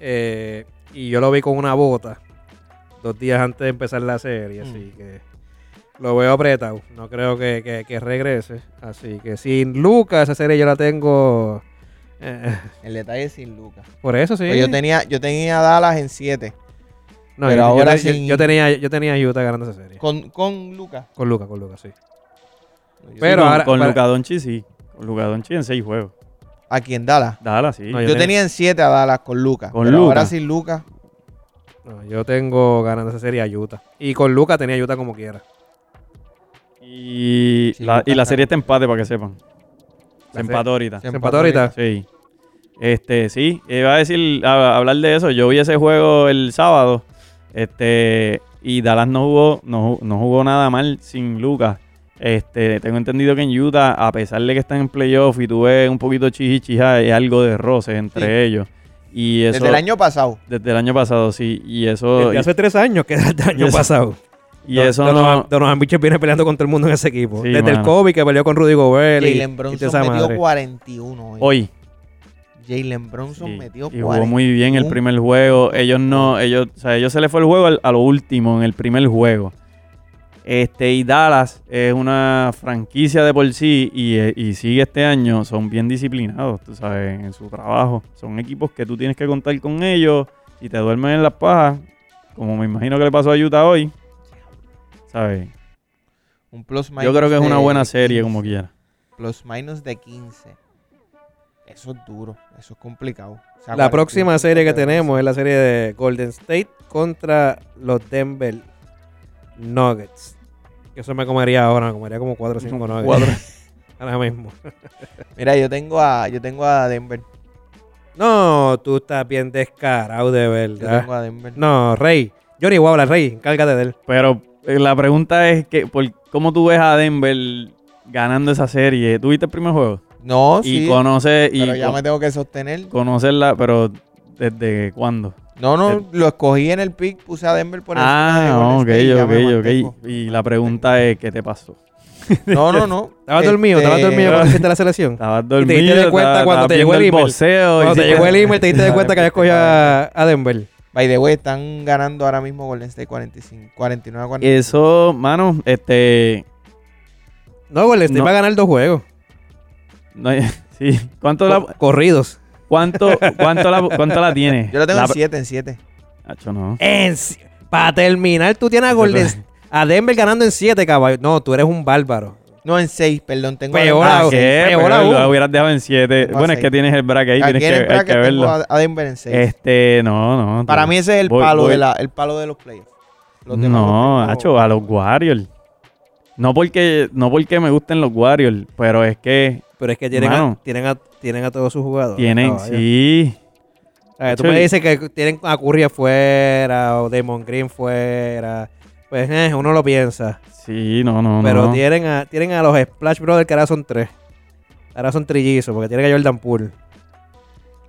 Speaker 2: Eh, y yo lo vi con una bota dos días antes de empezar la serie,
Speaker 3: Mm.
Speaker 2: así que lo veo apretado. No creo que, que- que regrese. Así que sin Lucas, esa serie yo la tengo. eh,
Speaker 1: El detalle es sin Lucas.
Speaker 2: por eso sí.
Speaker 1: Pues yo tenía, yo tenía Dallas en 7.
Speaker 2: No,
Speaker 1: pero
Speaker 2: yo, yo-
Speaker 1: ahora
Speaker 2: yo-
Speaker 1: sin-
Speaker 2: yo tenía, yo tenía Utah ganando esa serie.
Speaker 1: Con, con Lucas.
Speaker 2: Con Lucas, con Lucas, sí.
Speaker 1: Yo-
Speaker 2: Pero
Speaker 3: Sí, con,
Speaker 2: ahora-
Speaker 3: con
Speaker 2: para-
Speaker 3: Luka Doncic sí. Con Luka Doncic en seis juegos.
Speaker 1: Aquí en Dallas.
Speaker 3: Dala, sí.
Speaker 2: No,
Speaker 1: Yo tenía en 7 a Dallas con Lucas.
Speaker 3: Con
Speaker 1: pero ahora
Speaker 3: Lucas.
Speaker 1: sin Lucas.
Speaker 2: No, yo tengo ganando esa serie a Utah. Y con Lucas tenía a Utah como quiera.
Speaker 3: Y,
Speaker 1: Sí,
Speaker 3: la, y la
Speaker 1: bastante.
Speaker 3: serie está empate, para que sepan.
Speaker 2: La
Speaker 3: Se empató ahorita.
Speaker 1: se
Speaker 2: ¿Se empató ahorita?
Speaker 3: Sí. Este, sí, iba a decir, a- a hablar de eso. Yo vi ese juego el sábado. Este, y Dallas no jugó, no, ju- no jugó nada mal sin Lucas. Este, tengo entendido que en Utah, a pesar de que están en playoff y tuve un poquito chiji chija, es algo de roces entre
Speaker 1: Sí.
Speaker 3: ellos. Y eso
Speaker 1: Desde el año pasado.
Speaker 3: desde el año pasado, sí. Oh, Y eso,
Speaker 2: Desde hace tres años que era el año
Speaker 3: eso-
Speaker 2: pasado.
Speaker 3: y, eso no,
Speaker 2: Donovan, Donovan Mitchell viene peleando con todo el mundo en ese equipo.
Speaker 3: Sí,
Speaker 2: Desde el
Speaker 3: mano.
Speaker 2: Kobe que peleó con Rudy Gobert. y-
Speaker 1: Jalen
Speaker 2: y toda
Speaker 1: Bronson
Speaker 2: esa
Speaker 1: metió
Speaker 2: madre.
Speaker 1: 41 hoy.
Speaker 3: hoy.
Speaker 1: eh. Jalen Bronson
Speaker 3: Sí,
Speaker 1: metió 41.
Speaker 3: y jugó muy bien el
Speaker 1: Un-
Speaker 3: primer juego. Ellos no, ellos, o sea, ellos se les fue el juego al- a lo último en el primer juego. Este, y Dallas es una franquicia de por sí y, eh, y sigue este año. Son bien disciplinados, tú sabes, en su trabajo. Son equipos que tú tienes que contar con ellos y te duermen en las pajas, como me imagino que le pasó a Utah hoy. ¿Sabes?
Speaker 1: Un plus
Speaker 3: Yo creo que es
Speaker 1: minus
Speaker 3: una
Speaker 1: de
Speaker 3: buena serie,
Speaker 1: 15.
Speaker 3: como quiera.
Speaker 1: Plus minus de 15. Eso es duro. Eso es complicado. O sea,
Speaker 2: La
Speaker 1: 41
Speaker 2: próxima serie que
Speaker 1: te duele.
Speaker 2: tenemos es la serie de Golden State contra los Denver Nuggets. Eso me comería ahora, me comería como 4 o 5 Nuggets.
Speaker 3: Cuatro.
Speaker 2: Ahora mismo.
Speaker 1: Mira, yo tengo a, yo tengo a Denver.
Speaker 2: No, tú estás bien descarado de
Speaker 1: Yo
Speaker 2: verdad.
Speaker 1: tengo a Denver.
Speaker 2: No, Rey. Johnny voy a hablar, Rey, encárgate de él.
Speaker 3: Pero eh, la pregunta es que por cómo tú ves a Denver ganando esa serie. ¿Tú viste el primer juego?
Speaker 1: No, sí.
Speaker 3: y conoces y
Speaker 1: pero ya
Speaker 3: con-
Speaker 1: me tengo que sostener.
Speaker 3: conocerla, pero ¿desde cuándo?
Speaker 1: No,
Speaker 3: el-
Speaker 1: no, lo escogí en el pick, puse a Denver por encima de
Speaker 3: ah,
Speaker 1: Golden
Speaker 3: ok,
Speaker 1: State, ya este me
Speaker 3: ok,
Speaker 1: mantengo.
Speaker 3: ok. Y la pregunta es, ¿qué te pasó?
Speaker 1: No, no, no.
Speaker 2: Estabas dormido,
Speaker 1: Este,
Speaker 2: estabas dormido cuando hiciste la selección.
Speaker 3: Estabas
Speaker 2: Y te
Speaker 3: dormido.
Speaker 2: diste de cuenta
Speaker 3: estabas-
Speaker 2: cuando
Speaker 3: estabas
Speaker 2: te llegó el
Speaker 3: viendo
Speaker 2: email.
Speaker 3: boxeo,
Speaker 2: Cuando te
Speaker 3: hiciste-
Speaker 2: llegó el email te diste de cuenta que habías cogido a, a Denver.
Speaker 1: By the way, están ganando ahora mismo Golden State 45, 49 a 45.
Speaker 3: Eso, mano, este...
Speaker 2: No, Golden State
Speaker 3: No.
Speaker 2: va a ganar dos juegos.
Speaker 3: no hay- sí. ¿Cuánto la,
Speaker 2: Co- corridos.
Speaker 3: cuánto, cuánto la, cuánto la tienes?
Speaker 1: Yo lo tengo
Speaker 3: La-
Speaker 1: en 7, en 7.
Speaker 3: Acho, no.
Speaker 2: En si- para terminar, tú tienes a Golden
Speaker 3: Eso-
Speaker 2: a Denver ganando en 7, caballo. No, tú eres un bárbaro.
Speaker 1: No, en 6, perdón. Tengo
Speaker 3: Pues
Speaker 2: Peor
Speaker 1: a
Speaker 2: aún.
Speaker 1: Denver. Ah,
Speaker 3: ¿Qué?
Speaker 2: Peor
Speaker 3: Ah, Pero
Speaker 2: aún.
Speaker 3: lo hubieras dejado en 7.
Speaker 1: Tengo a
Speaker 3: Bueno, es
Speaker 1: seis.
Speaker 3: que tienes el bracket ahí,
Speaker 1: Aquí
Speaker 3: tienes
Speaker 1: en el
Speaker 3: que, hay que
Speaker 1: bracket tengo
Speaker 3: verlo.
Speaker 1: a, a Denver en 6.
Speaker 3: Este, no, no.
Speaker 1: Para
Speaker 3: tú-
Speaker 1: mí ese es el
Speaker 3: voy-
Speaker 1: palo,
Speaker 3: voy-
Speaker 1: De la, el palo de los playoffs. Los demás
Speaker 3: No,
Speaker 1: los tengo-
Speaker 3: Hacho, a los Warriors. No porque, no porque me gusten los Warriors, pero es que
Speaker 2: Pero es que tienen, a,
Speaker 3: Mano.
Speaker 2: tienen, a, tienen a todos sus jugadores.
Speaker 3: tienen,
Speaker 2: caballo.
Speaker 3: sí.
Speaker 2: A ver, tú
Speaker 3: Hacho,
Speaker 2: me
Speaker 3: y-
Speaker 2: dices que tienen a Curry afuera o Damon Green fuera. Pues eh, uno lo piensa.
Speaker 3: Sí, no, no,
Speaker 2: pero
Speaker 3: no.
Speaker 2: tienen, a, tienen a los Splash Brothers que ahora son tres. Ahora son trillizos porque tienen a Jordan Poole.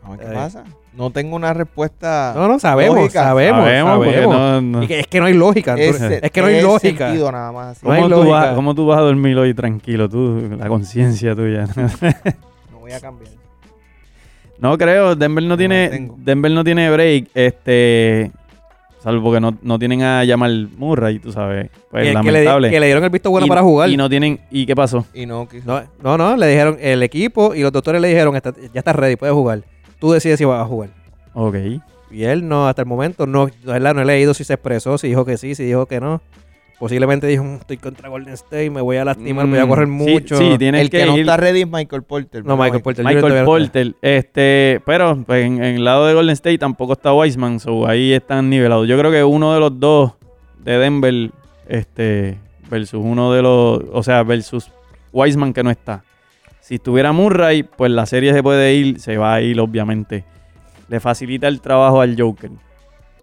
Speaker 1: Ah, ¿Qué
Speaker 2: Ay.
Speaker 1: pasa? No tengo una respuesta.
Speaker 2: No, no, sabemos,
Speaker 1: Ah, lógica.
Speaker 2: sabemos,
Speaker 3: Sabemos, porque
Speaker 2: sabemos.
Speaker 3: no- no-
Speaker 2: Y que- es que no hay lógica. Arturo.
Speaker 1: Ese-
Speaker 2: es que no hay
Speaker 1: es
Speaker 2: lógica.
Speaker 1: sentido nada más. así.
Speaker 2: No hay
Speaker 3: ¿Cómo, tú
Speaker 2: lógica.
Speaker 3: vas, cómo tú vas a dormir hoy tranquilo? Tú, la conciencia tuya.
Speaker 1: No voy a cambiar.
Speaker 3: no creo, Denver no,
Speaker 1: No
Speaker 3: tiene
Speaker 1: tengo.
Speaker 3: Denver no tiene break, este salvo que no, no tienen a llamar Murray, tú sabes. Pues
Speaker 2: Que- que, le,
Speaker 3: lamentable.
Speaker 2: que le dieron el visto bueno
Speaker 3: Y-
Speaker 2: para jugar.
Speaker 3: Y no tienen ¿y qué pasó?
Speaker 1: Y no, quiso.
Speaker 2: No, no, no, le dijeron el equipo y los doctores le dijeron, "Está- ya estás ready, puedes jugar. Tú decides si vas a jugar.
Speaker 3: Ok.
Speaker 2: Y él no, hasta el momento, no, la verdad, no he leído si se expresó, si dijo que sí, si dijo que no. Posiblemente dijo, "Mm, estoy contra Golden State, me voy a lastimar, me voy a correr
Speaker 3: Mm, sí,
Speaker 2: mucho.
Speaker 3: Sí, tienes
Speaker 1: el que, no está ready es Michael Porter.
Speaker 2: No,
Speaker 1: pero
Speaker 2: Michael Porter. Jr. todavía
Speaker 3: Michael
Speaker 2: no-
Speaker 3: Porter, este, pero pues, en, en el lado de Golden State tampoco está Wiseman, so ahí están nivelados. Yo creo que uno de los dos de Denver, este, versus uno de los, o sea, versus Wiseman que no está. Si estuviera Murray, pues la serie se puede ir, se va a ir, obviamente. Le facilita el trabajo al Joker.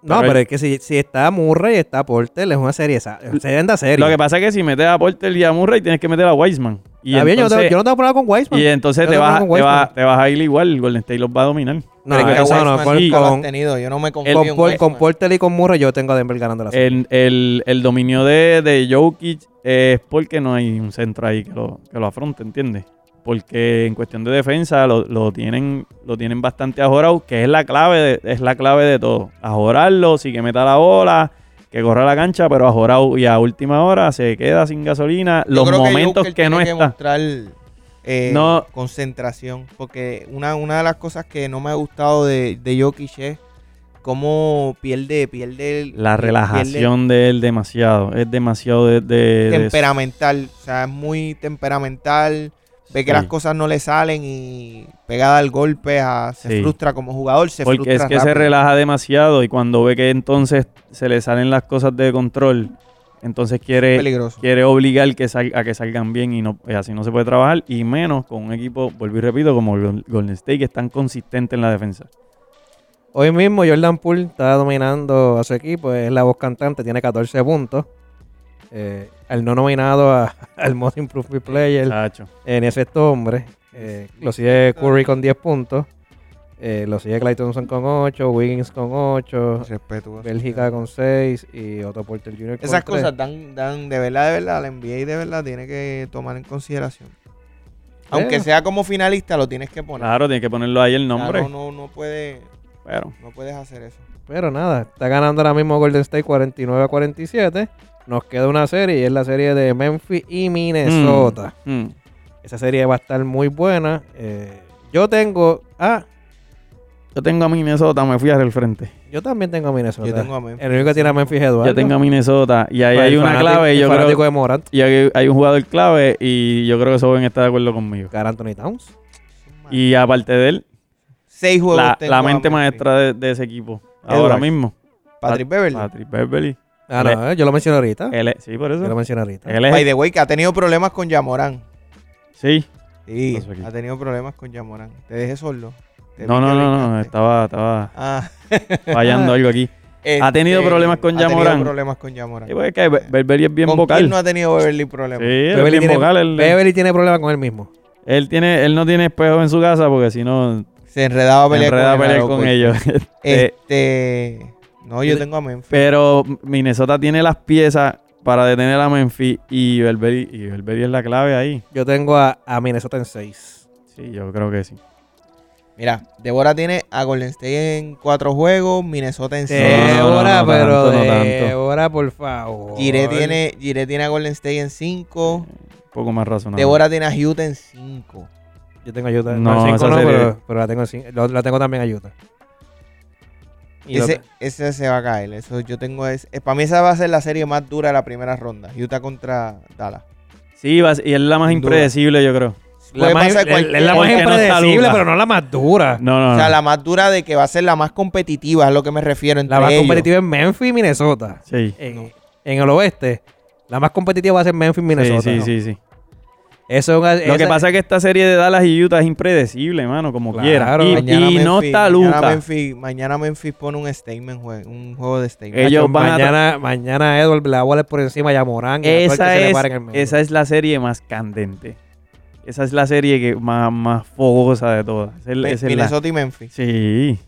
Speaker 2: No,
Speaker 3: Pero
Speaker 2: pero
Speaker 3: él-
Speaker 2: es que si, si está Murray y está Porter, es una serie esa. Serenda serie.
Speaker 3: Lo que pasa es que si metes a Porter y a Murray, tienes que meter a Wiseman. Y
Speaker 2: Está bien, yo no tengo-
Speaker 3: entonces,
Speaker 2: yo no tengo problema con Wiseman.
Speaker 3: y entonces
Speaker 2: yo
Speaker 3: te,
Speaker 2: no
Speaker 3: vas,
Speaker 2: tengo
Speaker 3: te,
Speaker 2: Wiseman.
Speaker 3: vas- te vas a ir igual, Golden State los va a dominar.
Speaker 2: No,
Speaker 1: es que
Speaker 2: eso
Speaker 1: Wiseman
Speaker 2: no, con-
Speaker 1: nunca lo has
Speaker 2: con-
Speaker 1: tenido. Yo no me confío
Speaker 2: con,
Speaker 1: en
Speaker 2: Por- con
Speaker 1: Wiseman.
Speaker 2: Porter y con Murray yo tengo a Denver ganando
Speaker 1: Eh,
Speaker 2: la serie.
Speaker 3: el, el- el dominio de, de Jokic es porque no hay un centro ahí que lo, que lo afronte, ¿entiendes? Porque en cuestión de defensa lo, lo tienen, lo tienen bastante ajorado, que es la clave de, es la clave de todo. Ajorarlo, sí que meta la bola, que corra la cancha, pero ajorado y a última hora se queda sin gasolina.
Speaker 1: Yo
Speaker 3: los
Speaker 1: creo
Speaker 3: momentos que,
Speaker 1: Joker tiene
Speaker 3: no
Speaker 1: que
Speaker 3: está.
Speaker 1: mostrar, eh,
Speaker 3: No.
Speaker 1: concentración. Porque una, una de las cosas que no me ha gustado de, de Jokic es cómo pierde, pierde el- pierde
Speaker 3: La relajación de él demasiado, es demasiado de... de- de-
Speaker 1: temperamental. O sea, es muy temperamental. Ve que
Speaker 3: Sí.
Speaker 1: las cosas no le salen y pegada al golpe a- se
Speaker 3: Sí.
Speaker 1: frustra como jugador. Se
Speaker 3: Porque es
Speaker 1: frustra
Speaker 3: que se
Speaker 1: rápido.
Speaker 3: relaja demasiado y cuando ve que entonces se le salen las cosas de control, entonces quiere,
Speaker 1: peligroso.
Speaker 3: quiere obligar que sal- a que salgan bien y no y así no se puede trabajar. Y menos con un equipo, vuelvo y repito, como Gol- Golden State, que es tan consistente en la defensa.
Speaker 2: Hoy mismo Jordan Poole está dominando a su equipo, es la voz cantante, tiene 14 puntos. Eh, el no nominado a- al Most Improved Player
Speaker 1: Ah.
Speaker 3: Chacho.
Speaker 2: en ese sexto este hombre. Eh, lo sigue Curry con 10 puntos. Eh, lo sigue Clay Thompson con 8, Wiggins con 8,
Speaker 1: Respetuoso.
Speaker 2: Bélgica con 6 y Otto Porter Jr. con
Speaker 1: Esas
Speaker 2: tres.
Speaker 1: cosas dan, dan de verdad, de verdad, la NBA de verdad tiene que tomar en consideración. Aunque
Speaker 2: Bueno.
Speaker 1: sea como finalista, lo tienes que poner.
Speaker 3: Claro, tiene que ponerlo ahí el
Speaker 1: O sea,
Speaker 3: nombre.
Speaker 1: no, no, no, puede,
Speaker 3: Pero
Speaker 1: no puedes hacer eso.
Speaker 2: Pero nada, está ganando ahora mismo Golden State 49 a 47. Nos queda una serie y es la serie de Memphis y Minnesota.
Speaker 3: mm,
Speaker 2: Esa serie va a estar muy buena. Eh, yo tengo. Ah,
Speaker 3: yo tengo a Minnesota, me fui al frente.
Speaker 2: yo también tengo a Minnesota.
Speaker 1: Yo tengo a Memphis.
Speaker 2: El único que tiene a Memphis es Eduardo.
Speaker 3: Yo tengo a Minnesota y ahí
Speaker 2: Pues
Speaker 3: hay
Speaker 2: el
Speaker 3: una
Speaker 2: fanático-
Speaker 3: clave.
Speaker 2: el
Speaker 3: Yo
Speaker 2: fanático
Speaker 3: creo,
Speaker 2: de Morant.
Speaker 3: y hay, hay un jugador clave y yo creo que Soben está de acuerdo conmigo.
Speaker 2: Carl Anthony Towns.
Speaker 3: Eh, Y aparte de él,
Speaker 1: Seis juegos
Speaker 3: la,
Speaker 1: tengo
Speaker 3: la
Speaker 1: a
Speaker 3: mente
Speaker 1: Memphis.
Speaker 3: maestra de, de ese equipo.
Speaker 2: Edwards.
Speaker 3: Ahora mismo.
Speaker 1: Patrick Beverly.
Speaker 3: Patrick Beverly.
Speaker 2: Ah, no, eh, yo lo menciono ahorita.
Speaker 3: Él es- sí, por
Speaker 2: Yo lo
Speaker 3: eso.
Speaker 2: menciono ahorita.
Speaker 3: Él es-
Speaker 1: Ah. By the way, que ha tenido problemas con Yamorán.
Speaker 3: sí.
Speaker 1: Sí,
Speaker 3: Pasó aquí.
Speaker 1: ha tenido problemas con Yamorán. Te dejé solo. Te
Speaker 3: No,
Speaker 1: vi
Speaker 3: no,
Speaker 1: que
Speaker 3: no, no.
Speaker 1: brincaste.
Speaker 3: Estaba, estaba
Speaker 1: Ah, este,
Speaker 3: fallando algo aquí. Ha tenido problemas con
Speaker 1: ha tenido
Speaker 3: Yamorán.
Speaker 1: problemas con Yamorán.
Speaker 3: Sí, porque es que Be- Beverly es bien
Speaker 1: ¿Con
Speaker 3: vocal.
Speaker 1: quién no ha tenido Beverly problemas?
Speaker 3: Sí, él es
Speaker 2: Beverly
Speaker 3: bien
Speaker 2: tiene-
Speaker 3: vocal. Él,
Speaker 2: Beverly tiene problemas con él mismo.
Speaker 3: él tiene, él no tiene espejo en su casa porque si no,
Speaker 1: Se enredaba a
Speaker 3: se
Speaker 1: pelear
Speaker 3: enreda a
Speaker 1: con, pues. el
Speaker 3: pelear
Speaker 1: aeropuerto.
Speaker 3: con ellos. Eh,
Speaker 1: Este. No, yo
Speaker 3: yo-
Speaker 1: tengo a Memphis.
Speaker 3: pero Minnesota tiene las piezas para detener a Memphis y Beverly, y Beverly es la clave ahí.
Speaker 2: Yo tengo a, a Minnesota en 6.
Speaker 3: Sí, yo creo que sí.
Speaker 1: Mira, Débora tiene a Golden State en cuatro juegos, Minnesota en seis.
Speaker 3: no, no,
Speaker 2: Débora,
Speaker 3: no
Speaker 2: pero
Speaker 3: tanto, no tanto.
Speaker 2: Débora, por favor.
Speaker 1: Gire tiene, Gire tiene a Golden State en cinco.
Speaker 3: Un poco más razonable.
Speaker 1: Débora tiene a Utah en cinco.
Speaker 2: Yo tengo a Utah.
Speaker 3: No,
Speaker 2: No, cinco
Speaker 3: esa
Speaker 2: no,
Speaker 3: serie-
Speaker 2: pero, pero la, tengo en cin- lo- la tengo también a Utah. Y lo-
Speaker 1: Ese, ese se va a caer. Eso yo tengo es, eh, para mí esa va a ser la serie más dura de la primera ronda. Utah contra Dallas.
Speaker 3: Sí, va- y es la más
Speaker 1: Sin duda.
Speaker 3: impredecible, yo creo.
Speaker 2: La
Speaker 1: Puede
Speaker 2: más,
Speaker 1: pasar
Speaker 2: es- es la
Speaker 1: cualquier-
Speaker 2: más
Speaker 3: Porque no está
Speaker 2: impredecible,
Speaker 3: Luka.
Speaker 2: pero no la más dura.
Speaker 3: No, no,
Speaker 1: O sea,
Speaker 3: no.
Speaker 1: la más dura de que va a ser la más competitiva, es lo que me refiero. Entre
Speaker 2: La más
Speaker 1: ellos.
Speaker 2: competitiva es Memphis y Minnesota.
Speaker 3: Sí.
Speaker 2: En, en el oeste, la más competitiva va a ser Memphis y Minnesota.
Speaker 3: sí, sí,
Speaker 2: ¿no?
Speaker 3: sí, sí.
Speaker 2: Eso es una-
Speaker 3: Lo que
Speaker 2: esa-
Speaker 3: pasa es que esta serie de Dallas y Utah es impredecible, mano, como
Speaker 2: Claro.
Speaker 3: quiera. Y-
Speaker 1: Mañana
Speaker 3: Y, no
Speaker 1: Memphis-
Speaker 3: está
Speaker 1: Mañana
Speaker 3: Luca.
Speaker 1: Memphis, mañana Memphis pone un statement, jue- un juego de statement.
Speaker 3: Eh, ellos
Speaker 2: Nacho,
Speaker 3: van a-
Speaker 2: mañana, mañana Edward la bola es por encima ya Morán.
Speaker 3: Esa es, esa es la serie más candente. Esa es la serie que más, más fogosa de todas. Es el-
Speaker 1: Pe-
Speaker 3: es el-
Speaker 1: Minnesota y Memphis.
Speaker 3: Sí.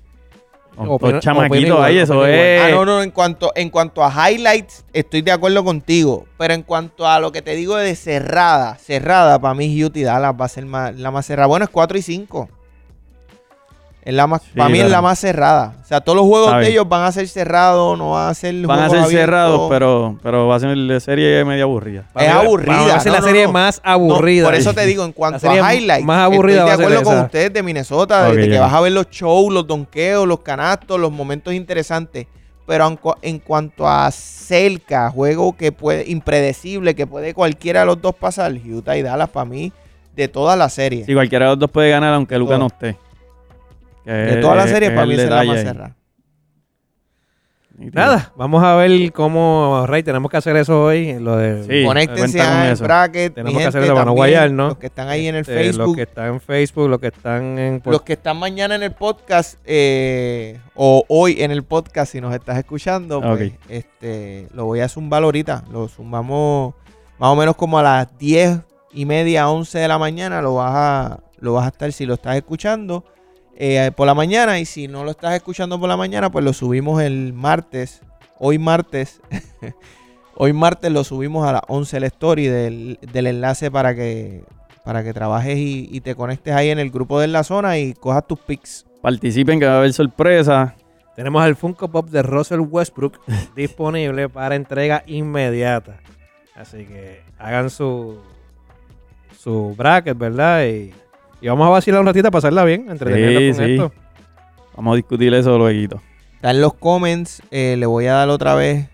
Speaker 2: Opino-
Speaker 3: Los chamaquitos
Speaker 2: opino
Speaker 3: ahí,
Speaker 2: igual,
Speaker 3: eso
Speaker 2: opino igual.
Speaker 3: es.
Speaker 1: Ah, no, no, en cuanto, en cuanto a highlights, estoy de acuerdo contigo. Pero en cuanto a lo que te digo de cerrada, cerrada, para mí Utah Dallas va a ser más- la más cerrada. Bueno, es 4 y 5. Es la más,
Speaker 3: Sí,
Speaker 1: para mí es
Speaker 3: claro.
Speaker 1: la más cerrada. O sea, todos los juegos
Speaker 3: Está
Speaker 1: de
Speaker 3: bien.
Speaker 1: ellos van a ser cerrados, no van a ser
Speaker 3: Van a
Speaker 1: juegos
Speaker 3: ser
Speaker 1: abiertos.
Speaker 3: cerrados, pero, pero va a ser la serie media aburrida.
Speaker 1: Es
Speaker 2: Para mí-
Speaker 1: aburrida,
Speaker 2: para mí Va a ser
Speaker 1: no,
Speaker 2: la
Speaker 1: no,
Speaker 2: serie
Speaker 1: no.
Speaker 2: más
Speaker 1: No,
Speaker 2: aburrida.
Speaker 1: por eso te digo, en cuanto
Speaker 2: serie
Speaker 1: a highlights,
Speaker 2: más aburrida
Speaker 1: estoy
Speaker 2: va
Speaker 1: de
Speaker 2: a ser
Speaker 1: acuerdo con
Speaker 2: esa.
Speaker 1: ustedes de Minnesota,
Speaker 3: Ok,
Speaker 1: de que
Speaker 3: ya.
Speaker 1: vas a ver los shows, los donkeos, los canastos, los momentos interesantes. Pero en, cua- en cuanto a cerca, juego que puede, impredecible, que puede cualquiera de los dos pasar, Utah y Dallas para mí, de toda la serie.
Speaker 3: Si cualquiera de los dos puede ganar, aunque Luca no esté.
Speaker 1: Oh. de toda
Speaker 2: eh,
Speaker 1: la serie, para mí esa es la más cerrada.
Speaker 2: Nada, vamos a ver cómo, Ray, tenemos que hacer eso hoy, lo de
Speaker 3: Sí,
Speaker 1: Conéctense
Speaker 3: cuenta con
Speaker 1: a
Speaker 3: eso.
Speaker 1: Bracket,
Speaker 2: Tenemos
Speaker 1: mi
Speaker 2: que hacer
Speaker 1: gente,
Speaker 2: eso para no
Speaker 1: también,
Speaker 2: guayar, ¿no?
Speaker 1: Los que están ahí en el
Speaker 2: este, los
Speaker 1: Facebook,
Speaker 2: que están en Facebook, los que están en por-
Speaker 1: los que están mañana en el podcast eh, o hoy en el podcast, si nos estás escuchando, pues,
Speaker 3: Ok.
Speaker 1: este, lo voy a zumbar ahorita. Lo zumbamos más o menos como a las 10 y media, 11 de la mañana. Lo vas a, lo vas a estar si lo estás escuchando eh, por la mañana. Y si no lo estás escuchando por la mañana, pues lo subimos el martes. Hoy martes. hoy martes lo subimos a las 11 el story del, del enlace para que para que trabajes y, y te conectes ahí en el grupo de la zona y cojas tus pics.
Speaker 3: Participen que va a haber sorpresa.
Speaker 2: Tenemos el Funko Pop de Russell Westbrook disponible para entrega inmediata. Así que hagan su su bracket, ¿verdad? Y, y vamos a vacilar un ratito, a pasarla bien, entretenernos
Speaker 3: Sí,
Speaker 2: con
Speaker 3: sí.
Speaker 2: esto.
Speaker 3: Vamos a discutir eso luego.
Speaker 1: Está en los comments. eh, le voy a dar otra vez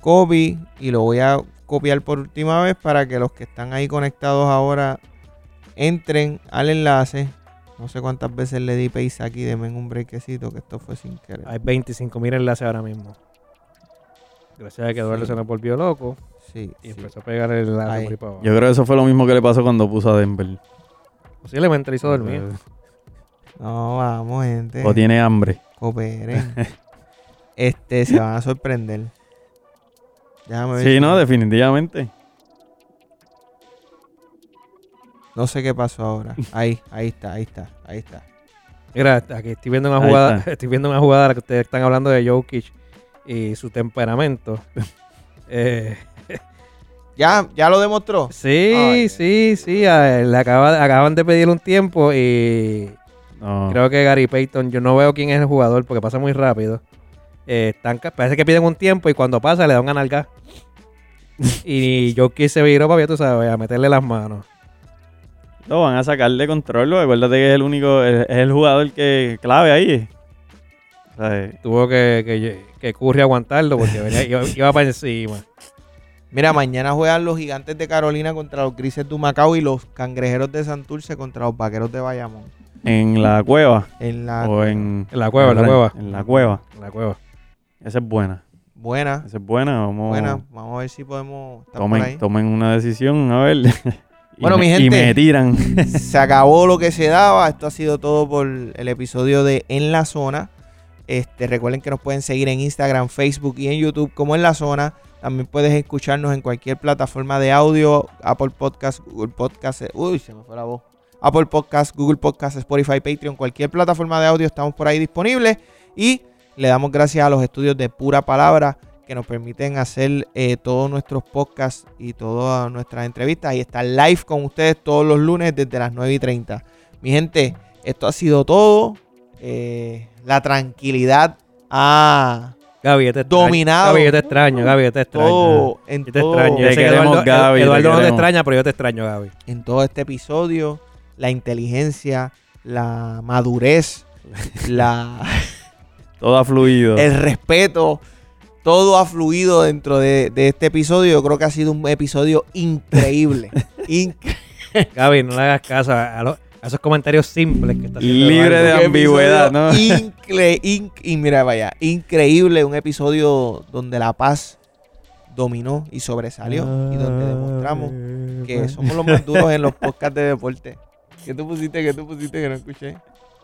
Speaker 1: copy y lo voy a copiar por última vez para que los que están ahí conectados ahora entren al enlace. No sé cuántas veces le di paste aquí. Deme un brequecito que esto fue sin querer.
Speaker 2: Hay 25 mil enlaces ahora mismo. Gracias a que Eduardo
Speaker 1: Sí.
Speaker 2: se nos volvió loco
Speaker 1: Sí,
Speaker 2: y
Speaker 1: sí.
Speaker 2: empezó a pegar el enlace
Speaker 1: Ahí.
Speaker 2: por ahí para abajo.
Speaker 3: Yo creo que eso fue lo mismo que le pasó cuando puso a Denver.
Speaker 2: Posiblemente le hizo dormir.
Speaker 1: No, vamos, gente.
Speaker 3: O tiene hambre.
Speaker 1: Cooperen. este, se van a sorprender. Déjame ver.
Speaker 3: Sí,
Speaker 1: si-
Speaker 3: no, definitivamente.
Speaker 1: No sé qué pasó ahora. Ahí, ahí está, ahí está, ahí está.
Speaker 2: Mira, aquí estoy viendo una
Speaker 3: Ahí
Speaker 2: jugada,
Speaker 3: está.
Speaker 2: estoy viendo una jugada de la que ustedes están hablando de Jokic y su temperamento. Eh,
Speaker 1: Ya, ya lo demostró.
Speaker 2: sí,
Speaker 1: Ay,
Speaker 2: sí, sí, a- le acaba- acaban de pedirle un tiempo y
Speaker 3: No.
Speaker 2: creo que Gary Payton, yo no veo quién es el jugador porque pasa muy rápido. Eh, están ca- parece que piden un tiempo y cuando pasa le dan una nalga. y Jokic se viró para tú sabes, a meterle las manos.
Speaker 3: Lo van a sacar de control. ¿no? Acuérdate que es el único, es es el jugador que clave ahí. O sea, eh,
Speaker 2: Tuvo que, que, que Curry aguantarlo porque venía- iba, iba para encima.
Speaker 1: Mira, mañana juegan los gigantes de Carolina contra los grises de Macao y los cangrejeros de Santurce contra los vaqueros de Bayamón.
Speaker 3: en la cueva.
Speaker 1: En la
Speaker 3: o en,
Speaker 2: En la cueva, en la cueva.
Speaker 3: En la cueva.
Speaker 2: En la cueva.
Speaker 3: Esa es buena.
Speaker 1: buena,
Speaker 3: Esa es buena. Vamos,
Speaker 1: buena. Vamos a ver si podemos estar por ahí.
Speaker 3: Oh. tomen, tomen una decisión, a ver. Y
Speaker 1: Bueno,
Speaker 3: me-
Speaker 1: mi gente.
Speaker 3: Y me tiran.
Speaker 1: se acabó lo que se daba. Esto ha sido todo por el episodio de En la Zona. Este, recuerden que nos pueden seguir en Instagram, Facebook y en YouTube como En la Zona. También puedes escucharnos en cualquier plataforma de audio, Apple Podcast, Google Podcast, eh, uy, se me fue la voz. Apple Podcast, Google Podcast, Spotify, Patreon, cualquier plataforma de audio estamos por ahí disponibles y le damos gracias a los estudios de Pura Palabra que nos permiten hacer eh, todos nuestros podcasts y todas nuestras entrevistas. Ahí está live con ustedes todos los lunes desde las 9 y 30. Mi gente, esto ha sido todo. Eh, la tranquilidad ha
Speaker 2: Gaby, yo te extraño.
Speaker 1: Dominado.
Speaker 2: Gaby, yo te extraño, Gaby, yo te extraño.
Speaker 1: todo en
Speaker 2: Yo te
Speaker 1: todo,
Speaker 2: extraño. Yo
Speaker 3: Oh, Te
Speaker 2: sé que
Speaker 3: queremos,
Speaker 2: Eduardo,
Speaker 3: Gaby, te
Speaker 2: Eduardo no te
Speaker 3: queremos.
Speaker 2: extraña, pero yo te extraño, Gaby.
Speaker 1: en todo este episodio. La inteligencia, la madurez, la...
Speaker 3: Todo ha fluido.
Speaker 1: el respeto, todo ha fluido dentro de, de este episodio. Yo creo que ha sido un episodio increíble. Incre-
Speaker 2: Gaby, no le hagas caso a, a los- a esos comentarios simples que está haciendo.
Speaker 3: Libre de
Speaker 2: Eduardo.
Speaker 1: Qué
Speaker 3: ambigüedad, ¿no?
Speaker 1: episodio incre- in- y mira, vaya, increíble. Un episodio donde la paz dominó y sobresalió. y
Speaker 3: Ah,
Speaker 1: donde demostramos
Speaker 2: Ah,
Speaker 1: que somos los más duros en los podcasts de deporte. ¿Qué tú pusiste? ¿Qué tú pusiste que no escuché?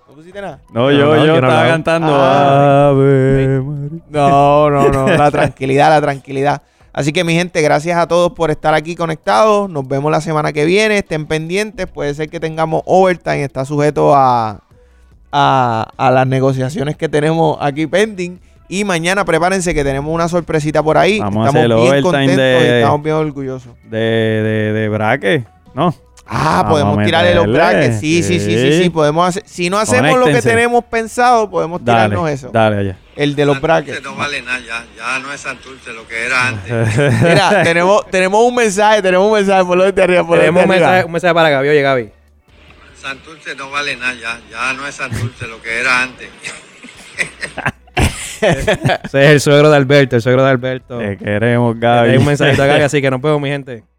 Speaker 1: ¿No pusiste nada?
Speaker 2: No,
Speaker 3: No, yo,
Speaker 2: no, yo
Speaker 3: yo
Speaker 2: no
Speaker 3: estaba
Speaker 2: la hago.
Speaker 3: cantando.
Speaker 1: Ah.
Speaker 3: Ave María.
Speaker 1: No, no, no. La tranquilidad, la tranquilidad. Así que mi gente, gracias a todos por estar aquí conectados. Nos vemos la semana que viene. Estén pendientes. Puede ser que tengamos overtime. Está sujeto a, a, a las negociaciones que tenemos aquí pending. Y mañana prepárense que tenemos una sorpresita por ahí.
Speaker 3: Vamos
Speaker 1: estamos
Speaker 3: a hacer el
Speaker 1: bien
Speaker 3: overtime
Speaker 1: contentos y
Speaker 3: de-
Speaker 1: estamos bien orgullosos.
Speaker 3: De, de, de braque, ¿no.
Speaker 1: Ah,
Speaker 3: Vamos
Speaker 1: podemos
Speaker 3: a
Speaker 1: tirarle los
Speaker 3: meterle.
Speaker 1: brackets. Sí, sí, sí, sí,
Speaker 3: Sí.
Speaker 1: sí, podemos hacer. Si no hacemos lo que
Speaker 3: Conéctense.
Speaker 1: tenemos pensado, podemos
Speaker 3: Dale,
Speaker 1: tirarnos eso.
Speaker 3: dale allá.
Speaker 1: El de los brackets.
Speaker 4: Santurce no vale nada ya, ya no es Santurce lo que era antes.
Speaker 1: Mira, tenemos, tenemos un mensaje, tenemos un mensaje por lo de arriba, por
Speaker 2: Tenemos un
Speaker 1: de arriba.
Speaker 2: mensaje, un mensaje para Gaby. Oye, Gaby.
Speaker 4: Santurce no vale nada ya, ya no es Santurce lo que era antes.
Speaker 2: Ese es el suegro Eh, de Alberto, el suegro de Alberto.
Speaker 3: Te queremos, Gaby.
Speaker 2: Hay un mensajito a Gaby, así que nos vemos, mi gente.